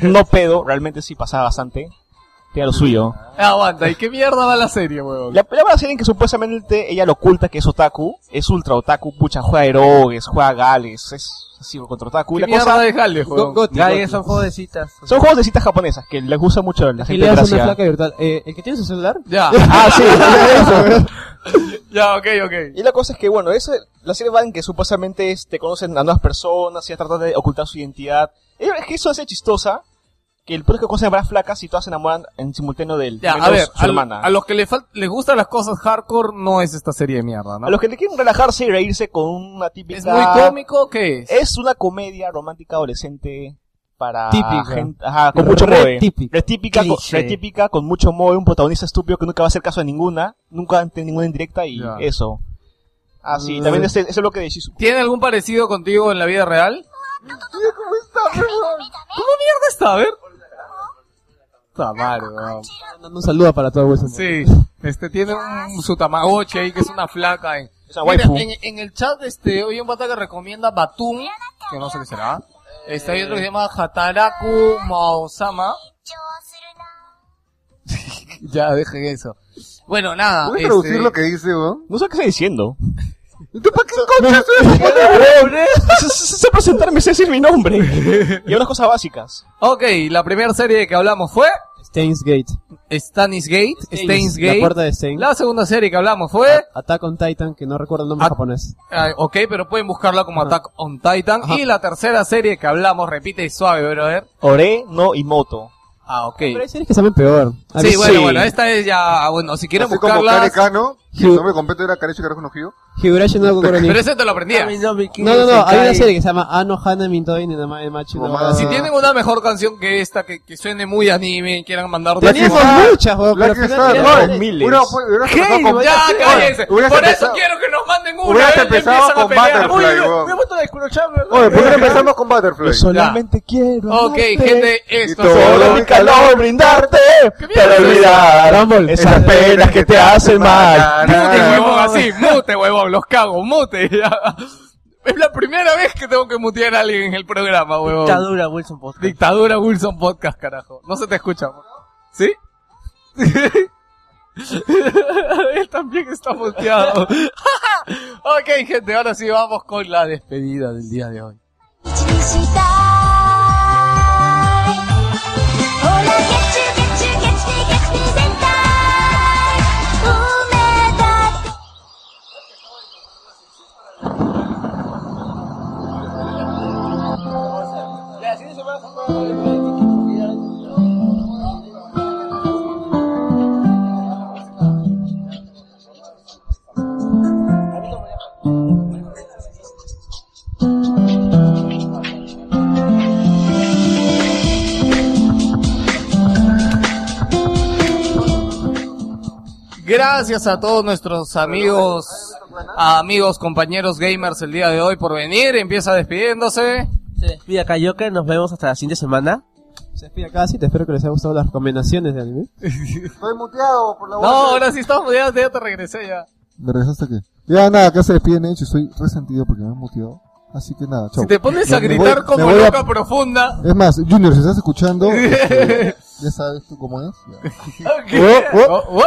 Speaker 8: no pedo, realmente sí pasaba bastante. Tiene lo suyo.
Speaker 1: Aguanta, ¿y qué mierda va la serie, huevón?
Speaker 8: La palabra serie en que supuestamente ella lo oculta que es otaku, es ultra otaku, pucha, juega erogues, juega gales, es así contra otaku. Y
Speaker 1: ¿Qué
Speaker 8: la
Speaker 1: mierda
Speaker 8: cosa,
Speaker 1: de Halle, huevón?
Speaker 4: Gay, son jodecitas.
Speaker 8: son juegos de citas japonesas que les gusta mucho a la
Speaker 7: Y
Speaker 8: gente
Speaker 7: le
Speaker 8: de
Speaker 7: das una
Speaker 8: Gracia.
Speaker 7: placa virtual. Eh, el que tiene su celular,
Speaker 1: Ya,
Speaker 8: Ah, sí, eso.
Speaker 1: ya, ok, ok.
Speaker 8: Y la cosa es que, bueno, eso, la serie va en que supuestamente este, conocen a nuevas personas y ya tratan de ocultar su identidad. Eh, Es que eso hace chistosa que el punto es que conocen a varias flacas y todas se enamoran en simultáneo de él.
Speaker 1: Ya,
Speaker 8: menos
Speaker 1: a ver,
Speaker 8: su
Speaker 1: a,
Speaker 8: hermana.
Speaker 1: a los que le fal- les gustan las cosas hardcore, no es esta serie de mierda, ¿no?
Speaker 8: A los que le quieren relajarse y reírse con una típica...
Speaker 1: ¿Es muy cómico o qué es?
Speaker 8: Es una comedia romántica adolescente para...
Speaker 7: Típica.
Speaker 8: gente- ajá, con mucho
Speaker 7: Re
Speaker 8: move.
Speaker 7: típica.
Speaker 8: Re típica, con,
Speaker 7: Cliché.
Speaker 8: re típica, con mucho move, un protagonista estúpido que nunca va a hacer caso a ninguna, nunca ante ninguna indirecta y
Speaker 1: Ya.
Speaker 8: eso. Ah, sí, también ese, ese bloque de Shizuku.
Speaker 1: ¿Tiene algún parecido contigo en la vida real? ¿Cómo mierda está? A ver. Está mal, weón.
Speaker 7: mandando un saludo para todo Wilson.
Speaker 1: Sí, este tiene un, su tamagotchi ahí que es una flaca. eh.
Speaker 8: Es una
Speaker 1: Mira,
Speaker 8: waifu.
Speaker 1: en, en el chat este, hoy un pata que recomienda Batum, que no sé qué será. Este, hay otro que se llama Hataraku Maosama. ya, dejen eso. Bueno, nada.
Speaker 5: ¿Puedes
Speaker 1: este-
Speaker 5: traducir lo que dice, weón?
Speaker 8: No sé qué estoy diciendo.
Speaker 5: ¿Tú para qué concha
Speaker 8: sé, sé- sé presentarme, sé decir mi nombre. Y unas cosas básicas.
Speaker 1: Ok, la primera serie que hablamos fue
Speaker 7: Stains Gate.
Speaker 1: Stanis Gate, Stains
Speaker 7: La puerta
Speaker 1: Gate.
Speaker 7: de Stains.
Speaker 1: La segunda serie que hablamos fue,
Speaker 7: Attack on Titan, que no recuerdo el nombre
Speaker 1: Ah.
Speaker 7: japonés.
Speaker 1: ah, ok, pero pueden buscarla como Attack on Titan. Y la tercera serie que hablamos, repite suave, brother.
Speaker 8: Ore no Imoto.
Speaker 1: Ah, ok.
Speaker 7: Pero hay series que saben peor. A
Speaker 1: Sí,
Speaker 7: veces-
Speaker 1: bueno, bueno, esta es ya, ah, bueno, si quieren
Speaker 5: Así como
Speaker 1: buscarla.
Speaker 5: Carecano, que el nombre completo era Carecho Carajo Nojido.
Speaker 7: Higurashi no Kokoro ni-
Speaker 1: Pero eso te lo aprendía.
Speaker 7: No, no, no, hay una serie que se llama Ano Hana Mintoi ni Namae Machi. no
Speaker 5: Romance.
Speaker 7: va-
Speaker 1: Si tienen una mejor canción que esta, que, que suene muy anime y quieran mandar
Speaker 7: Teníamos
Speaker 5: Star.
Speaker 7: muchas, weón,
Speaker 5: Black
Speaker 7: pero al final
Speaker 5: Star,
Speaker 7: queríamos-
Speaker 5: oye,
Speaker 8: miles.
Speaker 5: uno fue- hubieras empezado con-
Speaker 1: ya,
Speaker 5: Oye,
Speaker 1: cállense. Por
Speaker 5: hubieras
Speaker 1: eso
Speaker 5: empezado-
Speaker 1: quiero que nos manden una.
Speaker 5: Hubieras
Speaker 1: ya
Speaker 5: empezado
Speaker 1: empiezan a
Speaker 5: con
Speaker 1: pelear.
Speaker 5: Butterfly, weón.
Speaker 4: puesto la escurochada, ¿verdad?
Speaker 5: Oye, ¿por qué no empezamos con Butterfly?
Speaker 7: Yo solamente quiero.
Speaker 1: Ok,
Speaker 7: amarte.
Speaker 1: gente, esto
Speaker 5: Y
Speaker 1: es
Speaker 5: todo
Speaker 1: todo.
Speaker 5: mi
Speaker 8: calor brindarte,
Speaker 1: pero
Speaker 8: olvidar
Speaker 19: esas
Speaker 8: penas que te hacen mal. Oh,
Speaker 1: Mute, este huevón, así, mute, huevón, los cago, mute. ya. Es la primera vez que tengo que mutear a alguien en el programa, huevón.
Speaker 4: Dictadura, Wilson Post.
Speaker 1: Dictadura Wilson Podcast, carajo. No se te escucha. huevón. ¿Sí? Él también está muteado. ok, gente, ahora sí vamos con la despedida del día de hoy.
Speaker 6: 一にしたいほらゲチュゲチュゲチュゲチュゲチュ全体埋めたって
Speaker 1: Gracias a todos nuestros amigos, amigos, compañeros gamers el día de hoy por venir. Empieza despidiéndose.
Speaker 4: Se despide acá Joker, nos vemos hasta la siguiente semana.
Speaker 7: Se despide acá, sí, te espero que les haya gustado las recomendaciones de anime.
Speaker 5: Estoy muteado por la
Speaker 1: No, ahora sí estamos muteados, ya te regresé ya.
Speaker 20: ¿Me regresaste qué? Ya nada, acá se despiden hecho, estoy resentido porque me han muteado. Así que nada, chao.
Speaker 1: Si te pones a
Speaker 20: Me
Speaker 1: gritar
Speaker 20: voy-
Speaker 1: como
Speaker 20: me voy a-
Speaker 1: loca profunda.
Speaker 20: Es más, Junior, si estás escuchando, este, ya sabes tú cómo es. ya.
Speaker 1: Oh, oh.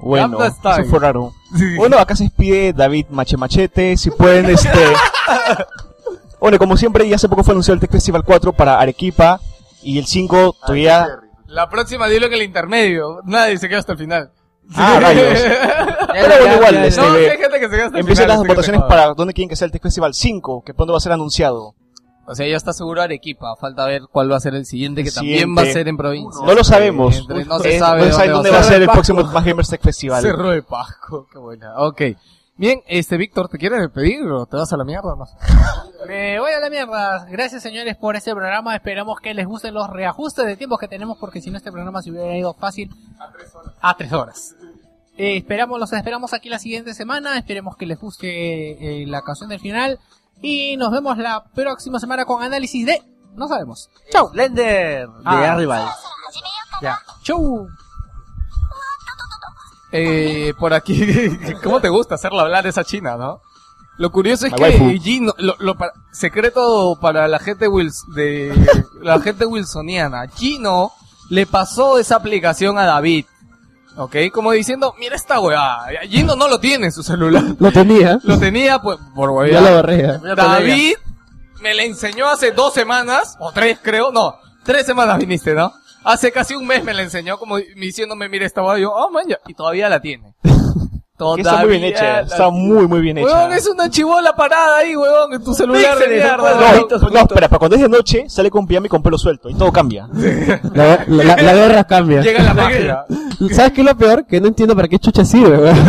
Speaker 8: Bueno,
Speaker 1: Gamma Style.
Speaker 8: eso fue raro.
Speaker 1: Sí.
Speaker 8: Bueno, acá se despide David Mache Machete, si pueden, este... Bueno, como siempre, ya hace poco fue anunciado el Tech Festival 4 para Arequipa, y el 5
Speaker 1: Ah,
Speaker 8: todavía...
Speaker 1: La próxima dilo que el intermedio. Nadie se queda hasta el final.
Speaker 8: Ah, rayos. Pero bueno, igual, este...
Speaker 1: No, sí
Speaker 8: ve-
Speaker 1: hay gente que se queda hasta el
Speaker 8: Empiezan
Speaker 1: final.
Speaker 8: las
Speaker 1: así que te
Speaker 8: votaciones
Speaker 1: jodas.
Speaker 8: para dónde quieren que sea el Tech Festival 5, que pronto va a ser anunciado.
Speaker 1: O sea, ya está seguro Arequipa. Falta ver cuál va a ser el siguiente, que
Speaker 8: El
Speaker 1: también va a
Speaker 8: siguiente.
Speaker 1: ser en provincia.
Speaker 8: No lo sabemos.
Speaker 1: Entre- no
Speaker 8: Eh,
Speaker 1: se sabe
Speaker 8: no saben dónde va a ser el próximo Más Gamers Tech Festival.
Speaker 1: Cerro de Pasco, qué buena. Ok. Bien, este, Víctor, ¿te quieres despedir o te vas a la mierda o no?
Speaker 2: Me voy a Eh, la mierda. Gracias, señores, por este programa. Esperamos que les gusten los reajustes de tiempos que tenemos, porque si no, este programa se hubiera ido fácil a tres horas. Eh, esperamos, los esperamos aquí la siguiente semana. Esperemos que les guste eh, la canción del final. Y nos vemos la próxima semana con análisis de. No sabemos.
Speaker 4: Chau. Lender de
Speaker 2: Ah.
Speaker 4: Arrival.
Speaker 2: ¡Chau!
Speaker 1: Eh, por aquí, ¿cómo te gusta hacerla hablar esa china, no? Lo curioso es
Speaker 8: La
Speaker 1: que
Speaker 8: waifu.
Speaker 1: Gino, lo, lo para- secreto para la gente Wils, de la gente wilsoniana, Gino le pasó esa aplicación a David, ¿ok? Como diciendo, mira esta huevada, Gino no lo tiene en su celular,
Speaker 7: Lo tenía.
Speaker 1: lo tenía pues por
Speaker 7: Ya lo
Speaker 1: huevada.
Speaker 7: borré.
Speaker 1: David me la enseñó hace dos semanas, o tres creo, no, tres semanas viniste, ¿no? Hace casi un mes me la enseñó como diciéndome, mira esta hueá, yo, oh man, ya", y todavía la tiene.
Speaker 8: Que está muy bien
Speaker 1: Todavía
Speaker 8: hecha,
Speaker 1: la
Speaker 8: está muy muy bien hecha.
Speaker 1: Huevón, es una chivola parada ahí, huevón, en tu celular de
Speaker 4: píxeles,
Speaker 1: mierda.
Speaker 4: son
Speaker 8: No,
Speaker 1: huevón.
Speaker 4: cuadraditos.
Speaker 8: no, espera, para cuando es de noche sale con pijama y con pelo suelto y todo cambia.
Speaker 7: La, la, la, la guerra cambia.
Speaker 1: Llega la magia.
Speaker 7: ¿Sabes qué es lo peor? Que no entiendo para qué chucha sirve, weón.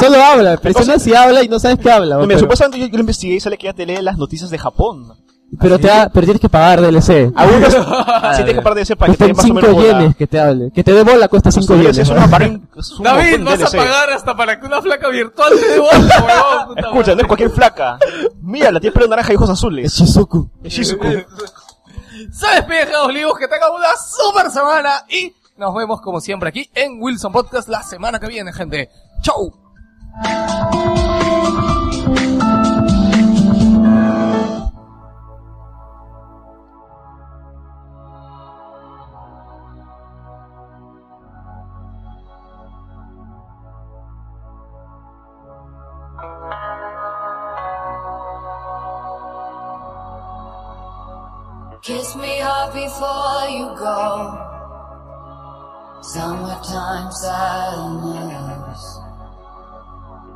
Speaker 7: Solo habla, presiona si habla y no sabes qué
Speaker 8: No,
Speaker 7: habla, weón,
Speaker 8: mira,
Speaker 7: pero,
Speaker 8: supuestamente yo, yo lo investigué y sale que ya te lee las noticias de Japón. Ah,
Speaker 7: pero te da- pero tienes que pagar DLC.
Speaker 8: Algunos sí tienen que parar de ese Ah, para que te
Speaker 7: Cuesta
Speaker 8: den más o
Speaker 7: 5
Speaker 8: menos bola.
Speaker 7: yenes que te hable. Que te dé bola cuesta 5
Speaker 8: Sí,
Speaker 7: yenes.
Speaker 8: Es
Speaker 7: weón.
Speaker 8: una barra- es un
Speaker 1: David,
Speaker 8: montón de
Speaker 1: vas a
Speaker 8: DLC.
Speaker 1: pagar hasta para que una flaca virtual te dé bola, huevón. puta madre.
Speaker 8: Escucha, no es cualquier flaca. Mira, la tiene pelo naranja y ojos
Speaker 7: Es
Speaker 8: azules.
Speaker 7: Shizuku.
Speaker 8: Es Shizuku.
Speaker 1: Se despide Jados Olivos, que tengan una super semana y nos vemos como siempre aquí en Wilson Podcast la semana que viene, gente. ¡Chau!
Speaker 6: Kiss me hard before you go. Summertime sadness.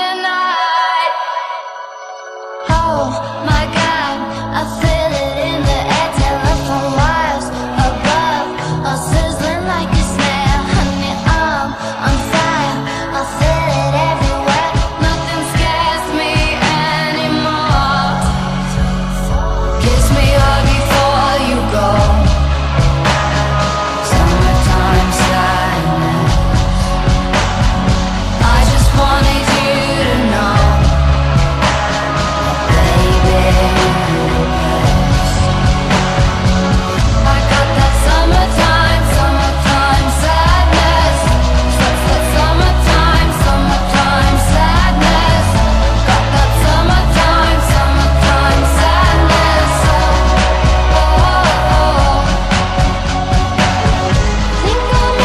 Speaker 6: tonight. Oh my God, I feel it in the air. Telephone wires above are sizzling like a snare. Honey, I'm on fire. I feel it everywhere. Nothing scares me anymore. Kiss me hard before you go. Summertime sadness. I just wanted you to know.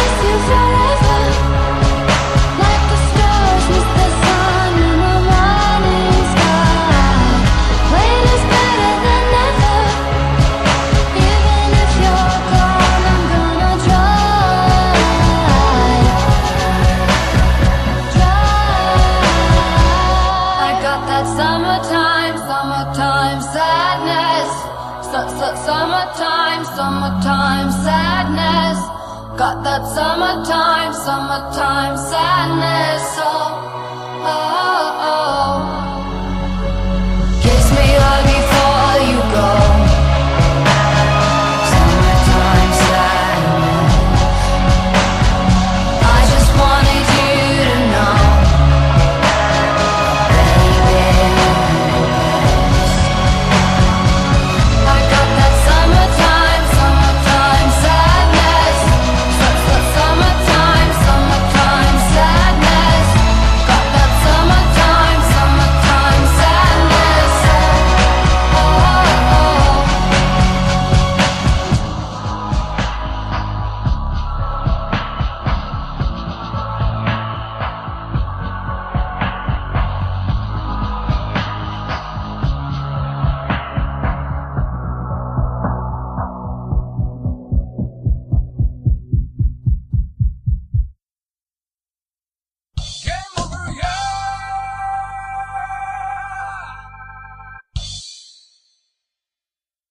Speaker 6: Forever like the stars miss the sun in the morning sky. Rain is better than never. Even if you're gone, I'm gonna try. Try. I got that summertime, summertime sadness. Su- su- Summertime, summertime sadness. Got that summertime, summertime sadness. Oh, oh. Oh,